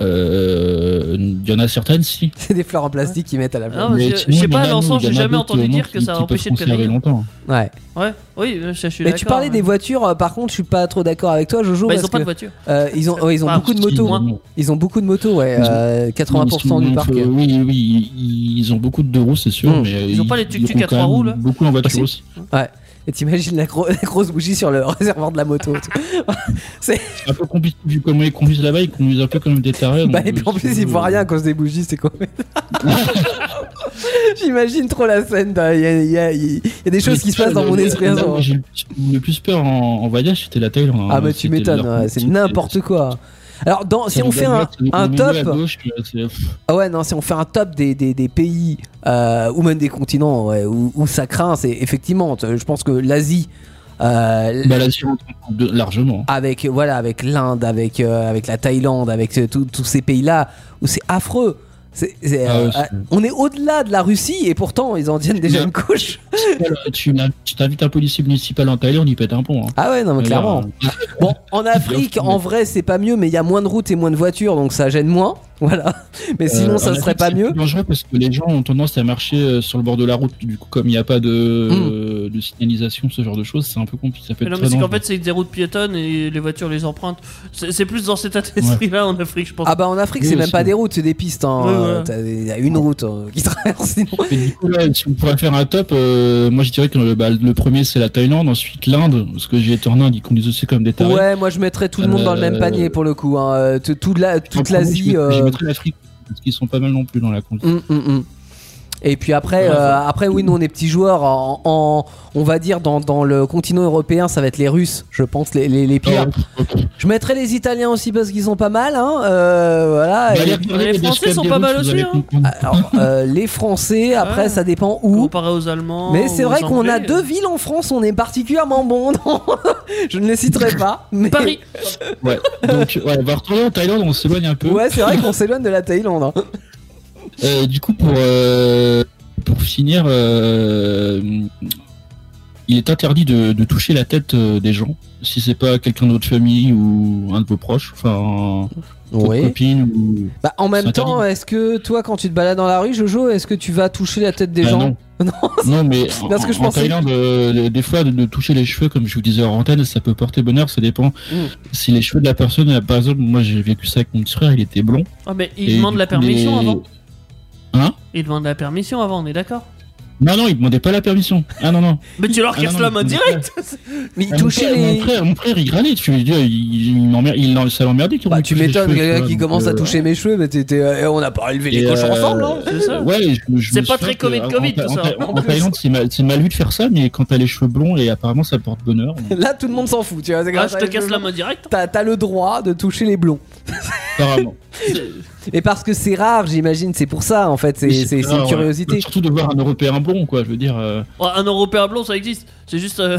Euh, Il y en a certaines, si.
C'est des fleurs en plastique qu'ils mettent à la place.
Ah, parce
Mais
que-
sinon,
je sais
il y
pas,
en a,
l'encens,
non, il y
j'ai
en a
jamais
d'autres, euh,
entendu
non,
dire que
qui-
ça
qui peuvent
empêchait de
conserver
périr.
longtemps.
Ouais.
Ouais, oui, euh, je, je suis
Mais
Ah, d'accord.
tu parlais
mais-
des voitures, euh, par contre, je suis pas trop d'accord avec toi, Jojo.
Bah, ils
parce
ont pas
que,
de voiture.
euh, ils ont, ouais, ils ont
Ah,
beaucoup de
parce qu'ils
motos.
ont-
Ils ont beaucoup de motos, ouais.
Ils ont-
euh, 80%
Ils
du
sont-
parc.
euh, oui, oui, ils, ils ont beaucoup de deux roues, c'est sûr.
Hmm.
Mais
Ils ont pas les tuk-tuk
roulent
à
quand
trois
même
roues, là Bah,
Beaucoup en voiture
Aussi.
aussi.
Et t'imagines la, gro- la grosse bougie sur le réservoir de la moto. tu vois.
C'est un peu compliqué vu comment ils conduisent là-bas. Ils conduisent un peu comme des tarés.
bah,
donc,
et puis en
euh,
plus, ils voient rien à cause des bougies, c'est quoi J'imagine trop la scène. d'un- Il y, a- il y a- il y a des choses qui se passent dans mon
Le-
esprit. à ce
là où
moment.
J'ai le plus- le plus peur en, en voyage, c'était la Thaïlande. hein.
Ah, bah, tu
C'était
m'étonnes,
leur-
ouais, c'est
c'était-
n'importe quoi. Alors, dans, si
Ça
on
nous
fait
donne
un,
l'autre,
un
on est
top.
à gauche, euh, c'est-
Ah ouais, non, si on fait un top des, des, des pays euh, ou même des continents ouais, où, où ça craint, c'est effectivement, t- je pense que l'Asie, euh, l-
Bah, là, si on prend de- largement.
avec voilà, avec l'Inde, avec euh, avec la Thaïlande, avec euh, tout- tous ces pays-là où c'est affreux. C'est- c'est,
Ah
euh,
ouais, c'est-
euh, on est au-delà de la Russie et pourtant ils en tiennent déjà
Ouais.
une couche.
euh, tu n'in- tu t'invites un policier municipal en Thaïlande, il pète un pont. hein.
Ah ouais, non, mais clairement. Bon, en Afrique, en vrai, c'est pas mieux, mais il y a moins de routes et moins de voitures, donc ça gêne moins. Voilà. Mais sinon,
Euh, en
ça serait
Afrique,
pas
c'est
mieux.
plus dangereux parce que les gens ont tendance à marcher euh, sur le bord de la route. Du coup, comme il n'y a pas de,
Mm.
euh, de signalisation, ce genre de choses, c'est un peu compliqué. Ça peut
Mais
être
non,
très
mais c'est qu'en
dangereux.
fait, c'est des routes piétonnes et les voitures les empruntent. C'est c'est plus dans cet état d'esprit-là en Afrique, je pense.
Ah bah en Afrique
Oui,
c'est même
aussi.
pas des routes, c'est des pistes. Hein.
Ouais, ouais.
Euh, T'as y a une route euh, qui traverse. sinon.
Mais du coup, là, si on pourrait faire un top, euh, moi je dirais que euh, bah, le premier c'est la Thaïlande, ensuite l'Inde, parce que j'ai été en Inde, ils conduisent aussi comme des tarés.
Ouais, moi je mettrais tout le monde dans le même
Euh,
panier pour le coup. Hein. Euh, t- tout de la-
En
toute
premier, je
l'Asie.
mettrais-
euh,
Je mettrais l'Afrique, parce qu'ils sont pas mal non plus dans la conduite.
hum, hum, hum. Et puis après,
Ouais,
euh, après oui, nous on est petits joueurs. En, en- on va dire dans, dans le continent européen, ça va être les Russes, je pense, les, les, les
Ah,
pires.
ah,
Je mettrais les Italiens aussi parce qu'ils sont pas mal. Hein. Euh, voilà.
Bah,
Et-
allez, regardez
les Français
descriptions
sont
des
pas
routes,
mal
vous
aussi,
allez
hein.
comprendre.
alors, euh, les Français, après
Ouais.
ça dépend où.
Comparé aux Allemands.
Mais c'est
aux
vrai qu'on a
Anglais.
deux villes en France, on est particulièrement bon. non Je ne les citerai pas. Mais...
Paris
Ouais. Donc, ouais, on va retourner en Thaïlande, on s'éloigne un peu.
Ouais, c'est vrai qu'on s'éloigne de la Thaïlande. hein.
Euh, du coup, pour, euh, pour finir, euh, il est interdit de, de toucher la tête euh, des gens, si c'est pas quelqu'un de votre famille ou un de vos proches, enfin, votre copine ou.
Bah, en même
C'est
temps, est-ce que toi, quand tu te balades dans la rue, Jojo, est-ce que tu vas toucher la tête des
Bah,
gens
non.
Non.
Non, mais en,
Parce que je
en
pensais-
Thaïlande, euh, des fois, de, de toucher les cheveux, comme je vous disais en antenne, ça peut porter bonheur, ça dépend.
Mm.
Si les cheveux de la personne, euh, par exemple, moi j'ai vécu ça avec mon petit frère, il était blond.
Ah, mais
Et
ils demandent
du
la
coup, les-
permission avant.
Hein
Ils demandent la permission avant, on est d'accord
Non, non, il demandait pas la permission. Ah non, non.
Mais tu leur
Ah,
casses
non,
la
non,
main
non.
direct
Mais il
Ah,
touchait
mon, frère,
les.
mon frère, mon frère, il râlait. Tu veux dire, il, il m'emmer- il- ça l'emmerdait. qu'on
Bah,
lui
tu
touche les
m'étonnes,
cheveux,
quelqu'un
tu
qui
vois,
commence à
donc, euh,
toucher mes cheveux, mais t'étais, euh, eh, on n'a pas élevé les
Et,
cochons
euh,
ensemble, hein
C'est ça
Ouais, je- je, je
C'est
me
pas
souviens
très Covid-
que,
Covid,
en-
tout
en-
ça.
En,
En plus.
Thaïlande, c'est mal, c'est mal vu de faire ça, mais quand t'as les cheveux blonds et apparemment ça porte bonheur.
Là, tout le monde s'en fout, tu vois. c'est
Ah,
grâce
je
à
te
les
casse
cheveux
la
blancs.
main direct
T'as t'as le droit de toucher les blonds.
Apparemment.
Et parce que c'est rare, j'imagine, c'est pour ça, en fait, c'est
Mais
c'est- c'est
rare,
une
ouais.
curiosité.
Surtout de voir un Européen blond, quoi. Je veux dire. euh,
Ouais, Un européen blond, ça existe. C'est juste euh,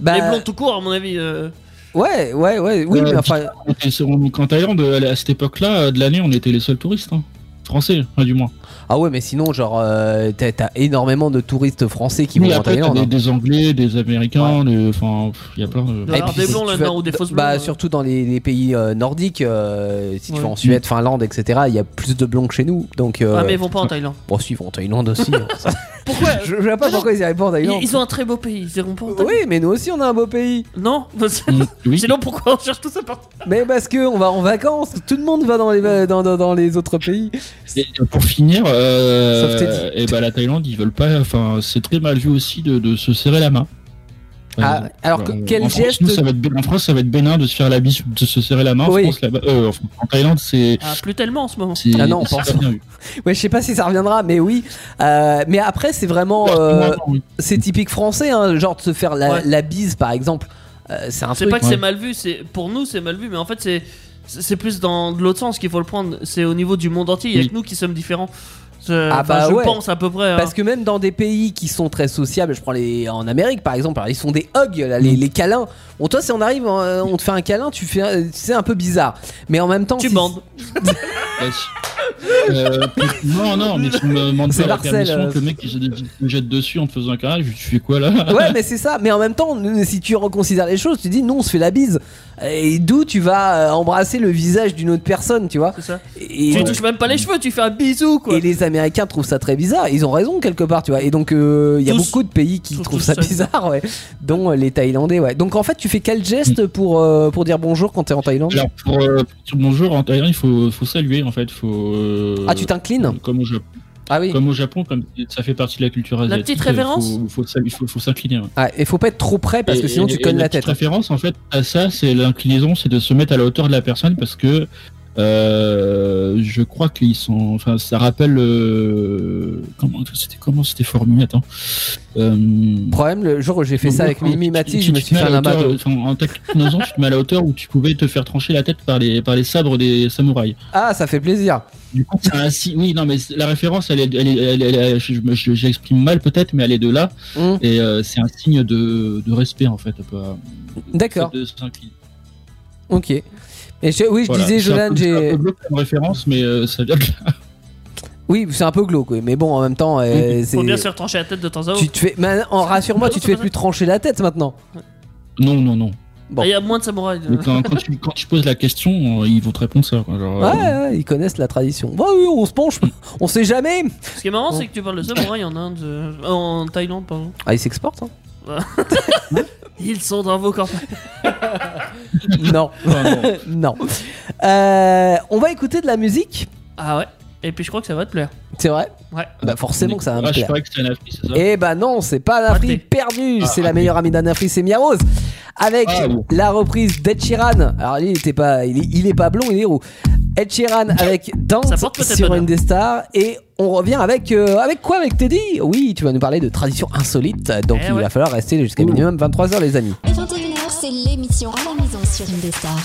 Bah,
les blonds tout court, à mon avis. euh.
Ouais, ouais, ouais, oui,
Euh,
mais enfin,
on était sur- on- qu'en Thaïlande, à à cette époque-là euh, de l'année, on était les seuls touristes. hein. Français, enfin, du moins.
Ah ouais, mais sinon, genre, euh, t'as t'as énormément de touristes français qui
Oui,
vont en
après, t'as
Thaïlande.
des,
hein.
des Anglais, des Américains, des- enfin, pff, il y a plein de.
Ouais. Alors, des
si
blonds,
tu
là,
vas-
non, ou des fausses
Bah,
blondes, ouais.
surtout dans les, les pays euh, nordiques, euh, si tu
Ouais.
vas en Suède, Finlande, etc., il y a plus de blonds que chez nous. Donc, euh,
Ah, mais ils vont pas en Thaïlande.
bon, si, ils vont en Thaïlande aussi. hein, ça-
Pourquoi
je, je vois pas
Non,
pourquoi ils y arrivent pas en
ils,
Thaïlande.
ils ont un très beau pays, ils iront pas en Thaïlande.
Oui, mais nous aussi, on a un beau pays.
Non Parce-
Mm, oui.
Sinon, pourquoi on cherche tout ça partout
Mais parce que on va en vacances, tout le monde va dans les, va- dans, dans- dans les autres pays.
Et pour finir,
Sauf
euh,
Teddy.
et bah, la Thaïlande, ils veulent pas. Enfin, c'est très mal vu aussi de, de se serrer la main. Par
Ah,
exemple.
alors, que-
en
quel
France,
geste-
nous, ça va être bé- En France, ça va être bénin de se faire la bise, de se serrer la main. En
Oui.
France, là-bas- euh, en, France- en Thaïlande, c'est.
Ah, plus tellement en ce moment.
c'est-
Ah non, on
c'est
pense-
pas bien vu.
Ouais, je sais pas si ça reviendra, mais oui. Euh, mais après, c'est vraiment. euh,
Non, oui.
c'est typique français, hein, genre de se faire la,
Ouais.
la bise, par exemple. Euh, c'est un
C'est
truc.
pas que
ouais.
c'est mal vu, c'est pour nous c'est mal vu, mais en fait c'est c'est plus dans l'autre sens qu'il faut le prendre. C'est au niveau du monde entier, il y a
Oui.
que nous qui sommes différents. Je-
Ah
enfin,
bah
je
ouais.
pense à peu près. hein.
Parce que même dans des pays qui sont très sociables, je prends les en Amérique par exemple, alors ils font des hugs, là,
Mm.
les, les câlins. Bon, toi, si on arrive, euh, on te fait un câlin, tu fais, un- c'est un peu bizarre. Mais en même temps,
tu
si-
bandes.
Ouais. Euh, non, non, mais tu me demandes
C'est
pas la
Marcel,
permission
euh,
que le mec qui se qui me jette dessus en te faisant un carré, je lui dis, tu fais quoi là
Ouais, mais c'est ça. Mais en même temps, si tu reconsidères les choses, tu dis non, on se fait la bise. Et d'où tu vas euh, embrasser le visage d'une autre personne, tu vois
C'est ça.
Et-
Tu touches même pas les cheveux, tu fais un bisou quoi.
Et les Américains trouvent ça très bizarre. Ils ont raison quelque part, tu vois. Et donc euh, il y a
Tous.
beaucoup de pays qui
Tous,
trouvent
tous
ça
seuls.
bizarre, ouais. Dont euh, les Thaïlandais, ouais. Donc en fait, tu fais quel
Mm.
geste pour euh, pour dire bonjour quand t'es en Thaïlande
Alors pour, euh, pour dire bonjour en Thaïlande, il faut, faut saluer en fait, faut. euh,
Ah, tu t'inclines
Comme au Japon,
Ah oui.
comme au Japon, comme ça fait partie de la culture asiatique.
petite révérence
Il faut, faut, sal- faut- faut s'incliner. ouais.
Ah, et faut pas être trop près parce que
Et-
sinon
et-
tu
et
cognes la
petite
tête.
référence en fait à ça, c'est l'inclinaison, c'est de se mettre à la hauteur de la personne parce que euh, je crois qu'ils sont. Enfin, ça rappelle. euh, comment c'était comment c'était formulé Attends. Euh,
Le problème, le jour où j'ai fait
Donc,
ça avec
quand
Mimi
Mmh, tu-
Mati,
tu
je me
te
suis
mets
fait
à
un
la
abat.
hauteur, enfin, En t'inclinant, tu te mets à la hauteur où tu pouvais te faire trancher la tête par les, par les sabres des samouraïs.
Ah, ça fait plaisir.
Du coup, c'est un si- oui, non, mais c'est- la référence, elle est, elle est- elle est- elle est- je, me- je- j'exprime mal peut-être, mais elle est de là.
Hum,
Et euh, c'est un signe de, de respect en fait. pas-
D'accord.
de s'incliner.
Ok. Et je- oui, je
Voilà.
disais,
C'est un
Jolan,
peu- c'est un
j'ai.
peu glauque comme référence, mais euh, ça vient de là.
Oui, c'est un peu glauque, oui. mais bon, en même temps, euh, c'est.
Faut bien se faire trancher la tête de temps à autre.
Tu te fais. Mais en- rassure-moi, tu te fais plus trancher la tête maintenant.
Non, non, non.
bon.
Ah, Il y a moins de samouraïs.
Mais quand, quand tu, quand tu poses la question, euh, ils vont te répondre ça. quoi. Genre,
Ouais,
euh,
ouais, ils connaissent la tradition. Bah oui, on se penche, on sait jamais.
Ce qui est marrant, c'est que tu parles de samouraïs en Inde, euh, en Thaïlande, pardon.
Ah, ils s'exportent hein
Ils sont dans vos corps.
Non,
enfin, bon.
non. Euh, on va écouter de la musique,
Ah ouais. Et puis je crois que ça va te plaire.
c'est vrai
Ouais.
Bah forcément que ça va me
Ah, je
plaire.
crois que c'est un affiche, c'est ça
Eh bah non, c'est pas
Raté.
l'Afrique perdue,
Ah,
c'est la
raté.
meilleure amie d'Anafri, c'est Mia Rose. Avec
Ah, bon.
la reprise d'Ed Sheeran. Alors lui, il était pas, il est, il est pas blond, il est roux. Ed Sheeran avec Dance
Ça porte peut-être
sur
bonheur.
une des stars et on revient avec euh, avec quoi avec Teddy Oui, tu vas nous parler de tradition insolite, donc
Eh
il
ouais.
va falloir rester jusqu'à
Ouh.
minimum 23h les amis.
Et 21h, c'est l'émission à la maison sur Indestar.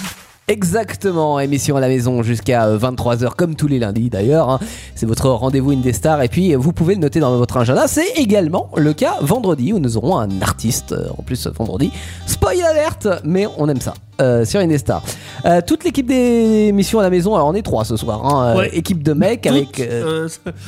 Exactement, émission à la maison jusqu'à 23h comme tous les lundis d'ailleurs. hein. C'est votre rendez-vous Indestar et puis euh, vous pouvez le noter dans votre agenda. C'est également le cas vendredi où nous aurons un artiste, euh, en plus euh, vendredi. Spoil alerte, mais on aime ça. euh, sur Indestar. Euh, toute l'équipe des missions à la maison, alors on est trois ce soir. hein, euh,
Ouais.
équipe de mecs avec
Toutes,
euh,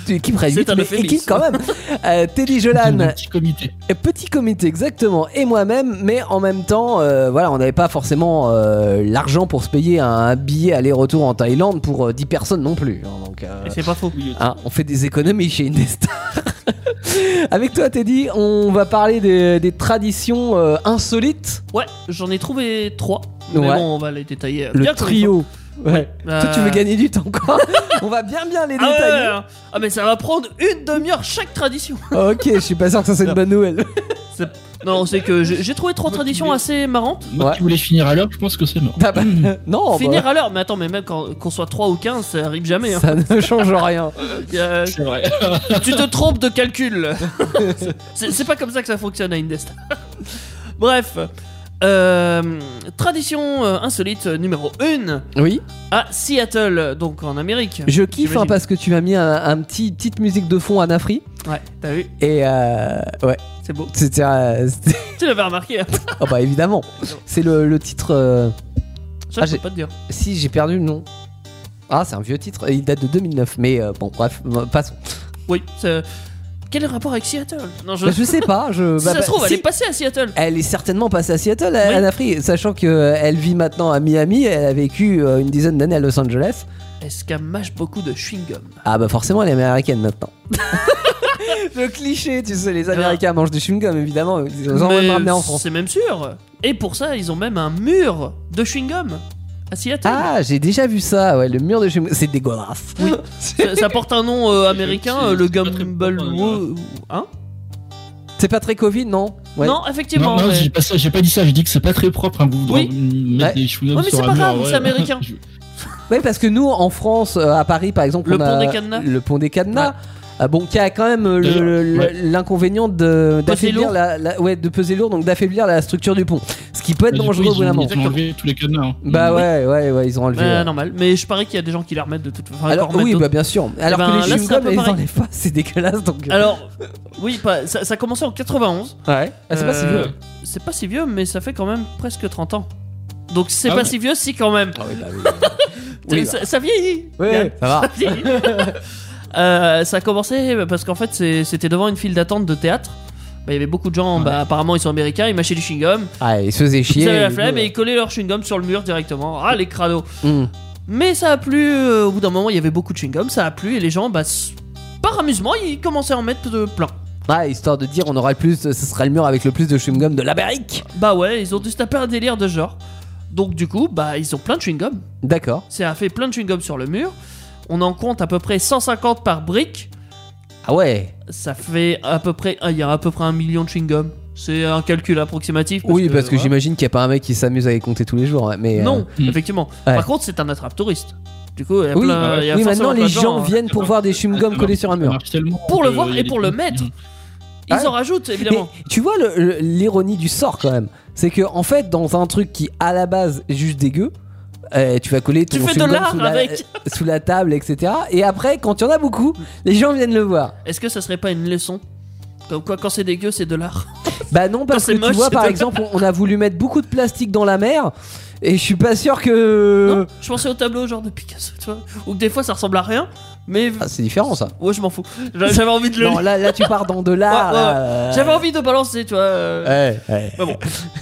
euh,
équipe réduite,
un
mais
euphémisme.
équipe quand même. Euh, Teddy
Dans
Jolan,
un petit comité.
et Petit comité, exactement, et moi-même, mais en même temps, euh, voilà, on n'avait pas forcément euh, l'argent pour se payer un, un billet aller-retour en Thaïlande pour euh, 10 personnes non plus. hein, donc, euh,
Et c'est pas faux.
hein, on fait des économies chez Indestar. Avec toi, Teddy, on va parler des, des traditions euh, insolites.
Ouais, j'en ai trouvé trois. Mais
Ouais.
bon, on va les détailler. euh,
Le
bien comme il faut.
trio Ouais.
Euh,
Toi, tu veux gagner du temps, quoi. On va bien, bien les
ah, ouais, ouais,
détailler.
ouais. Ah, mais ça va prendre une demi-heure chaque tradition.
Ok, je suis pas sûr que ça c'est une bonne nouvelle.
Non, c'est que j'ai j'ai trouvé trois traditions assez marrantes.
Moi
Ouais.
qui voulais finir à l'heure, je pense que c'est mort.
Ah bah, non, bah,
Finir à l'heure, mais attends, mais même quand qu'on soit 3 ou 15, ça arrive jamais. hein.
ça ne change rien.
Euh,
C'est vrai.
tu te trompes de calcul. c'est c'est pas comme ça que ça fonctionne à Indestar. Bref, euh, tradition euh, insolite numéro 1
Oui,
à Seattle, donc en Amérique.
je kiffe hein,
J'imagine.
parce que tu m'as mis un, un petit petite musique de fond à Nafri
Ouais, t'as vu,
et euh, ouais,
c'est beau.
c'était euh, c'était-
Tu l'avais remarqué. hein.
oh bah évidemment, c'est le, le titre. euh,
Ça,
Ah,
je
j'ai-
peux pas te dire.
Si j'ai perdu le nom. Ah, c'est un vieux titre. Il date de 2009, mais euh, bon, bref, passons.
Oui, c'est- quel est le rapport avec Seattle Non, je.
Bah, je sais pas. Je,
Si
bah,
ça
bah,
se trouve,
si.
elle est passée à Seattle.
Elle est certainement passée à Seattle,
Oui.
Anna Free, sachant qu'elle vit maintenant à Miami. Elle a vécu euh, une dizaine d'années à Los Angeles.
Est-ce qu'elle mâche beaucoup de chewing-gum
Ah bah forcément, elle est américaine maintenant. Le cliché, tu sais, les Américains mangent du chewing-gum, évidemment. Ils ont
Ah. Mais
même ramené en France.
C'est même sûr. Et pour ça, ils ont même un mur de chewing-gum à Seattle.
Ah, j'ai déjà vu ça, ouais, le mur de chewing-gum. C'est dégueulasse.
Oui. ça, ça porte un nom euh, américain,
C'est-
euh, le
c'est pas très
Gumball
propre,
Wo- Hein
C'est pas très Covid, non Ouais.
Non, effectivement.
non, non,
mais-
j'ai pas ça, j'ai pas dit ça. J'ai dit que c'est pas très propre. Hein, vous
Oui.
vous mettre
Ouais.
des chewing-gums
Ouais, mais
sur
c'est
un
pas
mur,
grave,
ouais.
c'est américain.
Je-
Oui, parce que nous, en France, euh, à Paris, par exemple,
Le
on
pont
a
des cadenas.
Le pont des cadenas. Ah bon, qui a quand même euh,
D'ailleurs,
le- le-
ouais.
l'inconvénient de- d'affaiblir
lourd.
la, la- ouais, de peser lourd, donc d'affaiblir la structure du pont. Ce qui peut être
Bah, du coup,
dangereux
ils
au bout d'un
ont-
moment.
Ils ont enlevé tous les cadenas. hein.
Bah ouais, ouais, ouais, ils ont enlevé.
Euh,
ouais.
normal. Mais je parie qu'il y a des gens qui la remettent de toute façon.
Alors oui, bah bien sûr. Alors
ben,
que
là,
les
c'est un
chewing-gums,
peu
ils
pareil.
enlèvent pas, c'est dégueulasse donc. euh,
Alors, oui, pas- ça, ça a commencé en 91.
ouais. Ah, c'est pas si
Euh,
vieux.
C'est pas si vieux, mais ça fait quand même presque 30 ans. Donc c'est
Ah
pas
ouais.
si vieux, si quand même.
Ah oui, bah oui. bah oui.
ça, ça vieillit.
Oui,
Bien.
oui, ça va.
Euh, ça a commencé parce qu'en fait c'est- c'était devant une file d'attente de théâtre. Bah, Il y avait beaucoup de gens,
Ouais.
bah, apparemment ils sont américains, ils mâchaient du chewing-gum,
Ah, ils se faisaient chier.
ils avaient la
et
flemme
nous,
et ils collaient leur chewing-gum sur le mur directement. Ah les crados
Hmm.
Mais ça a plu, euh, au bout d'un moment il y avait beaucoup de chewing-gum, ça a plu et les gens, bah, s- par amusement, ils commençaient à en mettre euh, plein.
Ah, histoire de dire, on aura le plus, ce sera le mur avec le plus de chewing-gum de l'Amérique.
Bah ouais, ils ont dû se taper un délire de genre. Donc du coup, bah ils ont plein de chewing-gum.
D'accord.
Ça a fait plein de chewing-gum sur le mur. On en compte à peu près 150 par brique.
Ah ouais.
ça fait à peu près ah, il y a à peu près un million de chewing-gum. C'est un calcul approximatif.
oui, parce que
voilà.
j'imagine qu'il n'y a pas un mec qui s'amuse à les compter tous les jours. ouais, Mais euh,
Non,
Mm.
effectivement.
Ouais.
Par contre, c'est un attrape touriste. Du coup, il y a
Oui, bah
plein- il y a
oui,
forcément
maintenant
plein
les
de hein. Ah,
gens viennent pour
Ça
voir des chewing-gums
Ah, Ça
collés
marche-
sur un
ça
mur.
marche tellement
Pour le
que
voir
il y a
et
des
pour le
trucs-
mettre. Ils
Ouais.
en rajoutent évidemment.
Mais tu vois le- le- l'ironie du sort quand même, c'est que en fait dans un truc qui à la base est juste dégueu, euh, tu vas coller ton
Tu fais de
chewing-gum
l'art
sous, la,
avec.
euh, sous la table, etc. Et après quand il y en a beaucoup, les gens viennent le voir.
Est-ce que ça serait pas une leçon Comme quoi, quand c'est dégueu, c'est de l'art.
Bah non parce
c'est
que
moche,
tu vois
c'est
par
de-
exemple on on a voulu mettre beaucoup de plastique dans la mer et je suis pas sûr que
Non Je pensais au tableau genre de Picasso, tu vois. Ou que des fois ça ressemble à rien, mais
Ah, c'est différent ça.
ouais, je m'en fous. J'a- J'avais envie de le.
Non là là tu pars dans de l'art.
Ouais, ouais, ouais.
là, euh,
J'avais envie de balancer, tu vois. euh,
ouais, ouais.
Mais bon,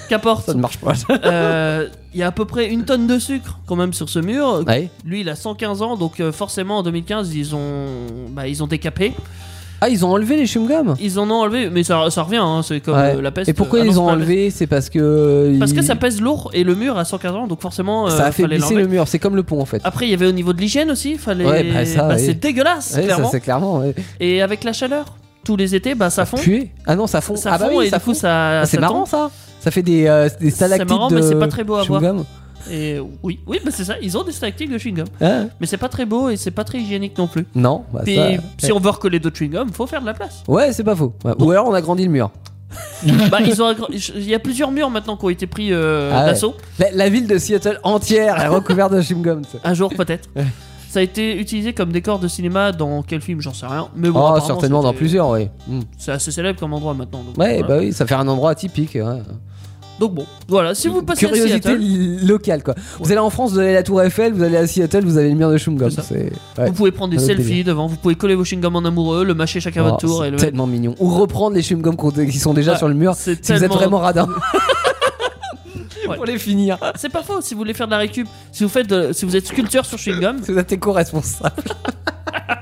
qu'importe.
Ça ne marche pas.
Euh, Il y a à peu près une tonne de sucre quand même sur ce mur.
Ouais.
Lui, il a 115 ans, donc euh, forcément en 2015, ils ont, bah, ils ont décapé.
Ah ils ont enlevé les chewing-gums.
Ils en ont enlevé, mais ça, ça revient, hein, c'est comme
Ouais.
euh, la peste.
Et pourquoi
Ah non,
ils
c'est
ont
pas la peste.
enlevé C'est parce que
Parce que
ils-
ça pèse lourd et le mur a 115 ans, donc forcément, euh,
ça a fait
fallait
glisser
l'enlever. Ah,
le mur. C'est comme le pont en fait.
Après, il y avait au niveau de l'hygiène aussi, fallait.
Ouais, bah, ça, oui.
C'est dégueulasse,
Ouais, ça
clairement.
c'est clairement. ouais.
et avec la chaleur, tous les étés, bah, ça fond.
Puer. Ah non, ça fond.
Ça
ah bah
fond
oui,
et
ça
du coup,
fond.
ça.
Ah, c'est
ça
marrant
tombe.
ça. Ça fait des, euh, des stalactites
marrant,
de
mais c'est pas très beau à voir.
chewing-gum.
Et oui, oui bah, c'est ça, ils ont des tactiques de chewing-gum.
Hein
Mais c'est pas très beau et c'est pas très hygiénique non plus.
non. bah,
Puis,
ça-
si on veut recoller d'autres chewing-gum, faut faire de la place.
Ouais, c'est pas faux. Ouais. Ou alors on a grandi le mur.
bah, ils ont aggra- il y a plusieurs murs maintenant qui ont été pris euh,
Ah ouais.
d'assaut.
La, la ville de Seattle entière est recouverte de chewing-gum. tu sais.
Un jour peut-être.
Ouais.
Ça a été utilisé comme décor de cinéma dans quel film J'en sais rien. Mais bon,
Oh,
apparemment,
certainement dans
c'était-
plusieurs, oui. Mm.
C'est assez célèbre comme endroit maintenant. Donc,
Ouais,
voilà.
bah oui, ça fait un endroit atypique. ouais.
donc bon, voilà. Si vous passez à
Curiosité
Seattle,
li- locale, quoi. Vous allez en France, vous allez à la Tour Eiffel, vous allez à Seattle, vous avez le mur de chewing-gum.
C'est ça.
C'est ouais.
vous pouvez prendre des
Un autre
selfies
délire.
devant, vous pouvez coller vos chewing-gums en amoureux, le mâcher chacun à
Oh,
votre tour.
c'est
Et le...
tellement mignon. Ou reprendre les chewing-gums qu'on- qui sont déjà
Ouais.
sur le mur.
C'est
Si vous êtes
tellement-
vraiment radin.
Ouais.
Pour les finir.
C'est pas faux si vous voulez faire de la récup. Si vous, faites de- si vous êtes sculpteur sur chewing-gum,
C'est êtes éco-responsable.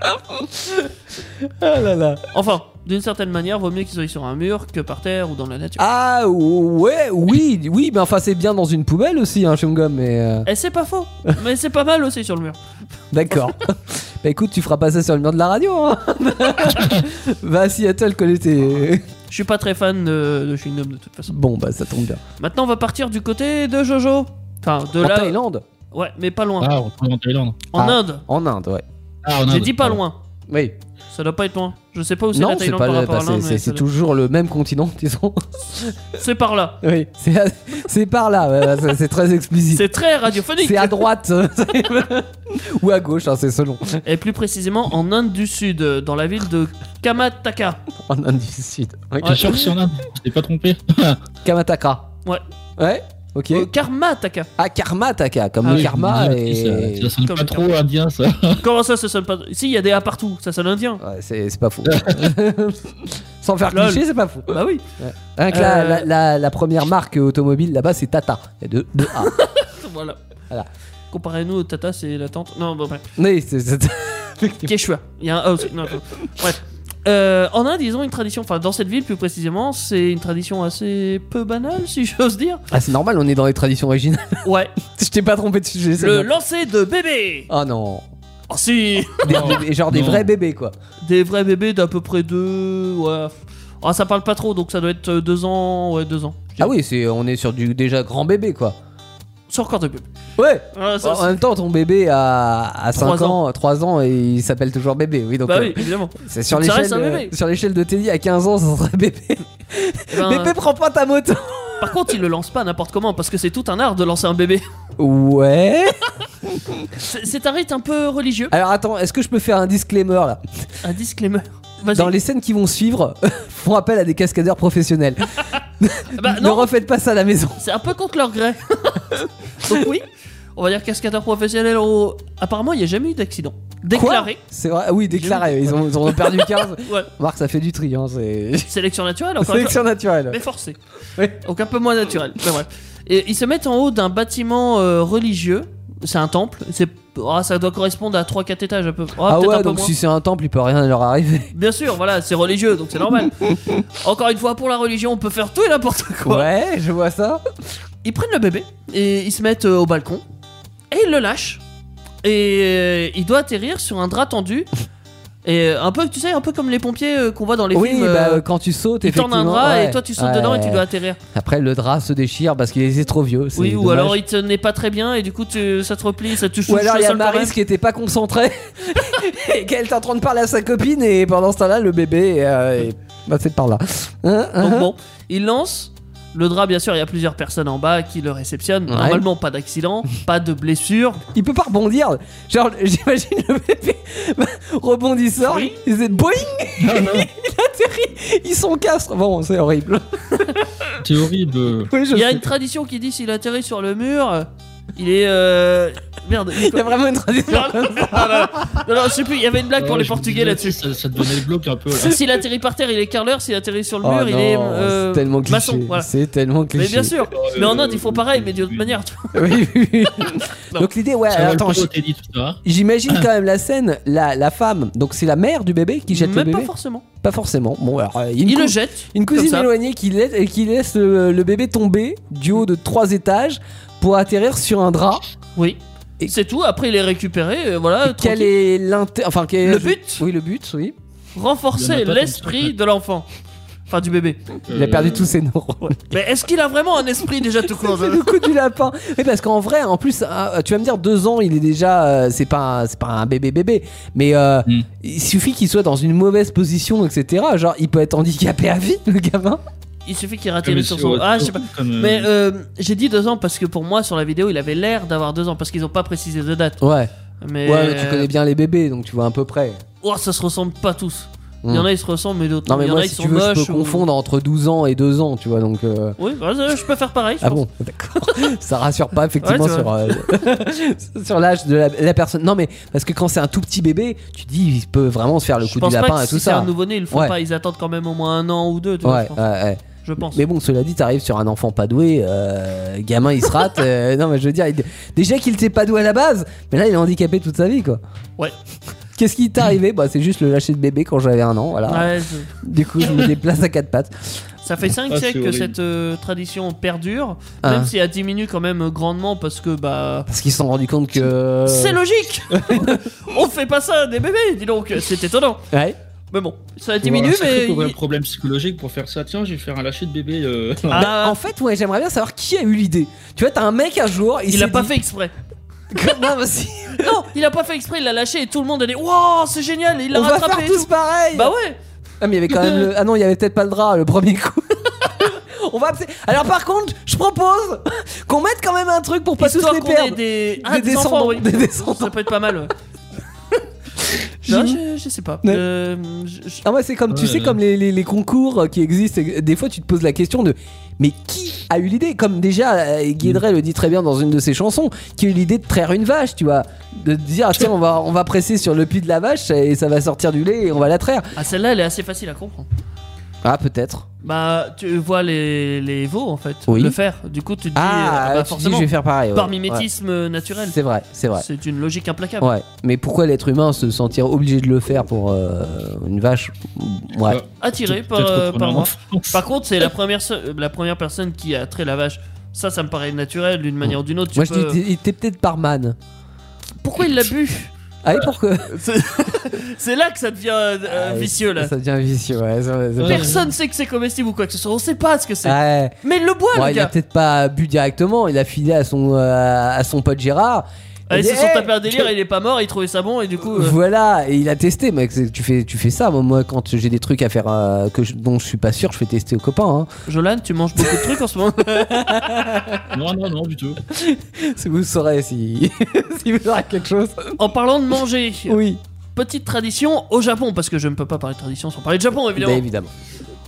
ah là là.
enfin, d'une certaine manière, vaut mieux qu'ils soient sur un mur que par terre ou dans la nature.
Ah ouais, oui, oui, mais enfin c'est bien dans une poubelle aussi, un chewing-gum, mais euh,
Et c'est pas faux, mais c'est pas mal aussi sur le mur.
d'accord. bah écoute, tu feras pas ça sur le mur de la radio. Hein Va à Seattle, connais tes...
Je suis pas très fan de, de chewing-gum de toute façon.
Bon, bah ça tombe bien.
Maintenant, on va partir du côté de Jojo. Enfin, de
en
là.
Thaïlande
Ouais, mais pas loin.
Ah, on retourne en Thaïlande.
En
Ah.
Inde.
En Inde, ouais.
Ah, en
J'ai
Inde.
dit pas loin.
Oui.
Ça doit pas être loin. Je sais pas où c'est la
Non, c'est
Thaïlande
pas
par
le...
rapport
bah,
à l'Inde.
c'est-
mais
c'est
ça
c'est toujours le même continent, disons.
doit- C'est par là.
Oui, c'est c'est par là, ouais, c'est- c'est très explicite.
C'est très radiophonique.
C'est à droite ou à gauche, hein, c'est selon.
Et plus précisément en Inde du Sud, euh, dans la ville de Kamataka.
En Inde du Sud. Ouais.
T'es sûr que c'est en Inde Je t'ai pas trompé.
Kamataka.
Ouais.
Ouais. Ok.
Euh, Karmataka.
Ah, karma taka, comme
Ah
le
oui, euh,
karma
Ça-
et.
Ça sonne
Comme
pas
le
trop indien, ça.
Comment ça, ça sonne pas Si, il y a des A partout, ça sonne indien.
Ouais, c'est c'est pas fou. Sans faire
Lol.
cliché, c'est pas fou.
Bah oui.
Rien que la,
Euh.
la- la- la première marque automobile là-bas, c'est Tata. Il y a deux, deux A.
Voilà.
Voilà.
Comparez-nous au Tata, c'est la tante. Non, bon, bref.
Oui, c'est- c'est-
Quechua. Il y a un A aussi. Non, non. Bref. Euh, en Inde, ils ont une tradition, enfin dans cette ville plus précisément, c'est une tradition assez peu banale, si j'ose dire.
Ah, c'est normal, on est dans les traditions originales.
Ouais,
Je t'ai pas trompé de sujet. c'est
le
bien.
lancer de bébé
Oh non.
Oh si
Des-
Non.
des- genre des
Non.
vrais bébés, quoi.
Des vrais bébés d'à peu près deux. Ouais. Ah, ça parle pas trop, donc ça doit être euh, deux ans. Ouais, deux ans.
Ah oui, c'est on est sur du déjà grand bébé, quoi.
C'est encore deux bébés.
Ouais.
Ah, ça,
en même temps, ton bébé a, a
Trois
5 ans, 3 ans et il s'appelle toujours bébé. Oui, donc
Bah
euh,
oui, évidemment.
c'est sur
Ça
l'échelle
reste un
de,
bébé.
sur l'échelle de Teddy à 15 ans, ça serait bébé.
Eh ben,
Bébé, prends pas ta moto.
par contre, il le lance pas n'importe comment parce que c'est tout un art de lancer un bébé.
Ouais.
C'est c'est un rite un peu religieux.
Alors attends, est-ce que je peux faire un disclaimer là
Un disclaimer. Vas-y.
Dans les scènes qui vont suivre, font appel à des cascadeurs professionnels.
Bah,
ne
non,
refaites pas ça à la maison.
c'est un peu contre leur gré. donc oui, on va dire cascadeur professionnel. au- Apparemment, il n'y a jamais eu d'accident déclaré.
Quoi C'est vrai. ah Oui, déclaré. Ils ont, ils ont perdu 15.
Ouais.
Marc, ça fait du tri. Hein, c'est
Sélection naturelle. Encore une fois.
sélection naturelle.
mais forcé.
Oui.
Donc un peu moins naturel. Mais bref. Et ils se mettent en haut d'un bâtiment euh, religieux. C'est un temple. C'est ah, ça doit correspondre à 3-4 étages à peu. ah,
ah
peut-être un
ouais,
peu
donc
moins.
si c'est un temple, il peut rien leur arriver.
Bien sûr, voilà, c'est religieux, donc c'est normal. Encore une fois, pour la religion, on peut faire tout et n'importe quoi.
Ouais, je vois ça.
Ils prennent le bébé et ils se mettent euh, au balcon et ils le lâchent et euh, il doit atterrir sur un drap tendu. Et euh, un peu, tu sais, un peu comme les pompiers euh, qu'on voit dans les
oui,
films.
bah,
euh,
quand tu sautes,
ils tendent un
effectivement,
drap
ouais.
et toi tu sautes
Ouais.
dedans et tu dois atterrir.
Après, le drap se déchire parce qu'il était trop vieux. c'est
Oui, ou
dommage.
alors il tenait pas très bien et du coup tu, ça te replie, ça te touche
Ou alors
le
il y a
sol quand
Maris
même.
qui était pas concentrée et qu'elle est en train de parler à sa copine et pendant ce temps-là le bébé euh, est passé par là. Hein, hein,
Donc
hein.
bon, il lance le drap, bien sûr, il y a plusieurs personnes en bas qui le réceptionnent.
Ouais.
Normalement, pas d'accident, pas de blessure.
hein. Il peut pas rebondir. Genre j'imagine le bébé rebondissant,
Oui.
il faisait boing, ils sont castres. Bon, c'est horrible.
C'est horrible.
Oui, je
Il y a
sais.
une tradition qui dit s'il atterrit sur le mur, euh, il est. euh, Merde. il est
Il y a vraiment une tradition.
Non, non, non, non, je sais plus, il y avait une blague pour
Ouais,
les
Ah, je-
Portugais là-dessus.
Ça, ça devenait le bloc un peu. là.
S'il atterrit par terre, il est curler, s'il atterrit sur le
Oh
mur, il est.
non,
euh,
c'est tellement cliché.
maçon, voilà.
C'est tellement cliché.
Mais bien sûr, mais en Inde ils font pareil, mais d'une autre
Oui.
manière. tu
Oui, oui, oui.
Non.
Donc l'idée, ouais,
Ça va le
attends,
coup,
j-
t'es dit tout ça. hein.
j'imagine quand même la scène, la, la femme, donc c'est la mère du bébé qui jette
Même
le
pas
bébé
forcément.
Pas forcément. Bon, alors, euh, il y a une,
Il
cou-
le jette.
une
comme
cousine
ça.
éloignée qui laisse, euh, qui laisse le, le bébé tomber du haut de trois étages pour atterrir sur un drap.
Oui.
Et-
C'est tout, après il est récupéré, euh, voilà.
Quel
tranquille.
est l'inté... Enfin, quel est...
Le but
Oui, le but, oui.
Renforcer
Il y en a pas
l'esprit de l'enfant. Enfin, du bébé.
Il a
Euh,
perdu tous ses neurones.
Mais est-ce qu'il a vraiment un esprit déjà tout court euh,
C'est le coup du lapin. Oui, parce qu'en vrai, en plus, ah, tu vas me dire, deux ans, il est déjà. euh, c'est pas, un- c'est pas un bébé bébé. Mais euh,
Mm.
il suffit qu'il soit dans une mauvaise position, etc. Genre, il peut être handicapé à vie, le gamin.
Il suffit qu'il
comme
atterrisse sur son.
sur-
Ah, je sais pas.
comme, euh,
Mais euh, j'ai dit deux ans parce que pour moi, sur la vidéo, il avait l'air d'avoir deux ans parce qu'ils ont pas précisé de date.
Ouais.
Mais.
Ouais, mais tu connais bien les bébés, donc tu vois à peu près.
Oh, ça se ressemble pas tous. Il y
Hmm.
en a, ils se ressemblent, mais d'autres.
Non, mais
il y en
moi,
a, ils
si
sont
tu veux, je
moches
peux
ou-
confondre entre 12 ans et 2 ans, tu vois, donc. euh,
Oui, vas-y, je peux faire pareil. je
Ah
pense.
bon, d'accord. ça rassure pas effectivement
Ouais, tu
sur, euh, sur l'âge de la, la personne. Non mais parce que quand c'est un tout petit bébé, tu te dis il peut vraiment se faire le
Je
coup du
pense pas
lapin
que
et tout
si c'est
ça.
un nouveau-né, ils le font
Ouais.
pas. Ils attendent quand même au moins un an ou deux, tu vois,
Ouais,
je pense.
ouais, ouais.
Je pense.
Mais bon, cela dit, t'arrives sur un enfant pas doué, euh, gamin il se rate. euh, non mais je veux dire, il- déjà qu'il était pas doué à la base, mais là il est handicapé toute sa vie quoi. Qu'est-ce qui t'est arrivé Bah, c'est juste le lâcher de bébé quand j'avais un an, voilà.
Ouais, je-
Du coup, je me déplace à quatre pattes.
ça fait 5
Ah, c'est
siècles que
horrible.
cette euh, tradition perdure,
Hein.
même si elle diminue quand même euh, grandement parce que bah.
Parce qu'ils se sont rendus compte
Euh.
que.
C'est logique On fait pas ça à des bébés, dis donc, c'est étonnant.
Ouais.
Mais bon, ça diminue, mais.
un
il-
problème psychologique pour faire ça. Tiens, je vais faire un lâcher de bébé. euh,
Ah,
Bah, en fait, ouais, j'aimerais bien savoir qui a eu l'idée. Tu vois, t'as un mec un jour, il,
il
s'est
a pas
dit-
fait exprès.
Non, mais si,
Non, il a pas fait exprès, il l'a lâché et tout le monde a dit Wow, c'est génial, il l'a
on va
rattrapé.
faire
et
tous
tout.
pareil.
Bah ouais
Ah, mais il y avait quand même. le- Ah non, il y avait peut-être pas le drap le premier coup. on va. abs- Alors par contre, je propose qu'on mette quand même un truc pour pas
Histoire
tous les
qu'on ait
perdre.
des, ah,
Des
des enfants,
descendants,
oui.
des descendants.
Ça peut être pas mal. ouais. non, je, je sais pas.
Ouais.
Euh, je- je-
Ah ouais, c'est comme tu
Ouais,
sais
ouais.
comme les, les- les concours qui existent. et Des fois, tu te poses la question de mais qui a eu l'idée Comme déjà euh, Guy Drey le dit très bien dans une de ses chansons, qui a eu l'idée de traire une vache, tu vois, de dire ah, tiens on va on va presser sur le puits de la vache et ça va sortir du lait et on va la traire.
Ah, celle-là, elle est assez facile à comprendre.
Ah peut-être.
Bah, tu vois les, les veaux en fait
Oui.
le faire. Du coup, tu te dis
Ah,
euh, bah,
tu dis,
forcément
je vais faire pareil. ouais.
par
Ouais.
mimétisme naturel.
C'est vrai, c'est vrai.
C'est une logique implacable.
Ouais, mais pourquoi l'être humain se sentir obligé de le faire pour euh, une vache
Bah,
Ouais.
Attiré
peut-être
par, euh,
qu'on
par
a un
moi.
enfant.
Par contre, c'est la première, se- euh, la première personne qui a trait la vache. Ça, ça me paraît naturel d'une manière ou d'une autre. Tu
Moi je
peux-
dis, il était peut-être par man.
Pourquoi il l'a bu
Ah et pourquoi Ah
C'est c'est là que ça devient euh, euh, vicieux là.
Ça devient vicieux, ouais. ça- ça-
Ouais.
Personne sait que c'est comestible ou quoi que ce soit. On sait pas ce que c'est.
Ah. Ouais.
Mais il le boit,
Bon,
le
il a
gars.
peut-être pas bu directement, il a filé à son, euh, à son pote Gérard.
Allez,
Il Eh, a
se
dit,
sont
Hey,
tapés un délire. Il est pas mort. Il trouvait ça bon et du coup. euh,
Voilà, et il a testé, mec. c'est- Tu fais, tu fais ça, moi, moi, quand j'ai des trucs à faire euh, que je- dont je suis pas sûr, je fais tester aux copains.
euh, Jolan, tu manges beaucoup de trucs en ce moment.
Non, non, non, du tout.
hein. Si vous saurez si, si vous aurez quelque chose.
en parlant de manger,
Oui,
petite tradition au Japon, parce que je ne peux pas parler de tradition sans parler de Japon
Bah,
évidemment.
évidemment.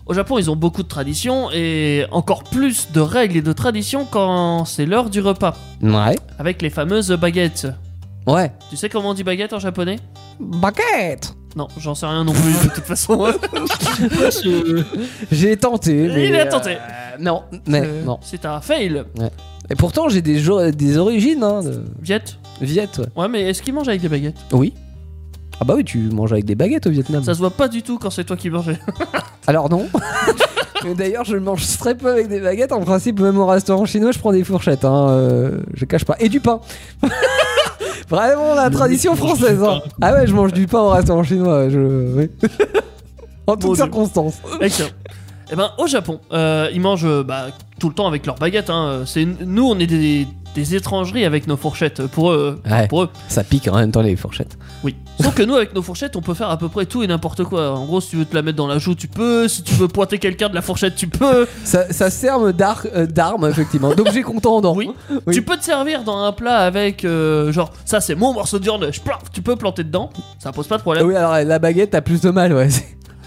Au Japon, ils ont beaucoup de traditions et encore plus de règles et de traditions quand c'est l'heure du repas,
Ouais.
avec les fameuses baguettes.
Ben, Ouais.
Tu sais comment on dit baguette en japonais
Baguette
Non, j'en sais rien non plus de toute façon.
Parce que, euh,
J'ai tenté. mais,
Il a tenté.
euh, non, mais
Euh,
non.
C'est un fail.
Et pourtant, j'ai des, jo- des origines, hein, de
Viette
Viet, ouais.
Ouais, mais est-ce qu'il mange avec des baguettes
Oui. Ah bah oui, tu manges avec des baguettes au Vietnam.
Ça se voit pas du tout quand c'est toi qui manges.
Alors non. Mais D'ailleurs, je mange très peu avec des baguettes. En principe, même au restaurant chinois, je prends des fourchettes. Hein, euh, je cache pas. Et du pain. Vraiment la
Mais
tradition
tu manges du
française. hein.
pain.
Ah ouais, je mange du pain au restaurant chinois. ouais, Je... oui. en
Mon Dieu.
toutes circonstances.
Excellent. Eh ben, au Japon, euh, ils mangent euh, bah, tout le temps avec leurs baguettes. hein. C'est nous, on est des, des étrangeries avec nos fourchettes. Pour eux, euh,
Ouais.
pour eux,
Ça pique en même temps les fourchettes.
oui. Sauf que nous, avec nos fourchettes, on peut faire à peu près tout et n'importe quoi. En gros, si tu veux te la mettre dans la joue, tu peux. Si tu veux pointer quelqu'un de la fourchette, tu peux.
Ça, ça sert d'ar- euh, d'arme, effectivement. D'objet contendant.
Oui.
Oui.
Tu peux te servir dans un plat avec euh, genre ça, c'est mon morceau de viande. je plaf, Tu peux planter dedans. Ça pose pas de
Ah
problème.
oui, alors la baguette, t'as plus de mal, ouais.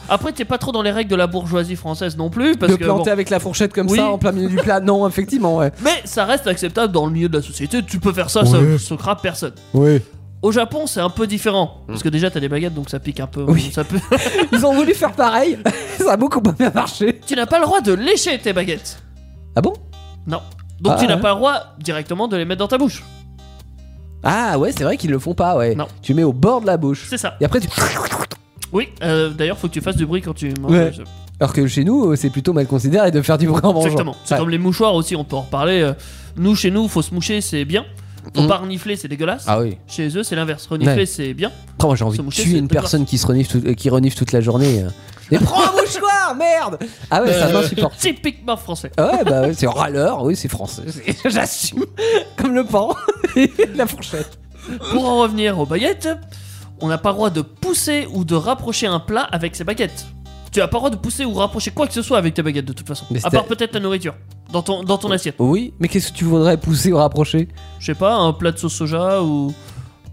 Après, t'es pas trop dans les règles de la bourgeoisie française non plus, parce
de
que
planter
bon.
avec la fourchette comme
Oui.
ça en plein milieu du plat. Non, effectivement, ouais.
mais ça reste acceptable dans le milieu de la société. Tu peux faire ça, ça
Ouais.
se crape personne.
Oui.
Au Japon, c'est un peu différent parce que déjà t'as des baguettes, donc ça pique un peu.
Hmm. Oui.
Ça peut-
Ils ont voulu faire pareil. ça a beaucoup pas bien marché.
tu n'as pas le droit de lécher tes baguettes.
Ah bon
Non. Donc
Ah,
tu n'as
ouais.
pas le droit directement de les mettre dans ta bouche.
Ah ouais, c'est vrai qu'ils le font pas, ouais.
Non.
Tu mets au bord de la bouche.
C'est ça.
Et après tu.
Oui. euh, D'ailleurs, faut que tu fasses du bruit quand tu manges.
Ouais. Alors que chez nous, euh, c'est plutôt mal considéré de faire du bruit en mangeant.
Exactement. C'est
Ouais.
comme les mouchoirs aussi. On peut en reparler. euh, Nous, chez nous, faut se moucher, c'est bien. Faut
Mm.
pas renifler, c'est dégueulasse.
Ah oui.
Chez eux, c'est l'inverse. Renifler,
Ouais.
c'est bien.
Après, moi j'ai envie
Se
de
moucher,
tuer
c'est
une
dégueulasse.
personne qui se renifle, tout- euh, qui renifle toute la journée. euh. Mais prends un mouchoir, merde Ah ouais, ça
Euh.
m'insupporte.
Typiquement français.
Ah Ouais, bah ouais, c'est râleur, oui, c'est français. c'est- J'assume. Comme le pain et la fourchette.
Pour en revenir aux baguettes, on n'a pas le droit de pousser ou de rapprocher un plat avec ses baguettes. Tu n'as pas le droit de pousser ou rapprocher quoi que ce soit avec tes baguettes de toute façon.
Mais
à
c'était-
part peut-être ta nourriture. Dans ton, dans ton assiette.
Oui, mais qu'est-ce que tu voudrais pousser ou rapprocher
Je sais pas, un plat de sauce soja ou.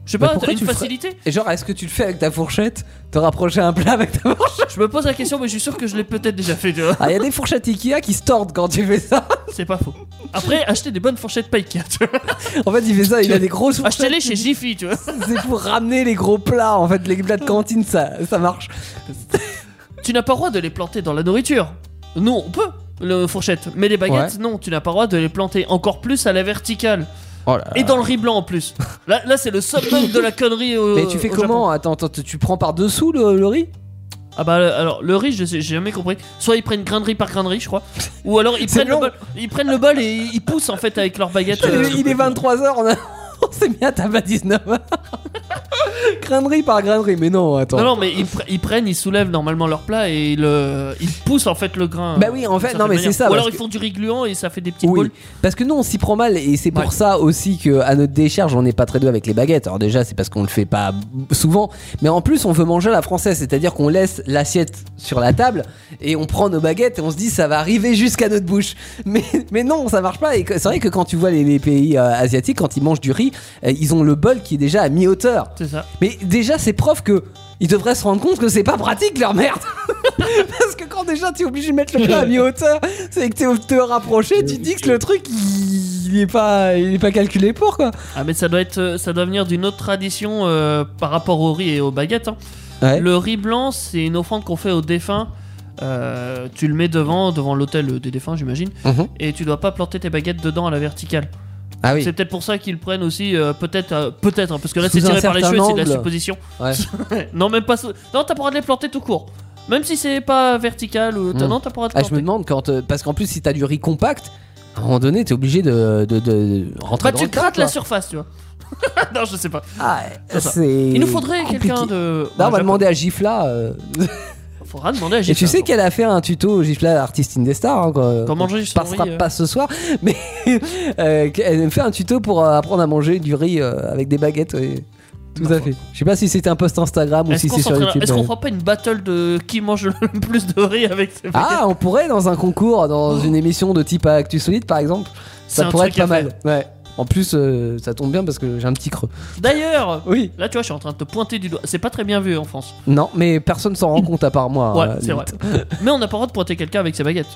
Je sais
Bah
pas,
pourquoi
une
tu le ferais
facilité
Et genre, est-ce que tu le fais avec ta fourchette Te rapprocher un plat avec ta fourchette
Je me pose la question, mais je suis sûr que je l'ai peut-être déjà fait. tu vois.
Ah, il y a des fourchettes Ikea qui se tordent quand tu fais ça.
C'est pas faux. Après, acheter des bonnes fourchettes Pike. tu vois.
En fait, il fait ça, il a des grosses fourchettes.
Achetez-les Ah, chez Jiffy, tu vois.
C'est pour ramener les gros plats en fait, les plats de cantine ça, ça marche.
Tu n'as pas le droit de les planter dans la nourriture. Nous, on peut, le fourchette. Mais les baguettes, non, tu n'as pas le droit de les planter encore plus à la verticale.
Oh là là.
Et dans le riz blanc en plus. Là, là c'est le summum de la connerie. Au,
Mais tu fais
au Japon.
comment Attends, attends, tu- tu prends par dessous le, le riz
Ah bah le- alors le riz, je sais- j'ai jamais compris. Soit ils prennent grain de riz par grain de riz, je crois. Ou alors ils
C'est
prennent le
long.
bol, ils prennent le bol et ils poussent en fait avec leur baguette.
Il
euh,
est- Il est 23h, on, a- on s'est mis à table à 19h. grainerie par grainerie, mais non, attends.
Non, non, mais ils, pr- ils prennent, ils soulèvent normalement leur plat et ils, euh, ils poussent en fait le grain.
Bah oui, en fait,
Ça
non, mais
manière.
c'est ça,
Ou
parce
alors ils
que-
font du riz gluant et ça fait des petites
Oui,
boules.
parce que nous on s'y prend mal et c'est pour
Ouais.
ça aussi que à notre décharge on n'est pas très doué avec les baguettes. Alors déjà c'est parce qu'on le fait pas souvent, mais en plus on veut manger à la française, c'est-à-dire qu'on laisse l'assiette sur la table et on prend nos baguettes et on se dit ça va arriver jusqu'à notre bouche. Mais, mais non ça marche pas et que- c'est vrai que quand tu vois les, les pays euh, asiatiques quand ils mangent du riz, euh, ils ont le bol qui est déjà à mi-hauteur.
C'est ça.
Mais déjà, c'est preuve que ils devraient se rendre compte que c'est pas pratique leur merde. Parce que quand déjà t'es obligé de mettre le plat à mi-hauteur, c'est que t'es au- te rapproché, tu te dis que le truc il il est pas, il est pas calculé pour quoi.
Ah mais ça doit être, euh, ça doit venir d'une autre tradition euh, par rapport au riz et aux baguettes. hein.
Ouais.
Le riz blanc, c'est une offrande qu'on fait aux défunts. Euh, tu le mets devant, devant l'hôtel des défunts, j'imagine, et tu dois pas planter tes baguettes dedans à la verticale.
Ah Mhm. oui.
C'est peut-être pour ça qu'ils prennent aussi, euh, peut-être, euh, peut-être, hein, parce que là c'est
Sous un
tiré par les
certain
cheveux, c'est de la
angle.
supposition.
Ouais.
non, même pas. sous- Non, t'as pas le droit de les planter tout court. Même si c'est pas vertical ou. t'as-
Mm.
Non, t'as pas le droit de
Ah, je me
planter.
demande quand, euh, parce qu'en plus si t'as du riz compact, à un moment donné t'es obligé de, de, de rentrer
Bah,
dans
tu
le tas,
grattes la
quoi.
surface, tu vois. non, je sais pas.
Ah,
C'est ça.
c'est.
Il nous faudrait
compliqué.
quelqu'un de.
Là, on va
Ouais, Jacques,
demander à Gifla. euh,
Faudra demander à
Et tu
Gilles,
sais
hein,
qu'elle a fait un tuto Gifla artiste in the star. hein, quoi.
Comment
Je
manger son
passera
riz, euh.
pas ce soir, mais euh, elle me fait un tuto pour euh, apprendre à manger du riz euh, avec des baguettes. ouais. Tout
Ma
à fait. Je sais pas si c'était un post Instagram ou
Est-ce
si
qu'on
c'est sur
s'entraînera-
YouTube.
est-ce qu'on
mais-
fera pas une battle de qui mange le plus de riz avec ses baguettes
Ah, on pourrait dans un concours, dans une émission de type Actu Solide par exemple,
C'est
ça
un
pourrait être
truc
pas
à
mal. Ouais. En plus, euh, ça tombe bien parce que j'ai un petit creux.
D'ailleurs,
Oui.
là tu vois, je suis en train de te pointer du doigt. C'est pas très bien vu en France.
Non, mais personne s'en rend compte à part moi.
Ouais,
hein,
c'est vrai.
limite.
Mais on n'a pas le droit de pointer quelqu'un avec ses baguettes.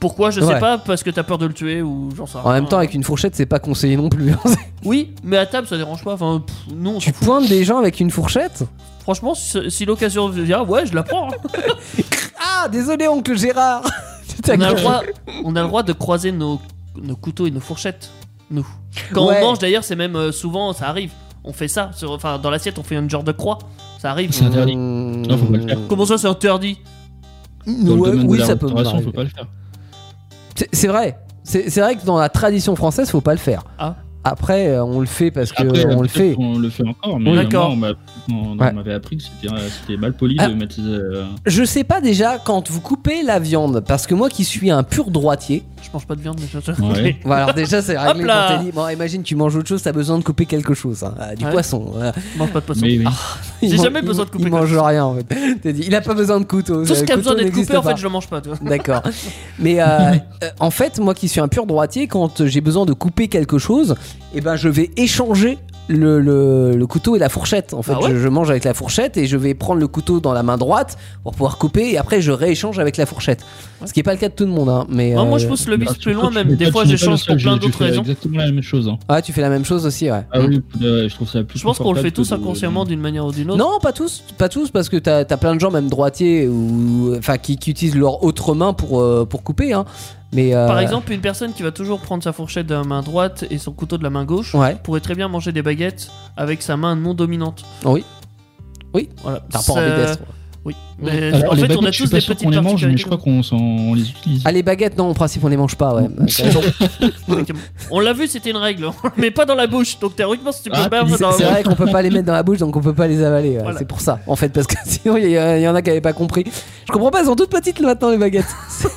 Pourquoi Je sais
Ouais.
pas, parce que t'as peur de le tuer ou j'en sais rien.
En même temps, avec une fourchette, c'est pas conseillé non plus.
Oui, mais à table ça dérange pas. Enfin, pff, nous on s'en
tu
fout.
pointes des gens avec une fourchette
Franchement, si, si l'occasion vient, ouais, je la prends. hein.
Ah, désolé, oncle Gérard. Tu t'as
On a, le
cru-
droit, on a le droit de croiser nos, nos couteaux et nos fourchettes, nous. Quand
Ouais.
on mange d'ailleurs, c'est même euh, souvent, ça arrive. On fait ça. sur- Enfin, dans l'assiette, on fait une genre de croix. Ça arrive.
C'est interdit.
Mmh.
Non, faut pas le faire.
Comment ça, c'est interdit
Dans
Ouais,
le domaine
oui,
de la
ça peut me
restauration,
marrer.
faut pas le faire.
C'est c'est vrai. C'est c'est vrai que dans la tradition française, faut pas le faire.
Ah.
Après, euh, on le fait parce que
Après,
euh, on le
peut-être
fait.
qu'on le fait encore, mais
D'accord.
moi, on m'a- on-
Ouais.
on m'avait appris que c'était euh, c'était mal poli
Ah.
de mettre. euh,
Je sais pas déjà quand vous coupez la viande, parce que moi qui suis un pur droitier,
Je mange pas de viande, mais je-
Ouais.
voilà, alors déjà c'est réglé
Hop
quand
là
t'as dit, bon imagine tu manges autre chose, t'as besoin de couper quelque chose, hein, euh, du
Ouais.
poisson. voilà.
je mange pas de poisson. Ah,
Mais oui.
Il
J'ai
man-
jamais
il-
besoin de couper
Il mange rien en fait. T'as dit, il a pas besoin de couteau.
Tout ce
euh,
qui a besoin
couteau
d'être
n'existe
coupé, en
pas.
fait, je le mange pas. tu vois.
D'accord. Mais euh, euh, en fait, moi qui suis un pur droitier, quand j'ai besoin de couper quelque chose, eh ben je vais échanger le, le- le couteau et la fourchette. En fait,
Ah ouais
je, je mange avec la fourchette et je vais prendre le couteau dans la main droite pour pouvoir couper et après je rééchange avec la fourchette. Ce qui n'est pas le cas de tout le monde, hein, Mais
Non, moi,
euh,
je pousse le
Ah,
bif
tu-
plus loin,
tu
même.
n'es
Des
pas-
fois,
tu n'es pas le
j'échange
seul,
pour
j'ai-
plein
j'ai
d'autres
fait
raisons.
Exactement la même chose. hein.
ah, tu fais la même chose aussi, ouais.
Ah oui, euh, je trouve ça plus.
Je pense qu'on le fait
confortable
tous
que de-
inconsciemment d'une manière ou d'une autre.
Non, pas tous, pas tous, parce que t'as as plein de gens, même droitiers, ou enfin qui, qui utilisent leur autre main pour euh, pour couper, hein. Mais euh,
Par exemple, une personne qui va toujours prendre sa fourchette de la main droite et son couteau de la main gauche
ouais,
pourrait très bien manger des baguettes avec sa main non dominante.
Ah Oui. Oui.
Voilà.
t'as pas
Ça-
envie d'être.
Oui. Mais
Alors,
en
les
fait, on
baguettes,
a
je suis
tous
pas
des
sûr
petites
qu'on les mange, mais
particularités.
je crois qu'on s'en- on les utilise.
Ah, les baguettes, non, en principe, on les mange pas, ouais.
Exactement. On l'a vu, c'était une règle. Mais pas dans la bouche. Donc théoriquement, si tu peux
Ah,
pas-
C'est
dans-
c'est vrai qu'on peut pas les mettre dans la bouche, donc on peut pas les avaler. ouais.
Voilà.
C'est pour ça, en fait, parce que sinon il y, a- il y en a qui avaient pas compris. Je comprends pas, elles sont toutes petites là, maintenant les baguettes. C'est-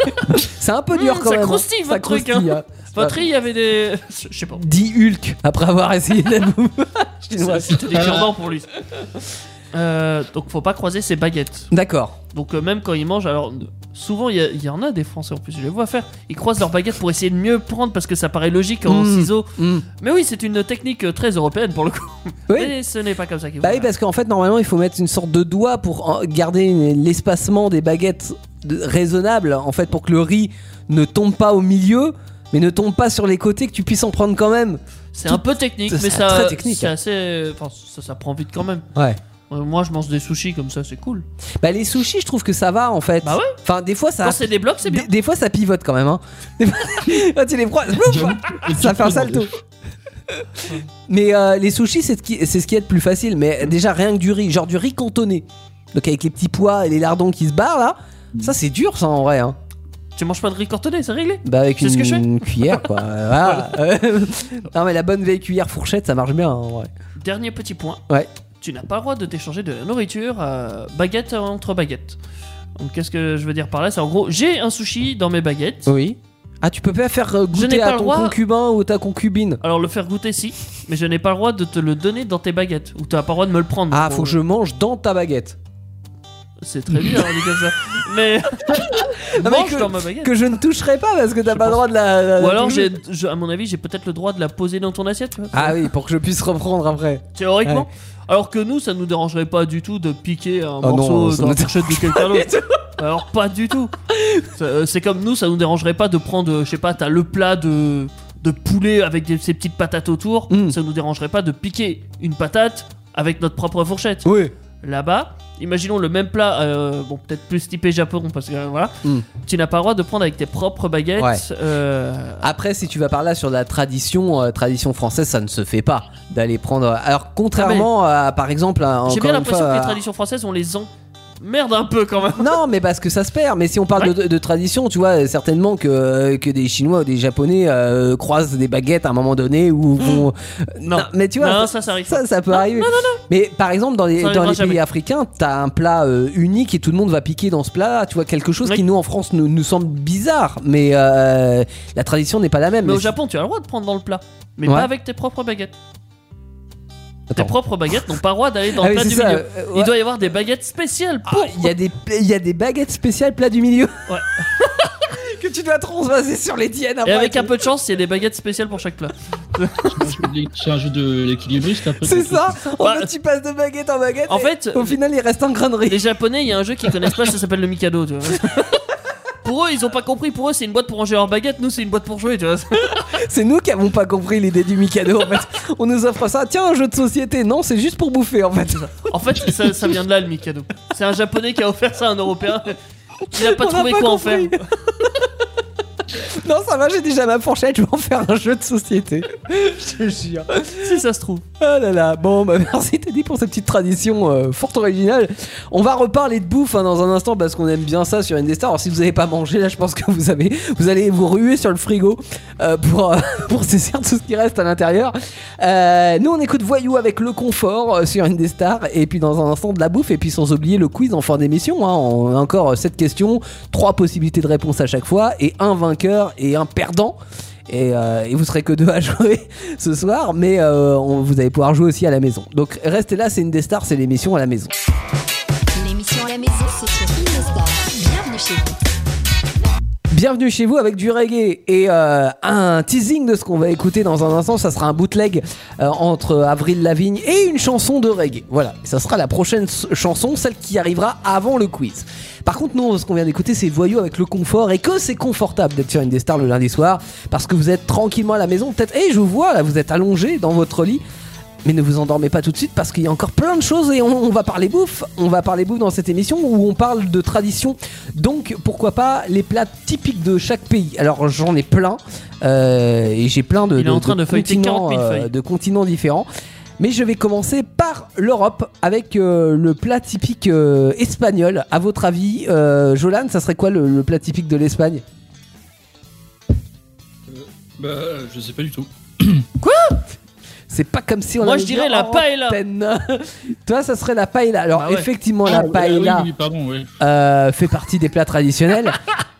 C'est un peu dur
Mmh,
quand
ça
même. hein.
croustille, votre truc,
croustille, hein.
Votre riz, il y avait des. Je sais pas.
Dit Hulk après avoir essayé de la bouffer. Chinois.
C'était des turbans pour lui. Euh, donc faut pas croiser ses baguettes.
D'accord.
Donc euh, même quand ils mangent, alors euh, souvent il y, a- il y en a des Français en plus, je les vois faire. Ils croisent leurs baguettes pour essayer de mieux prendre parce que ça paraît logique en
Mm.
ciseaux.
Hmm.
Mais oui, c'est une technique euh, très européenne pour le coup.
Oui.
Mais ce n'est pas comme ça qu'ils
Bah
font.
oui, parce qu'en fait, normalement, il faut mettre une sorte de doigt pour en- garder une- l'espacement des baguettes de- raisonnable, en fait, pour que le riz ne tombe pas au milieu, mais ne tombe pas sur les côtés, que tu puisses en prendre quand même.
C'est un peu technique,
bah, C'est
mais ça,
très technique,
c'est
hein.
assez, enfin, ça, ça prend vite quand même.
Ouais.
Euh, Moi, je mange des sushis comme ça, c'est cool.
Bah les sushis, je trouve que ça va en fait.
Bah ouais.
Enfin, des fois ça.
Quand c'est des blocs, c'est bien.
Des, des fois ça pivote quand même. Hein. Des fois- Quand tu les prends, blouf,
J'avoue,
ça fait un salto. Mais euh, les sushis, c'est ce qui c'est ce qu'il y a de plus facile. Mais déjà, rien que du riz, genre du riz cantonné. Donc avec les petits pois et les lardons qui se barrent là, ça c'est dur ça en vrai. Hein.
Tu manges pas de riz cantonné, c'est réglé
Bah avec une
C'est ce que je fais.
cuillère quoi. Voilà. Euh, non mais la bonne vieille cuillère fourchette, ça marche bien en vrai.
Dernier petit point.
Ouais.
Tu n'as pas le droit de t'échanger de la nourriture euh, baguette entre baguettes. Donc qu'est-ce que je veux dire par là C'est en gros, j'ai un sushi dans mes baguettes.
Oui. Ah, tu peux pas faire euh,
Je n'ai
goûter
pas
à
le
ton
droit.
concubin ou ta concubine.
Alors le faire goûter, si, mais je n'ai pas le droit de te le donner dans tes baguettes. Ou tu n'as pas le droit de me le prendre.
Ah,
Bon,
faut que je mange dans ta baguette.
C'est très bien, dit comme ça. Mais.
Ah, mais
mange
que-
dans ma baguette.
Que je ne toucherai pas parce que t'as
Je
pas le droit
pense-
de la. la-
Ou
la
alors,
toucher.
j'ai, je- à mon avis, j'ai peut-être le droit de la poser dans ton assiette, tu vois.
Ah oui, pour que je puisse reprendre après.
Théoriquement. Alors que nous, ça nous dérangerait pas du tout de piquer un
Ah non,
morceau
ça
dans la
nous
fourchette de quelqu'un d'autre. Alors pas du tout. Ça, euh, C'est comme nous, ça nous dérangerait pas de prendre, euh, je sais pas, t'as le plat de de poulet avec des- ses petites patates autour.
Mm.
Ça nous dérangerait pas de piquer une patate avec notre propre fourchette.
Oui.
Là-bas, imaginons le même plat, euh, bon peut-être plus typé Japon parce que euh, voilà,
Mm.
tu n'as pas le droit de prendre avec tes propres baguettes.
Ouais.
euh,
Après, si tu vas par là sur la tradition, euh, tradition française, ça ne se fait pas d'aller prendre. Alors, contrairement à, par exemple, à-
Ah, J'ai
encore
bien
une
l'impression
fois, euh,
que les
à-
traditions françaises, on les emmerde un peu quand même.
Non, mais parce que ça se perd. Mais si on parle
Ouais.
de, de tradition, tu vois, certainement que, euh, que des Chinois ou des Japonais euh, croisent des baguettes à un moment donné ou vont.
Hmm. Non.
mais tu vois,
Non,
ça,
ça, ça arrive
ça, ça peut
Non,
arriver. Mais par exemple, dans les,
Ça
dans
arrivera
les pays
jamais.
africains, t'as un plat euh, unique et tout le monde va piquer dans ce plat. Tu vois, quelque chose
Oui.
qui nous en France nous, nous semble bizarre, mais euh, la tradition n'est pas la même.
Mais au
Mais-
Japon, tu as le droit de prendre dans le plat, mais
Ouais.
pas avec tes propres baguettes.
Attends.
Tes propres baguettes n'ont pas le droit d'aller dans
Ah oui,
le plat
c'est
du
ça,
milieu.
euh,
Il
ouais. Ah,
doit y avoir des baguettes spéciales pour.
Il y, a des, il y a des baguettes spéciales plat du milieu.
Ouais.
que tu dois transvaser sur les tiennes
Et
après.
avec un peu de chance, il y a des baguettes spéciales pour chaque plat.
C'est un jeu de l'équilibriste après.
C'est ça En
Bah,
fait, tu passes de baguette en baguette.
En
et
fait,
au final, il reste un grain de riz.
les Japonais, il y a un jeu qu'ils connaissent pas, ça s'appelle le Mikado. Tu vois. Pour eux, ils ont pas compris. Pour eux, c'est une boîte pour ranger leurs baguettes. Nous, c'est une boîte pour jouer. Tu vois.
C'est nous qui avons pas compris l'idée du Mikado. En fait. On nous offre ça. Tiens, un jeu de société. Non, c'est juste pour bouffer en fait.
En fait, ça, ça vient de là le Mikado. C'est un Japonais qui a offert ça à un Européen. Il n'a pas
On a
trouvé
pas
quoi en
compris.
faire.
Non, ça va, j'ai déjà ma fourchette. Je vais en faire un jeu de société. Je te jure.
Si ça se trouve.
Ah là là, bon, bah merci Teddy pour cette petite tradition euh, fort originale. On va reparler de bouffe hein, dans un instant parce qu'on aime bien ça sur Indestar. Alors si vous n'avez pas mangé, là je pense que vous, avez, vous allez vous ruer sur le frigo euh, pour, euh, pour saisir tout ce qui reste à l'intérieur. Euh, nous on écoute Voyou avec le confort euh, sur Indestar et puis dans un instant de la bouffe et puis sans oublier le quiz en fin d'émission. hein. on a encore 7 questions, 3 possibilités de réponse à chaque fois et un vainqueur et un perdant. Et, euh, et vous serez que deux à jouer ce soir, mais euh, on- vous allez pouvoir jouer aussi à la maison. Donc restez là, c'est une des stars, c'est l'émission à la maison.
L'émission à la maison, c'est sur Indestar. Bienvenue chez vous.
Bienvenue chez vous avec du reggae et euh, un teasing de ce qu'on va écouter dans un instant. Ça sera un bootleg euh, entre Avril Lavigne et une chanson de reggae. Voilà, ça sera la prochaine s- chanson, celle qui arrivera avant le quiz. Par contre, nous, ce qu'on vient d'écouter, c'est Voyou avec le confort et que c'est confortable d'être sur une des stars le lundi soir parce que vous êtes tranquillement à la maison. Peut-être, et je vous vois là, vous êtes allongé dans votre lit. Mais ne vous endormez pas tout de suite parce qu'il y a encore plein de choses et on, on va parler bouffe. On va parler bouffe dans cette émission où on parle de tradition. Donc pourquoi pas les plats typiques de chaque pays. Alors j'en ai plein euh, et j'ai plein de,
Il est en train de feuilleter
continents, euh,
40 000 feuilles.
de continents différents. Mais je vais commencer par l'Europe avec euh, le plat typique euh, espagnol. À votre avis, euh, Jolan, ça serait quoi le, le plat typique de l'Espagne
Bah, je sais pas du tout.
C'est pas comme si on
Moi,
avait
je dirais
dit
la
en
paella.
antenne. Toi, ça serait la paella. Alors
Bah ouais.
effectivement,
Ah,
la
oui,
paella.
oui, oui, pardon, ouais.
euh, fait partie des plats traditionnels.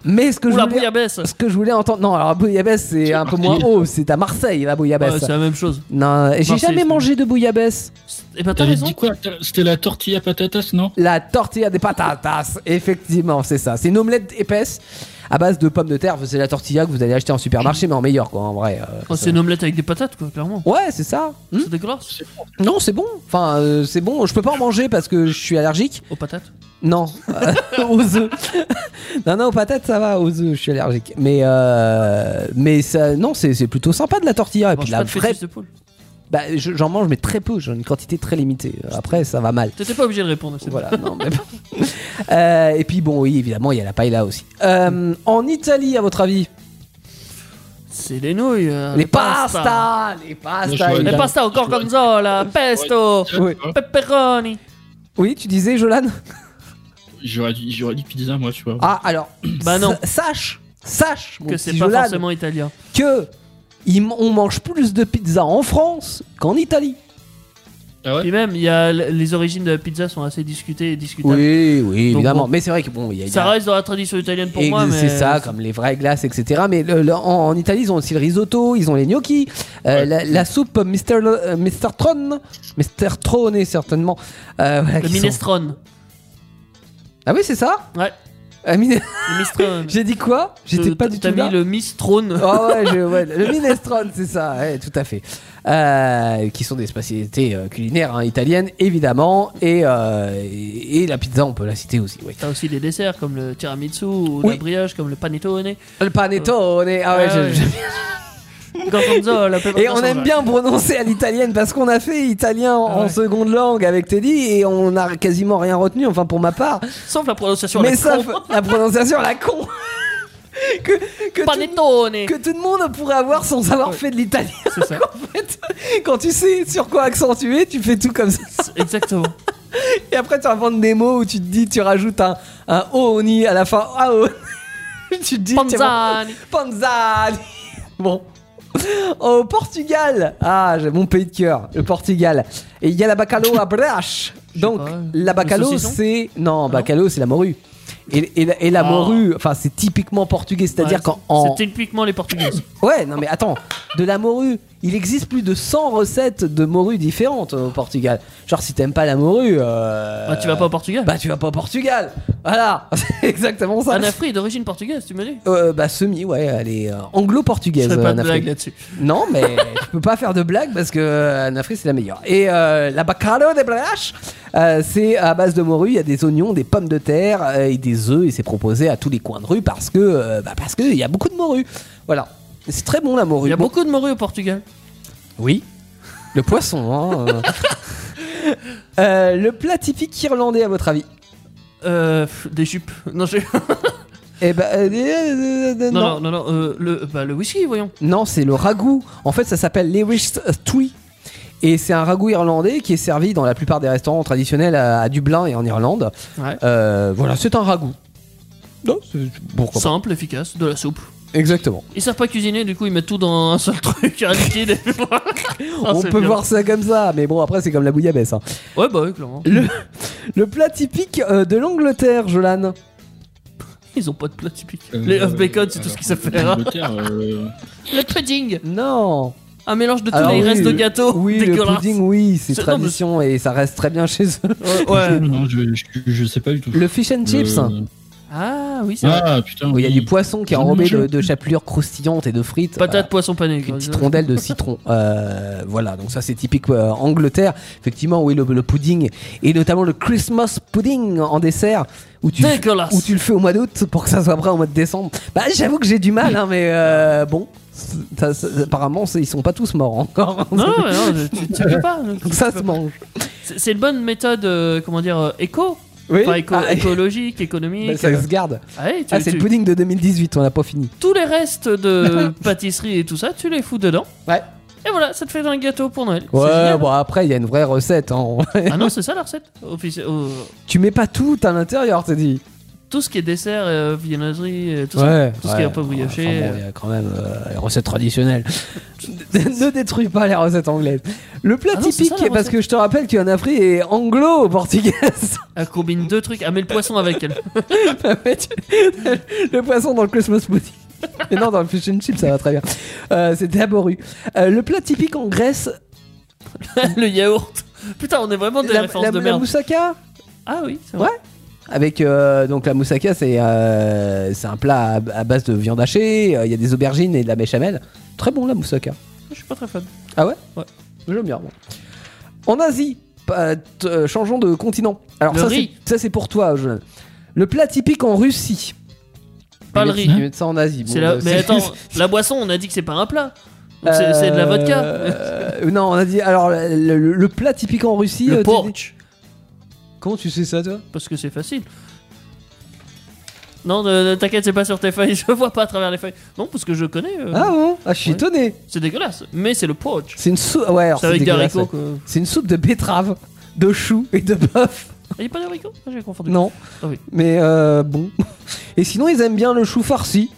mais ce que,
Ou
je
la
voulais, Ah,
bouillabaisse.
ce que je voulais entendre. Non, alors la bouillabaisse, c'est
C'est
un peu
parti.
moins haut. C'est à Marseille, la
Ouais,
bouillabaisse.
c'est la même chose.
non, et j'ai
Marseille,
jamais
c'est-
mangé de bouillabaisse.
Et ben t'as
T'avais
raison.
dit quoi T'as- C'était la tortilla patatas, non
La tortilla des patatas, effectivement, c'est ça. C'est une omelette épaisse à base de pommes de terre. C'est la tortilla que vous allez acheter en supermarché, mais en meilleur, quoi, en vrai. euh,
Oh, c'est une omelette avec des patates, quoi, clairement.
Ouais, c'est ça. Hmm
C'est dégueulasse.
non, c'est bon. Enfin, euh, c'est bon. Je peux pas en manger parce que je suis allergique.
Aux patates.
Non, euh, aux œufs. non, non, aux patates ça va, aux œufs, je suis allergique. Mais, euh, mais ça, non, c'est c'est plutôt sympa de la tortilla. Et puis
Mange
de la
pas de
vraie.
fœtus de poule.
Bah, je- j'en mange, mais très peu, j'ai une quantité très limitée. Euh, Après, ça va mal.
T'étais pas obligé de répondre. c'est
Voilà, non, mais bon. Euh, et puis bon, oui, évidemment, il y a la paille là aussi. Euh, en Italie, à votre avis
bon. C'est des nouilles. euh,
Les
pasta.
pastas Les
Moi,
pastas
je
Les pasta au gorgonzola, pesto,
Oui.
Ah,
pepperoni.
Oui, tu disais, Jolan
J'aurais dit, j'aurais dit pizza, moi, tu vois.
Ah, alors.
Bah non.
sa- Sache Sache mon
Que c'est
petit
pas
Jolan,
forcément italien.
que il- on mange plus de pizza en France qu'en Italie.
Ah ouais
Et même, il y a l- les origines de la pizza sont assez discutées et discutables.
Oui, oui,
Donc
évidemment.
bon.
Mais c'est vrai que bon, il y a. il y a-
Ça reste dans la tradition italienne pour
Et
moi, mais
C'est ça, comme les vraies glaces, etc. Mais le- le- en, en Italie, ils ont aussi le risotto, ils ont les gnocchis, euh,
Ouais.
la, la soupe Mr. Lo- euh, Mr. Tron, Mr. Trone certainement. Euh, voilà,
le
qui sont-
minestrone.
Ah oui, c'est ça
Ouais.
Un mine-
Le minestrone.
J'ai dit quoi J'étais
Te-
pas du tout
Euh, T'as
là.
mis le mistrone.
Ah ouais, je- ouais, le minestrone, c'est ça, ouais, tout à fait. Euh, qui sont des spécialités euh, culinaires hein, italiennes, évidemment, et, euh, et, et la pizza, on peut la citer aussi. Oui.
T'as aussi des desserts comme le tiramisu ou
Oui.
l'abriage comme le panettone.
Le panettone, ah ouais,
Ah
je-
ouais.
je-
Gorgonzola, pepperoni.
Et on aime bien prononcer à l'italienne parce qu'on a fait italien en,
Ah ouais.
seconde langue avec Teddy et on n'a quasiment rien retenu, enfin pour ma part.
Sauf la prononciation.
Mais
la
ça,
con.
la prononciation, la con que, que, tout,
Panettone.
que tout le monde pourrait avoir sans avoir
Ouais.
fait de l'italien.
C'est ça.
En fait, quand tu sais sur quoi accentuer, tu fais tout comme ça.
C'est- Exactement.
Et après, tu inventes des mots où tu te dis, tu rajoutes un, un oni à la fin. Ah, oh. tu te dis, tiens,
Panzani.
Panzani Bon. Au Portugal Ah, j'ai mon pays de cœur, le Portugal. Et il y a la bacalao à Brach. Donc,
pas.
la bacalao,
saucisson
c'est. Non, bacalao, c'est la morue. Et, et la- et la
Ah.
morue, enfin, c'est typiquement portugais, c'est-à-dire
Ouais,
qu'en. en-
C'est typiquement les Portugais.
Ouais, non, mais attends, de la morue, il existe plus de 100 recettes de morue différentes au Portugal. Genre, si t'aimes pas la morue. euh,
Bah, tu vas pas au Portugal
Bah, tu vas pas au Portugal Voilà C'est exactement ça
Un Afri d'origine portugaise, tu me dis
Euh, Bah, semi, ouais, elle est euh,
Je
anglo-portugaise.
ferai pas
euh,
de
Nafri.
blague là-dessus.
Non, mais tu peux pas faire de blague parce que euh, Anne Afrique, c'est la meilleure. Et euh, la bacalao de Brach, euh, c'est à base de morue, il y a des oignons, des pommes de terre euh, et des œufs, et c'est proposé à tous les coins de rue parce que euh, bah, parce qu'il y a beaucoup de morue. Voilà. C'est très bon la morue.
Il y a
Bon,
beaucoup de morue au Portugal.
oui. Le poisson, hein. euh. Euh, le plat typique irlandais, à votre avis
Euh, pff, des jupes. Non, je-
Eh ben, euh, euh, euh, non,
non, non, non, non, euh, le, bah, le whisky, voyons.
Non, c'est le ragoût. En fait, ça s'appelle Lewis Tree. Et c'est un ragoût irlandais qui est servi dans la plupart des restaurants traditionnels à, à Dublin et en Irlande.
Ouais.
Euh, voilà, c'est un ragoût. Non, c'est pourquoi pas.
Simple, efficace, de la soupe.
Exactement.
Ils savent pas cuisiner, du coup ils mettent tout dans un seul truc, un liquide. et- Ah,
On
c'est
peut
bien.
voir ça comme ça, mais bon, après, c'est comme la bouillabaisse. hein.
Ouais, bah oui, clairement.
Le plat typique euh, de l'Angleterre, Jolan.
Ils ont pas de plat typique.
Euh,
les œufs bacon, c'est tout ce qu'ils savent faire.
l'Angleterre, euh,
hein. Le pudding,
Non.
un mélange de tous
Alors
les
oui,
restes de
le-
gâteau.
Oui, le
Oh, dégueulasse.
pudding, oui, c'est
C'est- non, mais-
tradition et ça reste très bien chez eux.
Ouais,
je-
ouais.
non, je, je- je sais pas du tout.
Le fish and chips.
Le-
Ah oui, c'est vrai.
Ah putain.
où il y a
oui.
du poisson qui est
Je
enrobé
mange.
de, de chapelures croustillantes et de frites.
Patate, poisson pané.
Avec une
quoi.
euh, petite rondelle de citron. Euh, voilà, donc ça c'est typique euh, Angleterre. Effectivement, oui, le, le pudding et notamment le Christmas pudding en dessert où tu,
Dégueulasse.
où tu le fais au mois d'août pour que ça soit prêt au mois de décembre. Bah, j'avoue que j'ai du mal, hein, mais euh, bon, c'est- ça- ça- apparemment c'est- ils sont pas tous morts encore. hein.
Non, non, non, tu, tu peux pas. hein.
donc ça se mange.
C'est c'est une bonne méthode, euh, comment dire, euh, éco.
Oui,
Enfin, éco-
Ah, et-
écologique,
bah,
économique.
ça se garde.
Ah, ouais, tu-
Ah, c'est
tu-
le pudding de 2018, on n'a pas fini.
tous les restes de pâtisserie et tout ça, tu les fous dedans.
Ouais.
Et voilà, ça te fait un gâteau pour Noël. C'est
Ouais,
génial.
bon, après il y a une vraie recette. hein.
Ah non, c'est ça la recette. Offici- euh,
tu mets pas tout à l'intérieur, t'as dit.
tout ce qui est dessert, euh, viennoiserie, euh, tout ça.
Ouais,
Tout ce qui est un peu brioché.
Enfin bon, il y a quand même euh, les recettes traditionnelles. ne détruis pas les recettes anglaises. Le plat
Ah non, c'est
typique,
ça, la
parce
recette.
que je te rappelle qu'un Afri est anglo-portugaise.
Elle combine deux trucs, elle met le poisson avec elle.
le poisson dans le Christmas pudding. Et non, dans le fish and chip, ça va très bien. Euh, C'était aboru. Euh, le plat typique en Grèce,
le yaourt. Putain, on est vraiment des
la,
références
la-
de
la
merde.
moussaka.
Ah oui, c'est vrai.
Ouais. Avec euh, donc la moussaka, c'est euh, c'est un plat à, à base de viande hachée. euh, Il y a des aubergines et de la béchamel. Très bon la moussaka.
Je suis pas très fan.
Ah ouais
Ouais.
J'aime bien. moi. En Asie, pas- t- euh, changeons de continent. Alors
Le
ça, c'est,
riz.
ça, c'est pour toi, Jonathan. Le plat typique en Russie. Ils
Pas le
mettent-
riz.
Ils mettent ça en Asie.
C'est
Bon,
la...
euh,
Mais
c'est-
attends, la boisson, on a dit que c'est pas un plat. Donc c'est- c'est de la vodka.
Euh, non, on a dit. Alors, le, le- le plat typique en Russie. euh,
Le
tu
porch.
dis- Comment tu sais ça, toi
Parce que c'est facile. Non, ne- ne- t'inquiète, c'est pas sur tes feuilles, je vois pas à travers les feuilles. Non, parce que je connais. euh,
Ah bon Ah, je suis
Ouais.
étonné.
C'est dégueulasse, mais c'est le poach.
C'est une soupe. Ouais, alors
C'est
c'est
avec des
dégueulasse,
haricots.
ouais.
quoi.
C'est une soupe de betterave, de choux et de bœuf.
Il y a pas d'haricots Ah, J'ai confondu.
Non.
Ah oui.
Mais euh, bon. Et sinon, ils aiment bien le chou farci.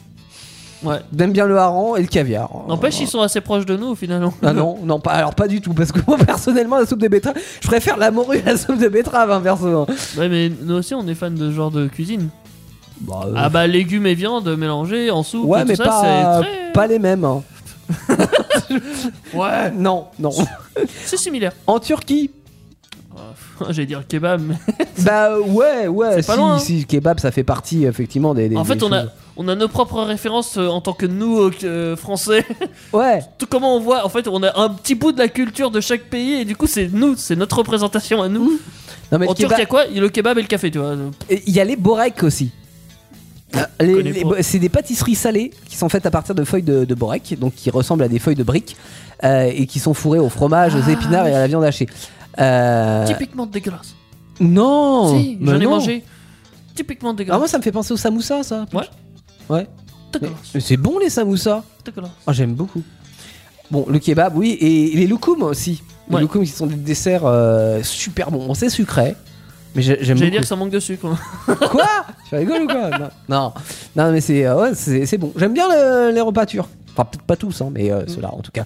Ouais.
Ils aiment bien le hareng et le caviar.
N'empêche, ils sont assez proches de nous finalement.
Oh, Ah non, non, pas, alors pas du tout, parce que moi personnellement, la soupe de betterave, je préfère la morue à la soupe de betterave, hein, perso.
Ouais, mais nous aussi, on est fans de ce genre de cuisine.
Bah, euh,
Ah bah légumes et viande mélangés en soupe.
ouais,
et
mais
tout
pas, euh,
ça, c'est très...
pas les mêmes. hein.
Ouais,
Non, non.
c'est similaire.
En Turquie,
J'allais dire kebab. Mais...
bah ouais, ouais,
C'est pas
si,
loin, hein.
si, le kebab, ça fait partie effectivement des. des-
en fait,
des
on a,
choses.
on a nos propres références euh, en tant que nous euh, euh, français.
Ouais,
Tout comment on voit, en fait, on a un petit bout de la culture de chaque pays et du coup, c'est nous, c'est notre représentation à nous.
non Mmh. mais le
en Turquie,
kebab-
il y a quoi Le kebab et le café, tu vois. Euh,
Et Il y a les borek aussi. Ah, les-
connais
les-
pas.
c'est des pâtisseries salées qui sont faites à partir de feuilles de, de borek, donc qui ressemblent à des feuilles de briques euh, et qui sont fourrées au fromage, aux
Ah,
épinards et à la viande hachée. Euh,
Typiquement dégueulasse.
Non,
si,
mais
j'en ai
non.
mangé.
Oh.
Typiquement
Ah, moi
dégueulasse.
ça me fait penser au samoussa ça.
Ouais.
Ouais. Mais-
Dégueulasse.
mais c'est bon les samoussas.
Dégueulasse.
Ah, j'aime beaucoup. Bon, le kebab, oui, et les loukoums aussi. Les
Ouais.
loukoums qui sont des desserts euh, super bons. Bon, c'est sucré, mais j'ai- j'aime
J'allais
beaucoup.
dire que ça manque de sucre. hein.
Quoi Tu rigoles ou quoi non. non, Non, mais c'est euh, ouais, c'est c'est bon. J'aime bien le- les repas turcs. Enfin, peut-être pas tous, hein, mais
Mm.
euh, ceux-là en tout cas.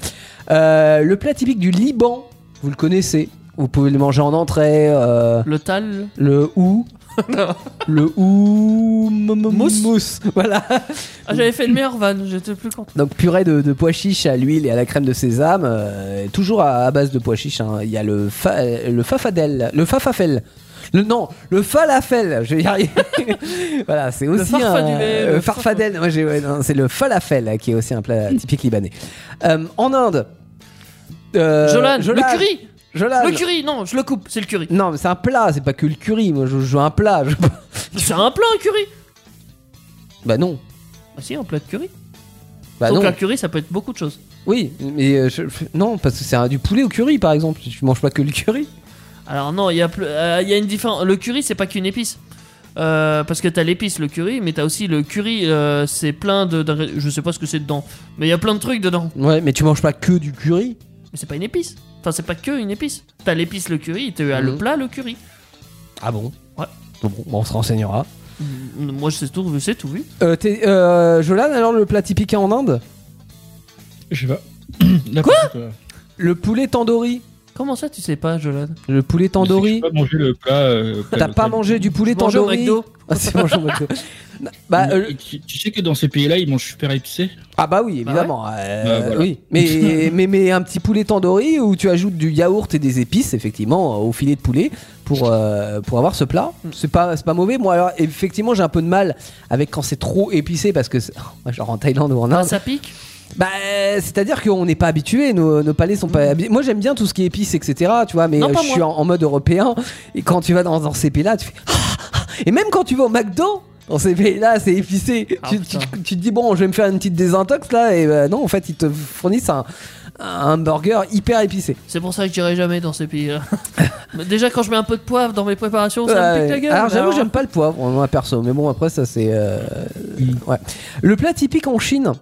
Euh, le plat typique du Liban, vous le connaissez. Vous pouvez le manger en entrée. euh,
Le tal.
le ou.
Non.
le ou. mm,
Mousse.
Mousse. Voilà.
Ah, j'avais fait le meilleur van, j'étais plus content.
Donc purée de, de pois chiches à l'huile et à la crème de sésame, euh, toujours à, à base de pois chiches. hein. Il y a le, fa- euh, le fafadel, le fafafel. Le, non, le falafel, je vais y arriver. voilà, c'est aussi un
farfadulé,
euh,
le
farfadel. Moi, j'ai- ouais, non, c'est le falafel euh, qui est aussi un plat typique libanais. Euh, en Inde, euh,
Jolan,
Jolan,
le curry
Jolan.
Le curry, non, je le coupe, c'est le curry.
Non, mais c'est un plat, c'est pas que le curry. Moi, je je joue un plat. je-
C'est un plat, un curry
Bah non,
Ah si, un plat de curry.
bah
Donc
non.
un curry, ça peut être beaucoup de choses.
Oui, mais euh, je- non parce que c'est un- du poulet au curry par exemple. Tu manges pas que le curry.
Alors non, il y, a ple- euh, il y a une différence. Le curry, c'est pas qu'une épice. Euh, parce que t'as l'épice, le curry, mais t'as aussi le curry, euh, c'est plein de, d'ingrédients- Je sais pas ce que c'est dedans, mais il y a plein de trucs dedans.
Ouais, mais tu manges pas que du curry.
Mais c'est pas une épice. Enfin, c'est pas que une épice. T'as l'épice, le curry, t'as
Mhm.
le plat, le curry.
Ah bon
Ouais.
Bon, bon, on se renseignera.
Mm, Moi, je sais tout, je sais tout vu.
Euh, t'es- euh, Jolan, alors le plat typique en Inde
Je sais pas. Là, par contre, euh,
Le poulet tandoori.
Comment ça, tu sais pas, Jolan
Le poulet
je sais
tandoori.
que J'ai pas mangé le plat. euh, plat
T'as
local.
pas mangé du poulet
Je mangeais au
tandoori
McDo.
Ah, c'est mangé au McDo. Non, bah, euh,
Mais tu, tu sais que dans ces pays-là, ils mangent super épicé.
ah bah oui, évidemment. euh,
Bah, voilà.
oui. mais, mais, mais un petit poulet tandoori où tu ajoutes du yaourt et des épices, effectivement, au filet de poulet pour, euh, pour avoir ce plat. C'est pas, c'est pas mauvais. Moi, alors, effectivement, j'ai un peu de mal avec quand c'est trop épicé parce que, c'est- genre en Thaïlande ou en
Ah,
Inde,
ça pique
Bah, euh, c'est-à-dire qu'on n'est pas habitué, nos, nos palais sont pas habitués. Moi, j'aime bien tout ce qui est épice, etc. Tu vois, mais
Mm. Non,
euh,
pas
je suis en, en mode européen. Et quand tu vas dans, dans ces pays-là, tu fais. ah, Et même quand tu vas au McDo, dans ces pays-là, c'est épicé.
Ah,
tu, tu,
putain.
tu te dis, bon, je vais me faire une petite désintox là. Et bah, non, en fait, ils te fournissent un, un burger hyper épicé.
C'est pour ça que j'irai jamais dans ces pays-là. Mais Déjà, quand je mets un peu de poivre dans mes préparations, ça me
Ouais.
pique la gueule.
alors, j'avoue,
Alors,
j'aime pas le poivre, moi perso. Mais bon, après, ça, c'est. euh,
Mm.
Ouais. Le plat typique en Chine,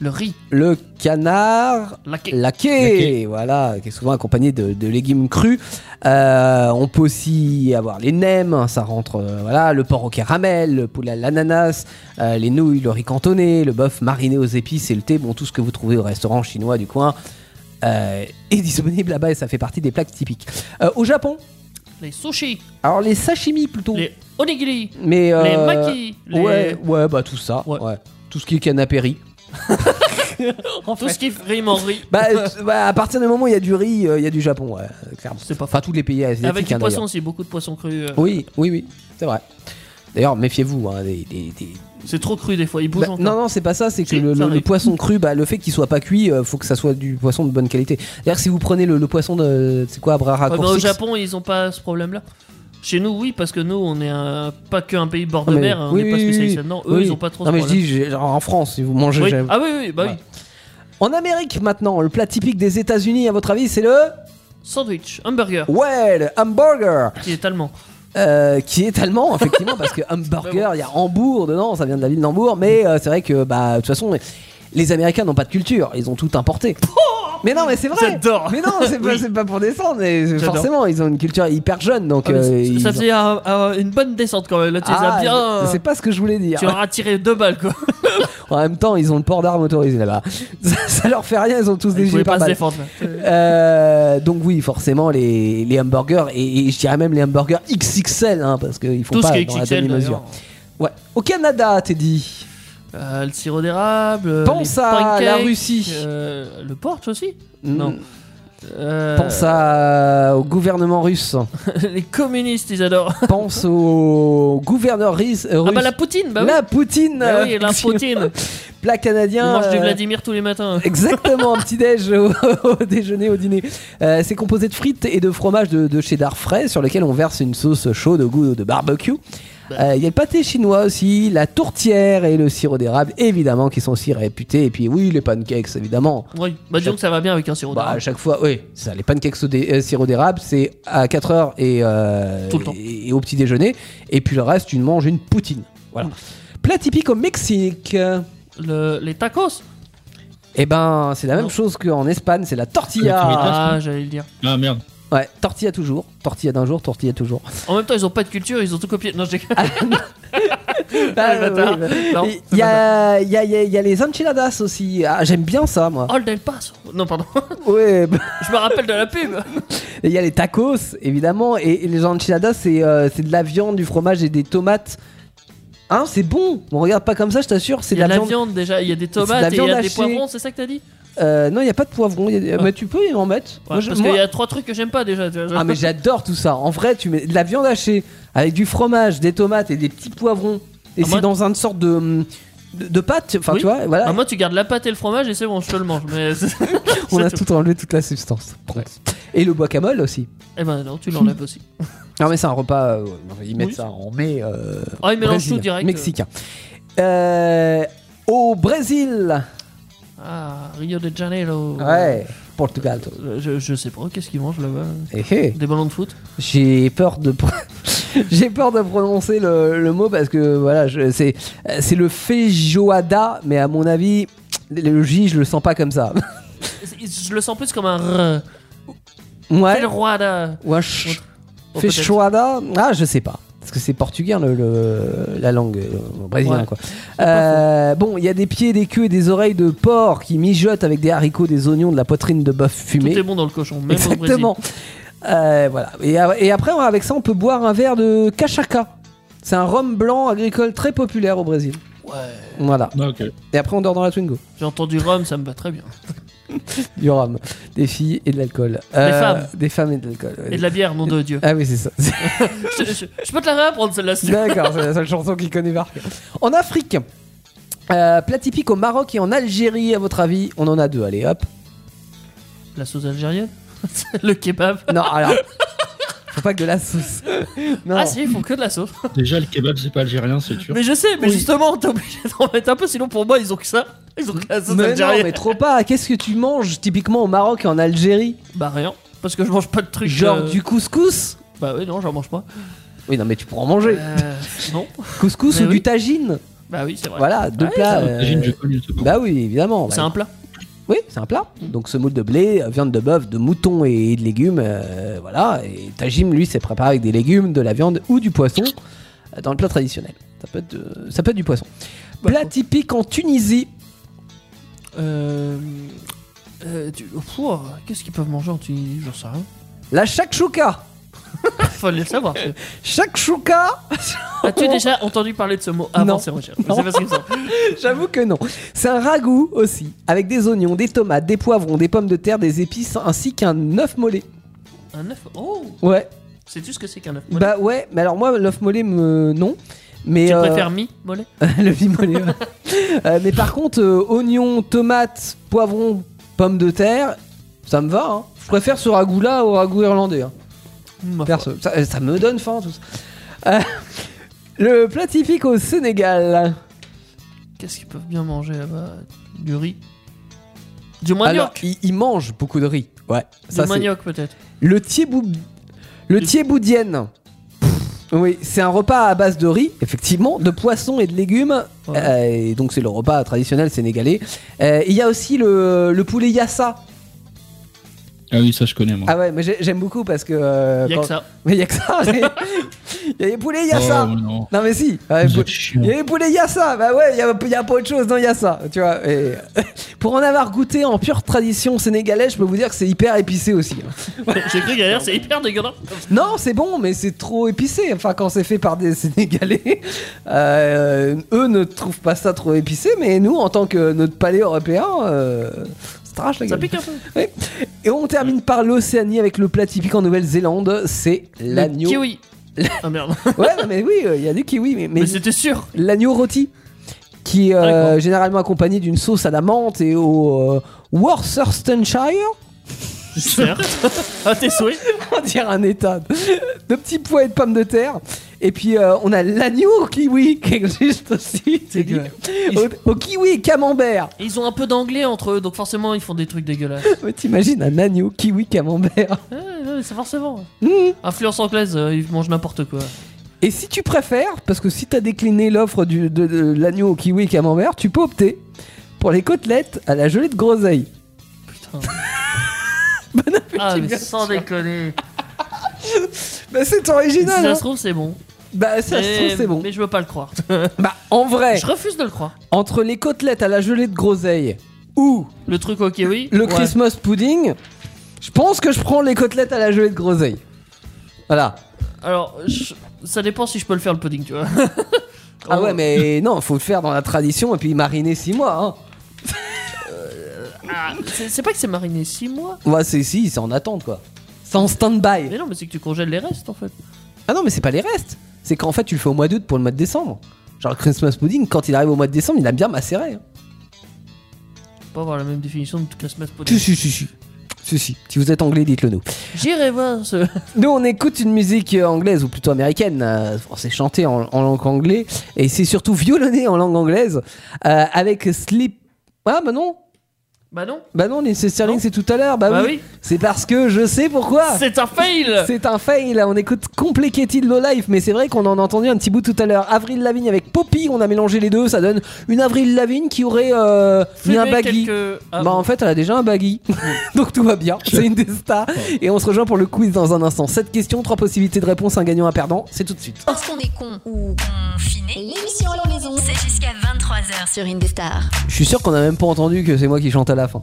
Le riz,
le canard
laqué.
laqué,
Laqué.
voilà, qui est souvent accompagné de, de légumes crus. Euh, on peut aussi avoir les nems, ça rentre, euh, voilà, le porc au caramel, le poulet à l'ananas, euh, les nouilles, le riz cantonné, le bœuf mariné aux épices et le thé, bon, tout ce que vous trouvez au restaurant chinois du coin euh, est disponible là-bas et ça fait partie des plats typiques. Euh, au Japon,
les sushis,
alors les sashimi plutôt,
les onigiri,
mais
les
euh,
makis, les...
ouais, ouais, bah tout ça,
Ouais.
ouais. tout ce qui est canapéri.
tout ce qui rime en riz.
Bah, t- bah, à partir du moment où il y a du riz, euh, il y a du Japon, ouais, clairement.
C'est pas
Enfin, tous les pays asiatiques.
Avec du
hein,
poisson aussi, beaucoup de poisson cru. euh,
d'ailleurs. Oui, oui, oui, c'est vrai. D'ailleurs, méfiez-vous. hein, des- des- des-
C'est trop cru des fois, il bouge
Bah,
encore.
non, non, c'est pas ça. C'est que
Si,
le,
ça
le- le
arrive.
poisson cru, bah, le fait qu'il soit pas cuit, euh, faut que ça soit du poisson de bonne qualité. D'ailleurs, si vous prenez le, le poisson de, c'est quoi, bras
Ouais, mais au
raccourcis
Japon, ils ont pas ce problème-là. Chez nous, oui, parce que nous, on est un- pas qu'un pays bord de
Ah, mais-
mer, hein. on
oui,
n'est pas
oui, oui,
spécialiste là-dedans. Eux,
oui.
ils ont pas trop
Non,
ce
mais je
problème.
dis, j'ai- genre, en France, si vous mangez.
Oui.
j'aime.
Ah oui, oui, bah
Ouais.
oui.
En Amérique maintenant, le plat typique des États-Unis, à votre avis, c'est le
Sandwich, hamburger,
ouais, le hamburger.
qui est allemand.
euh, qui est allemand, effectivement, parce que hamburger, il y a Hambourg dedans, ça vient de la ville d'Hambourg, mais euh, c'est vrai que, bah, de toute façon, les Américains n'ont pas de culture, ils ont tout importé. Mais non, mais c'est vrai!
J'adore.
Mais non, c'est pas,
Oui.
c'est pas pour descendre, mais
J'adore.
forcément, ils ont une culture hyper jeune, donc.
Ah, mais
euh,
c-
ils
ça
ont-
faisait un- un- une bonne descente quand même. Là, tu les as
Ah,
bien.
c'est pas ce que je voulais dire.
Tu auras tiré deux balles quoi.
En même temps, ils ont le port d'armes autorisé là-bas. Ça, ça leur fait rien, ils ont tous des
Ils
gilets
pouvaient pas
pare-balles.
se défendre. là.
Euh, donc oui, forcément les, les hamburgers et, et je dirais même les hamburgers XXL hein, parce qu'ils font
Tout
pas
ce qui est
dans la
XXL
demi-mesure.
d'ailleurs.
Ouais. Au Canada, t'es dit.
Euh, le sirop d'érable. euh,
Pense
les
à
pancakes,
la Russie.
euh, le porte aussi. Non. Mm. Euh,
Pense à- euh, au gouvernement russe.
les communistes, ils adorent.
Pense au gouverneur russe. euh,
Ah bah
russe.
la poutine, bah oui.
La Poutine.
Bah oui, la
euh,
poutine.
Plat
Ils
canadien.
mangent du
euh,
Vladimir tous les matins.
Exactement, un petit déj au, au déjeuner, au dîner. Euh, c'est composé de frites et de fromage de, de cheddar frais sur lequel on verse une sauce chaude au goût de barbecue.
Bah.
Euh, Il y a le pâté chinois aussi, la tourtière et le sirop d'érable, évidemment, qui sont aussi réputés. Et puis oui, les pancakes, évidemment.
Oui, bah disons que ça va bien avec un sirop
Bah, à
d'érable.
chaque fois, oui, ça, les pancakes au dé- euh, sirop d'érable, c'est à 4h et, euh,
Tout le temps.
et, et au petit déjeuner. Et puis le reste, tu manges une poutine. Voilà.
Hmm.
Plat typique au Mexique.
Le- les tacos
Eh ben, c'est la même
Non.
chose qu'en Espagne, c'est la tortilla.
Les
Ah, j'allais le dire.
Ah merde.
Ouais, tortilla toujours, tortilla d'un jour, tortilla toujours.
En même temps, ils ont pas de culture, ils ont tout copié. Non, j'ai
Ah,
le bâtard.
oui,
Non,
oui.
c'est
Il y,
pas
a- il y a- il y a- il y a les enchiladas aussi. Ah, J'aime bien ça, moi.
Old El Oh, Paso. Non, pardon.
Ouais, bah,
Je me rappelle de la pub.
il y a les tacos, évidemment. Et, et les enchiladas, c'est euh, c'est de la viande, du fromage et des tomates. Hein, c'est bon. On regarde pas comme ça, je t'assure. C'est
Il
de
y a
la,
de la
viande.
viande déjà, il y a des
de la
tomates et il
viande
y a des
hachée.
poivrons, c'est ça que t'as dit
Euh, non, il y a pas de poivron. il y a-
Ah.
Mais tu peux y en mettre.
Ouais,
Moi, je-
Parce
moi-
qu'il y a trois trucs que j'aime pas déjà. tu vois.
Ah mais j'adore tout ça. En vrai, tu mets de la viande hachée avec du fromage, des tomates et des petits poivrons. Et
Ah, moi-
c'est dans une sorte de hum, de, de pâte. Enfin,
Oui.
tu vois, voilà.
Ah, moi, tu gardes la pâte et le fromage et c'est bon, je te le mange. Mais
On a
c'est
tout enlevé, toute la substance. Et le guacamole aussi.
Eh ben non, tu l'enlèves aussi.
Non mais c'est un repas. euh, ils mettent
Oui.
ça en mai. Euh,
Ah, ils mélangent
Brésil,
tout direct.
Mexicain. Euh, au Brésil.
Ah, Rio de Janeiro.
Ouais. Portugal. toi.
Euh, Je, je sais pas, qu'est-ce qu'ils mangent là-bas
Eh, eh.
Des ballons de foot
J'ai peur de pro- j'ai peur de prononcer le, le mot parce que voilà je- c'est euh, c'est le feijoada mais à mon avis le J je le sens pas comme ça.
Je le sens plus comme un r.
Ouais.
Quel roi là
Ou un ch-
Oh, peut-être.
feijoada ah je sais pas parce que c'est portugais le, le- la langue euh, brésilienne
Ouais.
quoi. Euh, bon il y a des pieds des queues et des oreilles de porc qui mijotent avec des haricots des oignons de la poitrine de bœuf
Tout
fumée.
est bon dans le cochon, même au Brésil.
Exactement. Euh, voilà. Et, a- et après, avec ça, on peut boire un verre de cachaca. C'est un rhum blanc agricole très populaire au Brésil.
Ouais.
Voilà.
Ah, ok.
Et après, on dort dans la Twingo.
J'ai entendu Rome, ça me va très bien.
Du rhum, des filles et de l'alcool. Euh,
Des femmes.
Des femmes et de l'alcool. ouais.
Et de la bière, nom de Dieu.
Ah oui, c'est ça.
je, je- je peux te la réapprendre celle-là si tu veux.
D'accord, c'est la seule chanson qu'il connaît par cœur. En Afrique, euh, plat typique au Maroc et en Algérie, à votre avis, on en a deux. Allez, hop.
La sauce algérienne Le kebab
Non, alors. Faut pas que de la sauce. Non.
Ah si, ils font que de la sauce.
Déjà, le kebab, c'est pas algérien, c'est sûr.
Mais je sais, mais
Oui.
justement, t'es obligé d'en mettre un peu, sinon pour moi, ils ont que ça. Ils ont que la sauce
mais non,
algérienne.
mais trop pas. Qu'est-ce que tu manges typiquement au Maroc et en Algérie
Bah rien, parce que je mange pas de trucs.
Genre
euh,
du couscous
Bah oui, non, j'en mange pas.
Oui, non, mais tu pourras en manger.
Euh, non
Couscous
mais
ou
oui.
du tagine
Bah oui, c'est vrai.
Voilà, deux
Ouais,
plats. euh,
Imagine, je connais tout.
Bah oui, évidemment.
C'est
Bah,
un plat.
Oui, c'est un plat. Donc semoule de blé, euh, viande de bœuf, de mouton et de légumes. euh, voilà. Et tagine, lui, c'est préparé avec des légumes, de la viande ou du poisson euh, dans le plat traditionnel. Ça peut être, euh, ça peut être du poisson.
Bah,
Plat typique en Tunisie.
Euh. euh, du- Pouah, Qu'est-ce qu'ils peuvent manger en Tunisie J'en sais rien.
La shakshuka.
Fallait le savoir.
Shakshuka
As-tu déjà entendu parler de ce mot avant
Non.
ces recherches
Non.
C'est parce qu'ils sont-
J'avoue que non. C'est un ragoût aussi, avec des oignons, des tomates, des poivrons, des pommes de terre, des épices, ainsi qu'un œuf mollet.
Un œuf. Oh
Ouais.
Sais-tu ce que c'est qu'un œuf mollet
Bah ouais, mais alors moi, l'œuf mollet, me... non. Mais
Tu
euh,
préfères mi mollet
le vif mollet. ouais. Euh, mais par contre, euh, oignons, tomates, poivrons, pommes de terre, ça me va. hein. Je préfère ce ragoût-là au ragoût irlandais. hein,
Ma foi.
perso. Ça, ça me donne faim tout ça. Euh, le plat typique au Sénégal.
Qu'est-ce qu'ils peuvent bien manger là-bas Du riz Du
Alors,
manioc
il, il mange beaucoup de riz. Ouais.
Du
c'est-
manioc peut-être.
Le Thiebou... Le Thieboudienne. Oui, c'est un repas à base de riz, effectivement, de poissons et de légumes. Euh, et donc c'est le repas traditionnel sénégalais. Euh, Il y a aussi le, le poulet yassa.
Ah oui, ça je connais moi.
Ah ouais, mais j'ai- j'aime beaucoup parce que. euh,
Y'a
quand-
que ça.
Mais il y a que ça. mais- Il y a les poulets yassa.
Oh non.
Non mais si. Ouais,
Vous
pou-
êtes chiant.
Il y a les poulets Yassa, bah ouais, il y a, il y a pas autre chose, non, il y a ça, tu vois. Et pour en avoir goûté en pure tradition sénégalaise, je peux vous dire que c'est hyper épicé aussi. hein.
J'ai cru qu'à l'air, c'est hyper dégueulasse.
Non, c'est bon, mais c'est trop épicé. Enfin, quand c'est fait par des Sénégalais, euh, eux ne trouvent pas ça trop épicé, mais nous, en tant que notre palais européen, euh, ça arrache la
Ça
gueule.
pique un peu.
Et on termine par l'Océanie avec le plat typique en Nouvelle-Zélande, c'est l'agneau.
Le Kiwi. Ah merde.
Ouais, non, mais oui, euh, il y a du kiwi, mais, mais
Mais c'était sûr.
l'agneau rôti qui est euh,
D'accord.
généralement accompagné d'une sauce à la menthe et au euh, Worcestershire,
Certes. Ah, tes souhaits.
on dirait un état de petits pois et de pommes de terre. Et puis euh, on a l'agneau au kiwi qui existe aussi.
C'est dégueulasse.
Au, au kiwi et camembert.
Ils ont un peu d'anglais entre eux, donc forcément, ils font des trucs dégueulasses.
Mais T'imagines un agneau kiwi camembert.
Ouais, ouais, c'est forcément.
Mhm.
Influence anglaise, euh, ils mangent n'importe quoi.
Et si tu préfères, parce que si t'as décliné l'offre du- de, de l'agneau au kiwi et camembert, tu peux opter pour les côtelettes à la gelée de groseille.
Putain. ah, mais
bien
sans
sûr. Ah,
déconner.
Bah c'est
Si
original.
ça
hein.
se trouve, c'est bon.
Bah ça se trouve
Mais-
c'est bon.
Mais je veux pas le croire.
Bah en vrai,
Je refuse de le croire.
entre les côtelettes à la gelée de groseille ou
Le truc au kiwi.
le
ouais.
Christmas pudding, je pense que je prends les côtelettes à la gelée de groseille. Voilà.
Alors, je- ça dépend si je peux le faire le pudding, tu vois. Oh.
Ah ouais, mais non, faut le faire dans la tradition et puis mariner 6 mois. Hein.
Ah, c'est c'est pas que c'est mariné 6 mois.
Ouais, c'est si, c'est en attente quoi. C'est en stand-by.
Mais non, mais c'est que tu congèles les restes en fait.
Ah non, mais c'est pas les restes. C'est qu'en fait, tu le fais au mois d'août pour le mois de décembre. Genre, le Christmas pudding, quand il arrive au mois de décembre, il a bien macéré. hein.
Je peux pas avoir la même définition de Christmas
Si,
pudding.
si, si, si. Si, si. Si vous êtes anglais, dites-le nous.
J'irai voir ce.
Nous, on écoute une musique euh, anglaise ou plutôt américaine. euh, c'est chanté en, en langue anglaise et c'est surtout violonné en langue anglaise euh, avec Sleep. Ah bah non,
Bah non.
bah non, les Sterling
Non.
c'est tout à l'heure. Bah,
Bah
oui. C'est parce que je sais pourquoi.
C'est un fail.
C'est euh, un fail, on écoute Complicated Low Life, mais c'est vrai qu'on en a entendu un petit bout tout à l'heure. Avril Lavigne avec Poppy, on a mélangé les deux, ça donne une Avril Lavigne qui aurait euh, mis
Fumez
un baggy.
quelques- Ah,
bah en fait elle a déjà un baggy donc tout va bien c'est une des stars et on se rejoint pour le quiz dans un instant 7 questions 3 possibilités de réponse un gagnant un perdant c'est tout de suite
Parce qu'on est con ou confiné, l'émission à la maison, c'est jusqu'à 23h sur Indestar.
je suis sûr qu'on a même pas entendu que c'est moi qui chante à la fin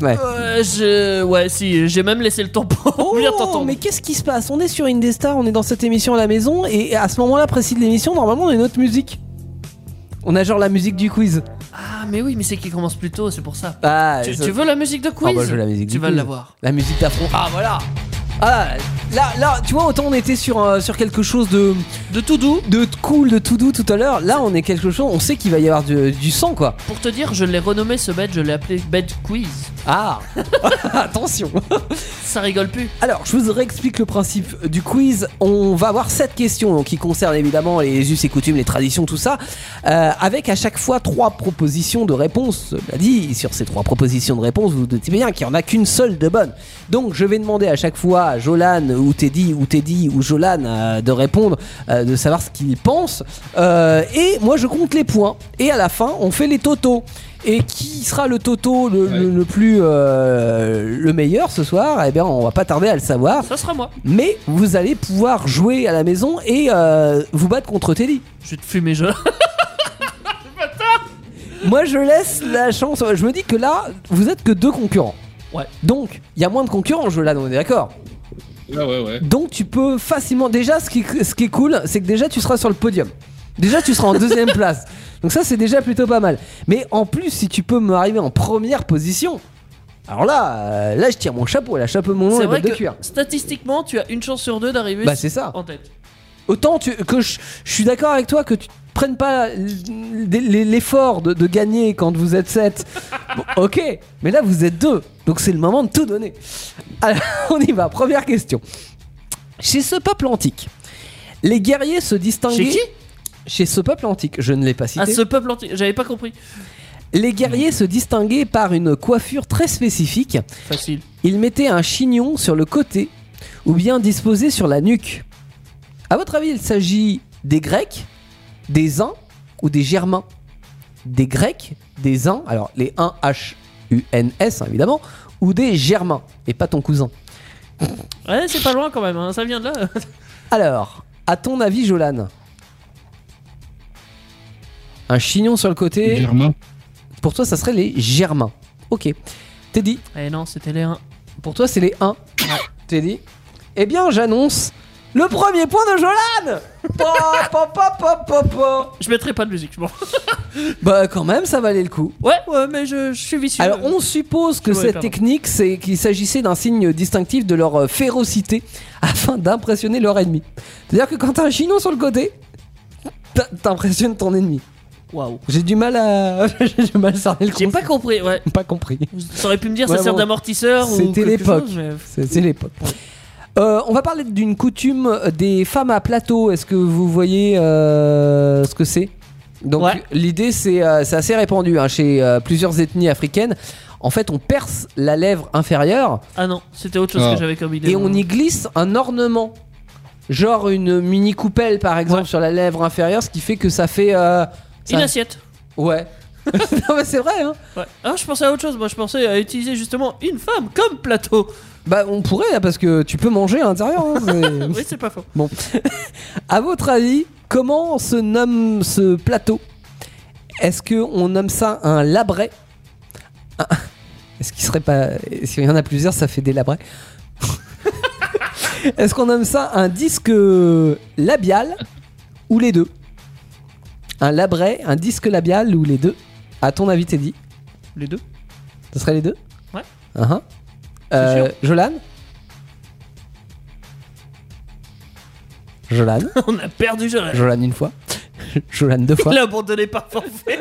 ouais
Ouais, je... ouais, si, j'ai même laissé le temps pour bien
Oh,
t'entendre.
mais qu'est-ce qui se passe On est sur Indestar, on est dans cette émission à la maison, et à ce moment-là précis de l'émission, normalement on a une autre musique. On a genre la musique du quiz.
Ah, mais oui, mais c'est qui commence plus tôt, c'est pour ça.
Ah,
tu,
ça-
tu veux la musique de quiz
Oh, bah, je veux la musique
Tu
du
vas
quiz.
l'avoir.
La musique d'affront. Ah voilà Ah là, là, tu vois, autant on était sur, euh, sur quelque chose de,
De tout doux,
de cool, de tout doux tout à l'heure, là on est quelque chose, on sait qu'il va y avoir du, du sang quoi.
pour te dire, je l'ai renommé ce bed, je l'ai appelé bed quiz.
Ah Attention
Ça rigole plus.
Alors, je vous réexplique le principe du quiz. On va avoir sept questions donc, qui concernent évidemment les us et coutumes, les traditions, tout ça, euh, avec à chaque fois trois propositions de réponse. Cela dit, sur ces trois propositions de réponse, vous vous doutez bien qu'il n'y en a qu'une seule de bonne. Donc, je vais demander à chaque fois à Jolan ou Teddy ou Teddy ou Jolan euh, de répondre, euh, de savoir ce qu'ils pensent. Euh, et moi, je compte les points. Et à la fin, on fait les totaux. Et qui sera le toto le, le- le plus euh, le meilleur ce soir Eh bien, on va pas tarder à le savoir.
Ça sera moi.
Mais vous allez pouvoir jouer à la maison et euh, vous battre contre Teddy.
Je vais te fumer, je.
Moi, je laisse la chance. Je me dis que là, vous êtes que deux concurrents.
Ouais.
Donc, il y a moins de concurrents en jeu là, on est d'accord.
Ouais, ouais, ouais.
Donc, tu peux facilement. Déjà, ce qui, ce qui est cool, c'est que déjà, tu seras sur le podium. Déjà, tu seras en deuxième place. Donc, ça, c'est déjà plutôt pas mal. Mais en plus, si tu peux me arriver en première position. Alors là, euh, là, je tire mon chapeau, là, chapeau mon nom
C'est
et botte
vrai
Oh, de
que
cuir.
statistiquement, tu as une chance sur deux d'arriver
Bah, c'est ça.
en tête.
Autant tu- que je, je suis d'accord avec toi que tu prennes pas l- l- l'effort de, de gagner quand vous êtes 7. ok, mais là vous êtes deux, donc c'est le moment de tout donner. Alors on y va, première question. Chez ce peuple antique, les guerriers se distinguaient.
Chez qui
Chez ce peuple antique, je ne l'ai pas
À
cité.
ce peuple entier. J'avais pas compris.
Les guerriers se distinguaient par une coiffure très spécifique.
Facile.
Ils mettaient un chignon sur le côté ou bien disposé sur la nuque. À votre avis, il s'agit des Grecs, des Huns ou des Germains Des Grecs, des Huns, alors les 1 H U N S évidemment, ou des Germains et pas ton cousin.
Ouais, c'est pas loin quand même, hein, ça vient de là.
Alors, à ton avis, Jolan Un chignon sur le côté.
Germain.
Pour toi, ça serait les Germains. Ok. Teddy,
Eh non, c'était les 1.
pour toi, c'est les 1. Teddy. Eh bien, j'annonce le premier point de Jolan Pa, pa, pa, pa, pa, pa.
Je mettrai pas de musique, je m'en fous.
Bah, quand même, ça valait le coup.
Ouais, ouais, mais je, je suis vicieux.
Alors, on suppose que
Ouais,
cette
pardon.
technique, c'est qu'il s'agissait d'un signe distinctif de leur euh, férocité afin d'impressionner leur ennemi. C'est-à-dire que quand t'as un chignon sur le côté, t'in- t'impressionnes ton ennemi.
Waouh.
J'ai du mal à. J'ai du mal à cerner le
J'ai
concept.
pas compris, ouais.
Pas compris.
Ça aurait pu me dire
Ouais,
ça sert
bon.
d'amortisseur ou.
C'était
quelque
l'époque.
chose, mais-
C'est c'est l'époque. Euh, on va parler d'une coutume des femmes à plateau. Est-ce que vous voyez euh, ce que c'est Donc
Ouais.
l'idée c'est euh, c'est assez répandu hein, chez euh, plusieurs ethnies africaines. En fait, on perce la lèvre inférieure
Ah non, c'était autre chose
Ah.
que j'avais comme idée.
et on y glisse un ornement, genre une mini coupelle par exemple
Ouais.
sur la lèvre inférieure, ce qui fait que ça fait euh, ça-
Une assiette.
ouais. non mais c'est vrai. Hein.
Ouais. Ah, je pensais à autre chose. Moi, je pensais à utiliser justement une femme comme plateau.
Bah on pourrait hein, parce que tu peux manger à l'intérieur. hein, c'est-
Oui, c'est pas faux.
À votre avis, comment se nomme ce plateau Est-ce que on nomme ça un labret Un- Est-ce qu'il serait pas S'il y en a plusieurs, ça fait des labrets. Est-ce qu'on nomme ça un disque labial ou les deux Un labret, un disque labial ou les deux À ton avis, Teddy,
Les deux.
ce serait les deux
Ouais.
Uhum. Euh, Jolan Jolan
on a perdu Jolan.
Jolan une fois, Jolan deux fois,
Il a abandonné par forfait.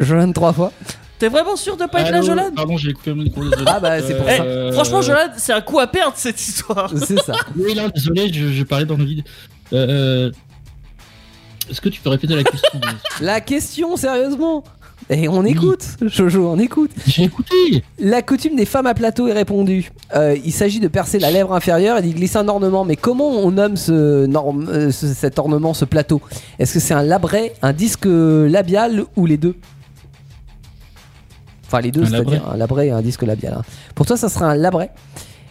Jolan trois fois.
T'es vraiment sûr de pas être là,
Allô,
Jolan Eh,
Pardon, j'ai coupé mon micro. désolé.
Ah bah, c'est pour ça.
Euh,
Franchement, Jolan, c'est un coup à perdre cette histoire.
C'est ça.
Oui, non, désolé, je, je parlais dans le vide. Euh, Est-ce que tu peux répéter la question
La question, sérieusement Et on écoute, Jojo, on écoute.
J'ai écouté
La coutume des femmes à plateau est répondue. Euh, il s'agit de percer la lèvre inférieure et d'y glisser un ornement. Mais comment on nomme ce, norm- euh, ce- cet ornement, ce plateau Est-ce que c'est un labret, un disque labial ou les deux Enfin, les deux,
Un
c'est-à-dire un labret et un disque labial. hein. Pour toi, ça serait un labret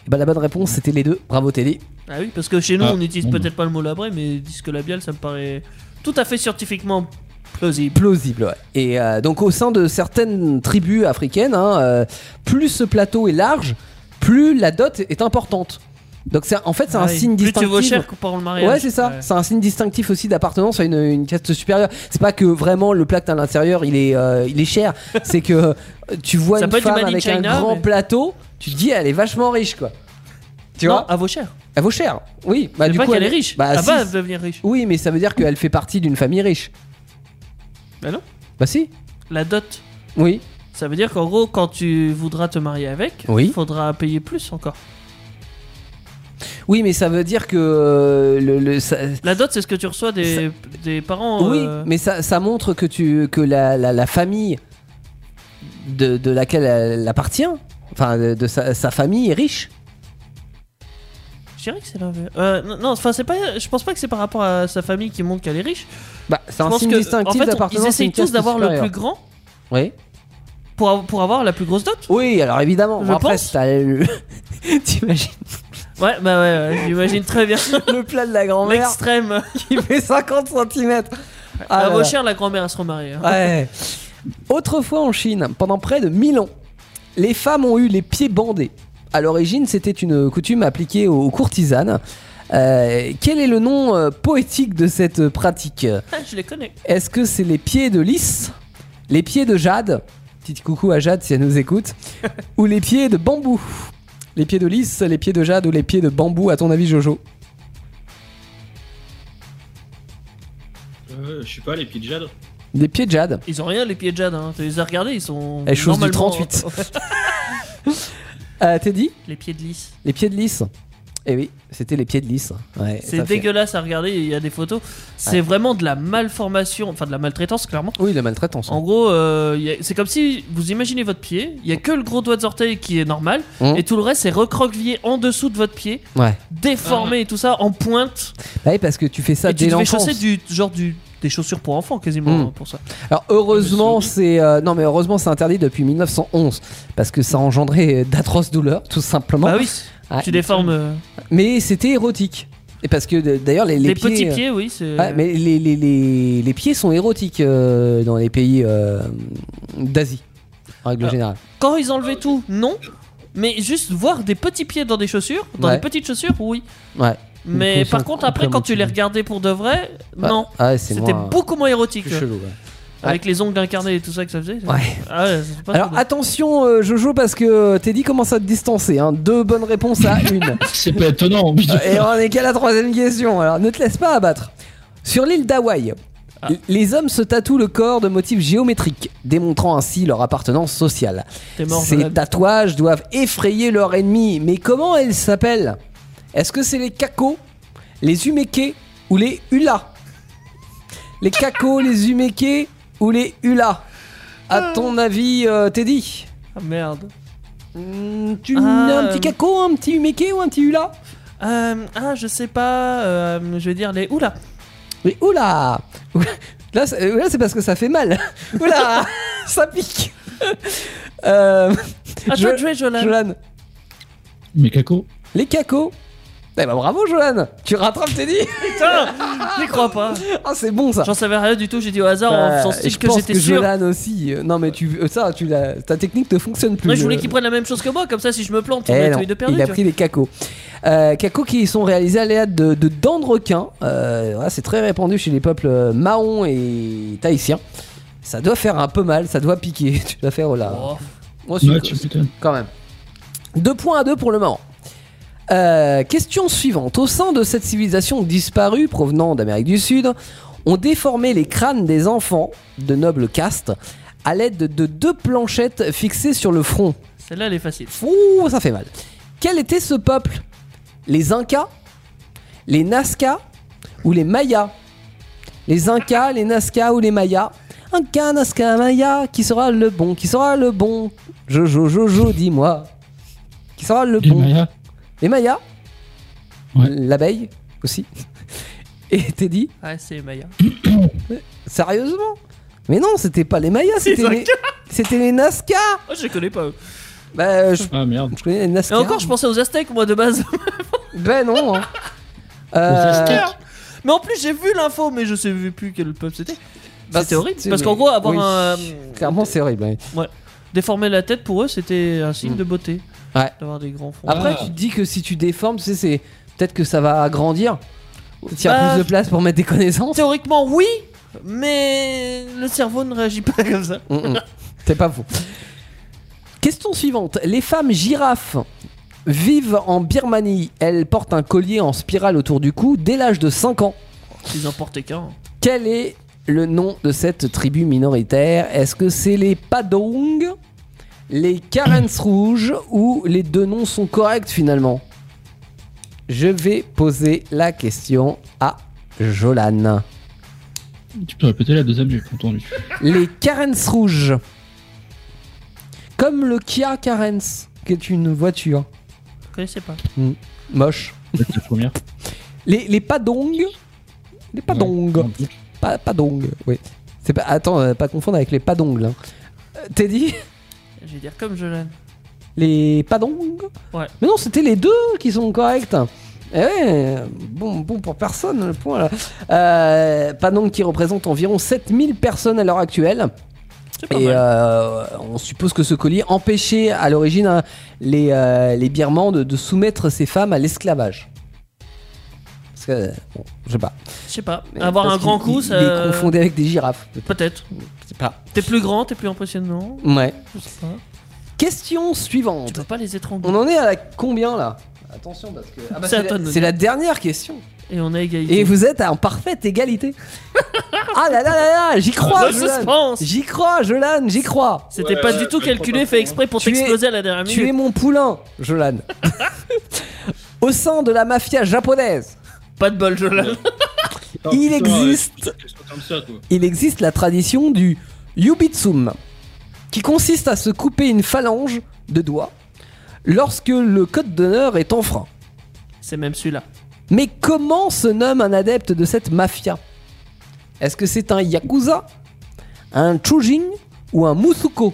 et ben, la bonne réponse, c'était les deux. Bravo, Teddy.
Ah oui, parce que chez nous,
Ah,
on n'utilise
bon,
peut-être pas le mot labré, mais disque labial, ça me paraît tout à fait scientifiquement plausible.
plausible. ouais. Et euh, donc au sein de certaines tribus africaines, hein, euh, plus ce plateau est large, plus la dot est importante. Donc c'est en fait c'est un
Ah oui.
signe
Plus tu vaux
distinctif.
cher que pendant le mariage.
Ouais, c'est ça. C'est un signe distinctif aussi d'appartenance à une, une caste supérieure. C'est pas que vraiment le plat que t'as à l'intérieur il est euh, il est cher. c'est que euh, tu vois
Ça
une
peut être du
femme
Made in
avec
China,
un grand
mais-
plateau, tu te dis elle est vachement riche quoi. Tu
Non,
vois
à vos cher.
Elle vaut cher. Oui. Bah
C'est
du
pas
coup
qu'elle est riche.
Bah,
ah
si,
bah, elle va devenir riche.
Oui, mais ça veut dire qu'elle fait partie d'une famille riche.
Bah non.
Bah si.
La dot.
Oui.
Ça veut dire qu'en gros, quand tu voudras te marier avec,
Oui.
il faudra payer plus encore.
Oui, mais ça veut dire que euh, le, le- ça-
La dot, c'est ce que tu reçois des, des parents.
oui,
euh,
mais ça, ça montre que tu que la, la, la famille de, de laquelle elle appartient, enfin de, de sa, sa famille est riche.
Je dirais que c'est l'inverse. Euh, non, non, enfin, c'est pas. Je pense pas que c'est par rapport à sa famille qui montre qu'elle est riche.
Bah, c'est
je
un
pense
signe
que,
distinctif
en fait, on-
d'appartenance.
ils
à
essayent
une
tous
caste
d'avoir le
supérieure.
plus grand
Oui.
pour, av- pour avoir la plus grosse dot.
Oui, alors évidemment.
Je
Bon, après,
pense.
t'as le- t'imagines
Ouais, bah ouais, ouais, j'imagine très bien.
le plat de la grand-mère
L'extrême.
qui fait Ah 50 cm.
à vos chers, la grand-mère, elle se remarie. hein.
Ouais. Autrefois en Chine, pendant près de 1000 ans, les femmes ont eu les pieds bandés. À l'origine, c'était une coutume appliquée aux courtisanes. Euh, quel est le nom euh, poétique de cette pratique
Ah, je les connais.
Est-ce que c'est les pieds de lys, les pieds de jade Petit coucou à Jade si elle nous écoute. ou les pieds de bambou Les pieds de lys, les pieds de jade ou les pieds de bambou, à ton avis, Jojo
Euh, Je sais pas, les pieds de jade.
Les pieds de jade.
Ils ont rien, les pieds de Jade. Hein. Tu les as regardés, ils sont.
Eh, chose du
normalement-
38. Euh, Teddy
les pieds de lys.
Les pieds de lys. Et oui, c'était les pieds de lys. Ouais,
C'est
ça fait-
dégueulasse à regarder, il y a des photos. C'est
Ouais.
vraiment de la malformation, enfin de la maltraitance, clairement.
Oui, la maltraitance.
En gros, euh, y a- c'est comme si vous imaginez votre pied, il y a que le gros doigt de orteil qui est normal,
Mhm.
et tout le reste est recroquevillé en dessous de votre pied,
Ouais.
déformé et tout ça, en pointe.
Bah oui, parce que tu fais ça
et
dès
tu devais
l'enfance.
chausser du genre du des chaussures pour enfants quasiment
Mhm.
hein, pour ça.
Alors heureusement, c'est euh, non mais heureusement c'est interdit depuis 1911 parce que ça engendrait d'atroces douleurs, tout simplement.
Bah oui,
Ouais.
tu déformes euh,
Mais c'était érotique. Et parce que de- d'ailleurs les, les
les,
pieds,
petits
euh,
pieds, oui. c'est-
ouais, mais les, les, les, les pieds sont érotiques euh, dans les pays euh, d'Asie en règle
Ah.
générale.
Quand ils enlevaient tout, non. Mais juste voir des petits pieds dans des chaussures, dans
Ouais.
des petites chaussures, oui.
Ouais.
Mais
Une position
par contre, après, quand tu les
complètement-
regardais pour de vrai,
Ouais.
non.
Ah, c'est
C'était
moins-
beaucoup moins érotique.
plus chelou. ouais.
Avec les ongles incarnés et tout ça que ça faisait.
Ouais.
Ah ouais, ça fait pas
Alors
trop
attention euh, Jojo parce que Teddy commence à te distancer. Hein. Deux bonnes réponses à une.
C'est pas étonnant. mais-
Euh, Et on est qu'à la troisième question, alors ne te laisse pas abattre. Sur l'île d'Hawaï,
Ah.
l- les hommes se tatouent le corps de motifs géométriques, démontrant ainsi leur appartenance sociale.
de- T'es mort,
Ces
Jolan.
tatouages doivent effrayer leur ennemi, mais comment ils s'appellent Est-ce que c'est les cacos, les umekés ou les hulas Les cacos, les umekés ou les hulas À ton avis, euh, Teddy
Ah merde.
Hmm, tu
Ah,
un petit
euh,
caco, un petit uméké ou un petit hula
Euh, ah, je sais pas. euh, je vais dire les. Oula
Mais oula Oula, Là, c'est- euh, là, c'est parce que ça fait mal. Oula Ça pique euh,
Ah,
Je-
je vais jouer, Jolan.
Jolan,
Mais Kako,
les cacos Eh ben bravo Jolan Tu rattrapes Teddy
Putain J'y crois pas.
Ah c'est bon ça
J'en savais rien du tout, j'ai dit au hasard en
Euh,
faisant
je
style que
pense
j'étais sûr.
Jolan aussi. euh, Non mais tu euh, ça, tu l'as- ta technique ne fonctionne plus.
Moi, je voulais
euh.
qu'il prenne la même chose que moi, comme ça, si je me plante, il
Eh
m'a
non,
tué de perdu.
il a
tu
pris des cacos. Euh, cacos qui sont réalisés à l'aide de, de dents de requin. Euh, voilà, c'est très répandu chez les peuples euh, maons et tahitiens. Ça doit faire un peu mal, ça doit piquer. Tu dois faire oh là.
vois. Oh.
Moi, c'est-
ouais, tu m'étonnes.
quand même. Deux points à deux pour le moment. Euh, question suivante. Au sein de cette civilisation disparue provenant d'Amérique du Sud, on déformait les crânes des enfants de nobles castes à l'aide de deux planchettes fixées sur le front.
Celle-là, elle est facile.
Ouh, ça fait mal. Quel était ce peuple Les Incas Les Nazca Ou les Mayas Les Incas, les Nazca ou les Mayas Inca, Nazca, Maya, qui sera le bon Qui sera le bon Jojo, Jojo, dis-moi. Qui sera le
Les
bon
Mayas.
Les Mayas
Ouais.
L'abeille aussi. Et Teddy
Ah, c'est Maya.
Sérieusement Mais non, c'était pas les Mayas, c'était les,
Incas.
c'était les Nazca
Oh, je les connais pas. eux.
Bah, je,
Ah merde.
je connais les
Et
Nazca.
encore, je pensais aux Aztèques, moi, de base.
Ben non hein. Euh,
Aztèques.
mais en plus, j'ai vu l'info, mais je sais plus quel peuple c'était.
Bah,
c'était horrible.
c'est-
Parce
mais-
qu'en gros, avoir
oui.
un. euh,
Clairement, c'est horrible. ouais.
Déformer la tête pour eux, c'était un signe
Mm.
de beauté.
Ouais.
D'avoir des grands fonds.
Après,
Ah.
tu te dis que si tu déformes, tu sais, c'est peut-être que ça va agrandir. Il y a
Bah,
plus de place pour mettre des connaissances.
Théoriquement, oui, mais le cerveau ne réagit pas comme ça.
Mm-mm. C'est pas faux. Question suivante. Les femmes girafes vivent en Birmanie. Elles portent un collier en spirale autour du cou dès l'âge de 5 ans.
Ils en portaient qu'un.
Quel est le nom de cette tribu minoritaire Est-ce que c'est les Padong, les Karens rouges ou les deux noms sont corrects finalement Je vais poser la question à Jolan.
Tu peux répéter la deuxième, j'ai pas entendu.
Les Karens rouges. Comme le Kia Karens, qui est une voiture
Je connaissais pas.
moche.
Peut-être la première.
Les, les Padong Les Padong.
Ouais.
Pas, Padong, oui. C'est pas, attends, euh, pas confondre avec les Padong. là. Euh, Teddy
Je vais dire comme Jolan.
Les padongs
Ouais.
Mais non, c'était les deux qui sont corrects. Eh ouais, bon, bon pour personne le point là. Euh, padong qui représente environ 7000 personnes à l'heure actuelle.
C'est pas
Et
mal.
euh, on suppose que ce collier empêchait à l'origine hein, les, euh, les Birmans de, de soumettre ces femmes à l'esclavage. Parce que, bon, je sais pas.
Je sais pas.
Mais
Avoir
parce
un grand
qu'ils-
coup,
ils-
ça.
Ils les confondaient avec des girafes. peut-être.
Peut-être.
Je sais pas.
T'es plus grand, t'es plus impressionnant.
Ouais.
Je sais pas.
Question
Tu
suivante.
peux pas les étrangler.
On en est à la combien là Attention parce que. Ah bah,
C'est à
c'est
toi
la-
de nous
c'est la dernière question.
Et on a égalité.
Et vous êtes en parfaite égalité. ah là là là là, j'y crois,
Le
Jolan.
suspense
J'y crois, Jolan, j'y crois.
C'était
Ouais,
pas
ouais,
du tout
je crois
calculé,
pas
fait exprès pour
Tu es-
t'exploser à la dernière
Tu es
minute.
mon poulain, Jolan. au sein de la mafia japonaise.
Pas de bol, Jolan.
Il
Ah, Putain,
existe.
euh, c'est une question comme ça, quoi.
Il existe la tradition du yubitsum, qui consiste à se couper une phalange de doigts lorsque le code d'honneur est enfreint.
C'est même celui-là.
Mais comment se nomme un adepte de cette mafia Est-ce que c'est un yakuza Un chujin Ou un musuko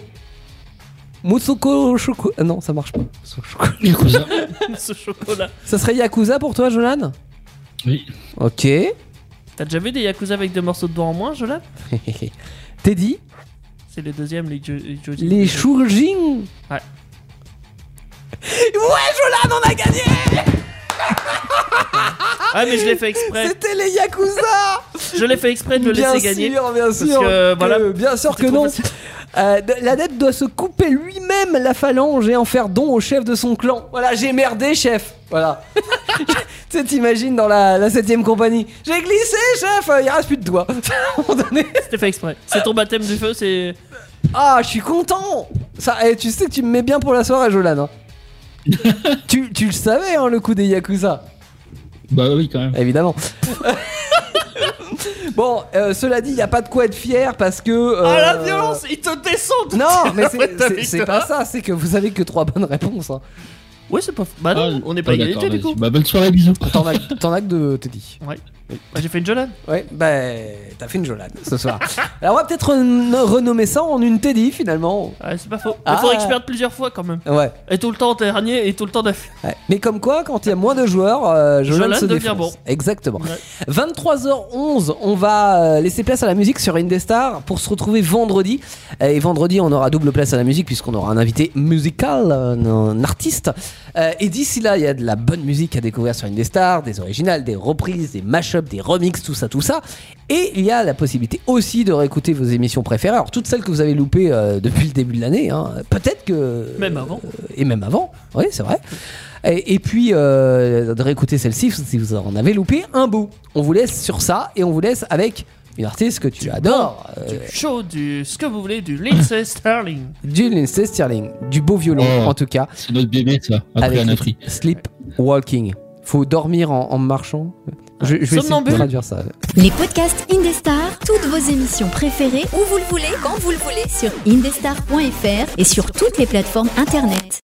Musuko shoko... Ah non, ça marche pas.
Yakuza.
Ce chocolat.
Ça serait yakuza pour toi, Jolan
Oui.
Ok.
T'as déjà vu des Yakuza avec deux morceaux de doigts en moins, Jolan
Teddy
C'est le deuxième, les, jo les Joji.
Les chujin
Ouais.
Ouais, Jolan, on a gagné
Ah, mais je l'ai fait exprès.
C'était les yakuza
Je l'ai fait exprès de le
bien
laisser gagner.
sûr, bien sûr.
que,
que-
voilà,
bien sûr que
c'était trop
non.
facile.
Euh, de- L'adepte doit se couper lui-même la phalange et en faire don au chef de son clan. Voilà, j'ai merdé, chef. Voilà. tu sais, t'imagines dans la, la 7ème compagnie. J'ai glissé, chef. euh, Il reste plus de doigts. À un moment donné,
C'était fait exprès. C'est ton baptême du feu, c'est.
ah, je suis content. Ça, eh, tu sais que tu me mets bien pour la soirée, Jolan. hein. tu, tu le savais, hein, le coup des Yakuza.
Bah oui, quand même.
Évidemment. bon, euh, cela dit, il n'y a pas de quoi être fier parce que.
Ah, la
euh,
violence Il te descend
Non, mais c'est-
Ouais, ta
c'est c'est pas
victoire.
ça, c'est que vous avez que trois bonnes réponses. hein.
Ouais, c'est pas. Bah non,
Ah,
on n'est pas
ah,
égalité
d'accord,
du coup.
vas-y. Bah bonne soirée, bisous.
T'en as, t'en as que deux, Teddy.
Bah, J'ai fait une Jolan.
Ouais, bah t'as fait une jolade ce soir. Alors on va peut-être ren- renommer ça en une Teddy finalement.
Ouais, c'est pas faux. Il
Ah.
faudrait que je perde plusieurs fois quand même.
Ouais,
Et tout le temps dernier et tout le temps neuf.
ouais. mais comme quoi, quand il y a moins de joueurs, euh, Jolan
Jolan
se
devient
défonce.
bon.
Exactement.
Ouais.
23h11, on va euh, laisser place à la musique sur Indestar pour se retrouver vendredi. Euh, Et vendredi, on aura double place à la musique puisqu'on aura un invité musical, un, un artiste. Euh, et d'ici là, il y a de la bonne musique à découvrir sur Indestar, des originales, des reprises, des mashups, des remixes, tout ça, tout ça. Et il y a la possibilité aussi de réécouter vos émissions préférées. Alors toutes celles que vous avez loupées euh, depuis le début de l'année, hein. peut-être que...
Même avant.
Euh, Et même avant, oui, c'est vrai. Et, et puis euh, de réécouter celle-ci si vous en avez loupé un bout. On vous laisse sur ça et on vous laisse avec une artiste que tu adores, euh,
Du show, du ce que vous voulez, du Lindsay Sterling.
du Lindsay Stirling, du beau violon
Oh.
en tout cas,
C'est notre bébé, ça. Après
avec
Anatri.
le Sleep Walking. Faut dormir en, en marchant. Je, je vais essayer de
Somnambule.
traduire ça.
Les podcasts Indestar, toutes vos émissions préférées, où vous le voulez, quand vous le voulez, sur indestar.fr et sur toutes les plateformes internet.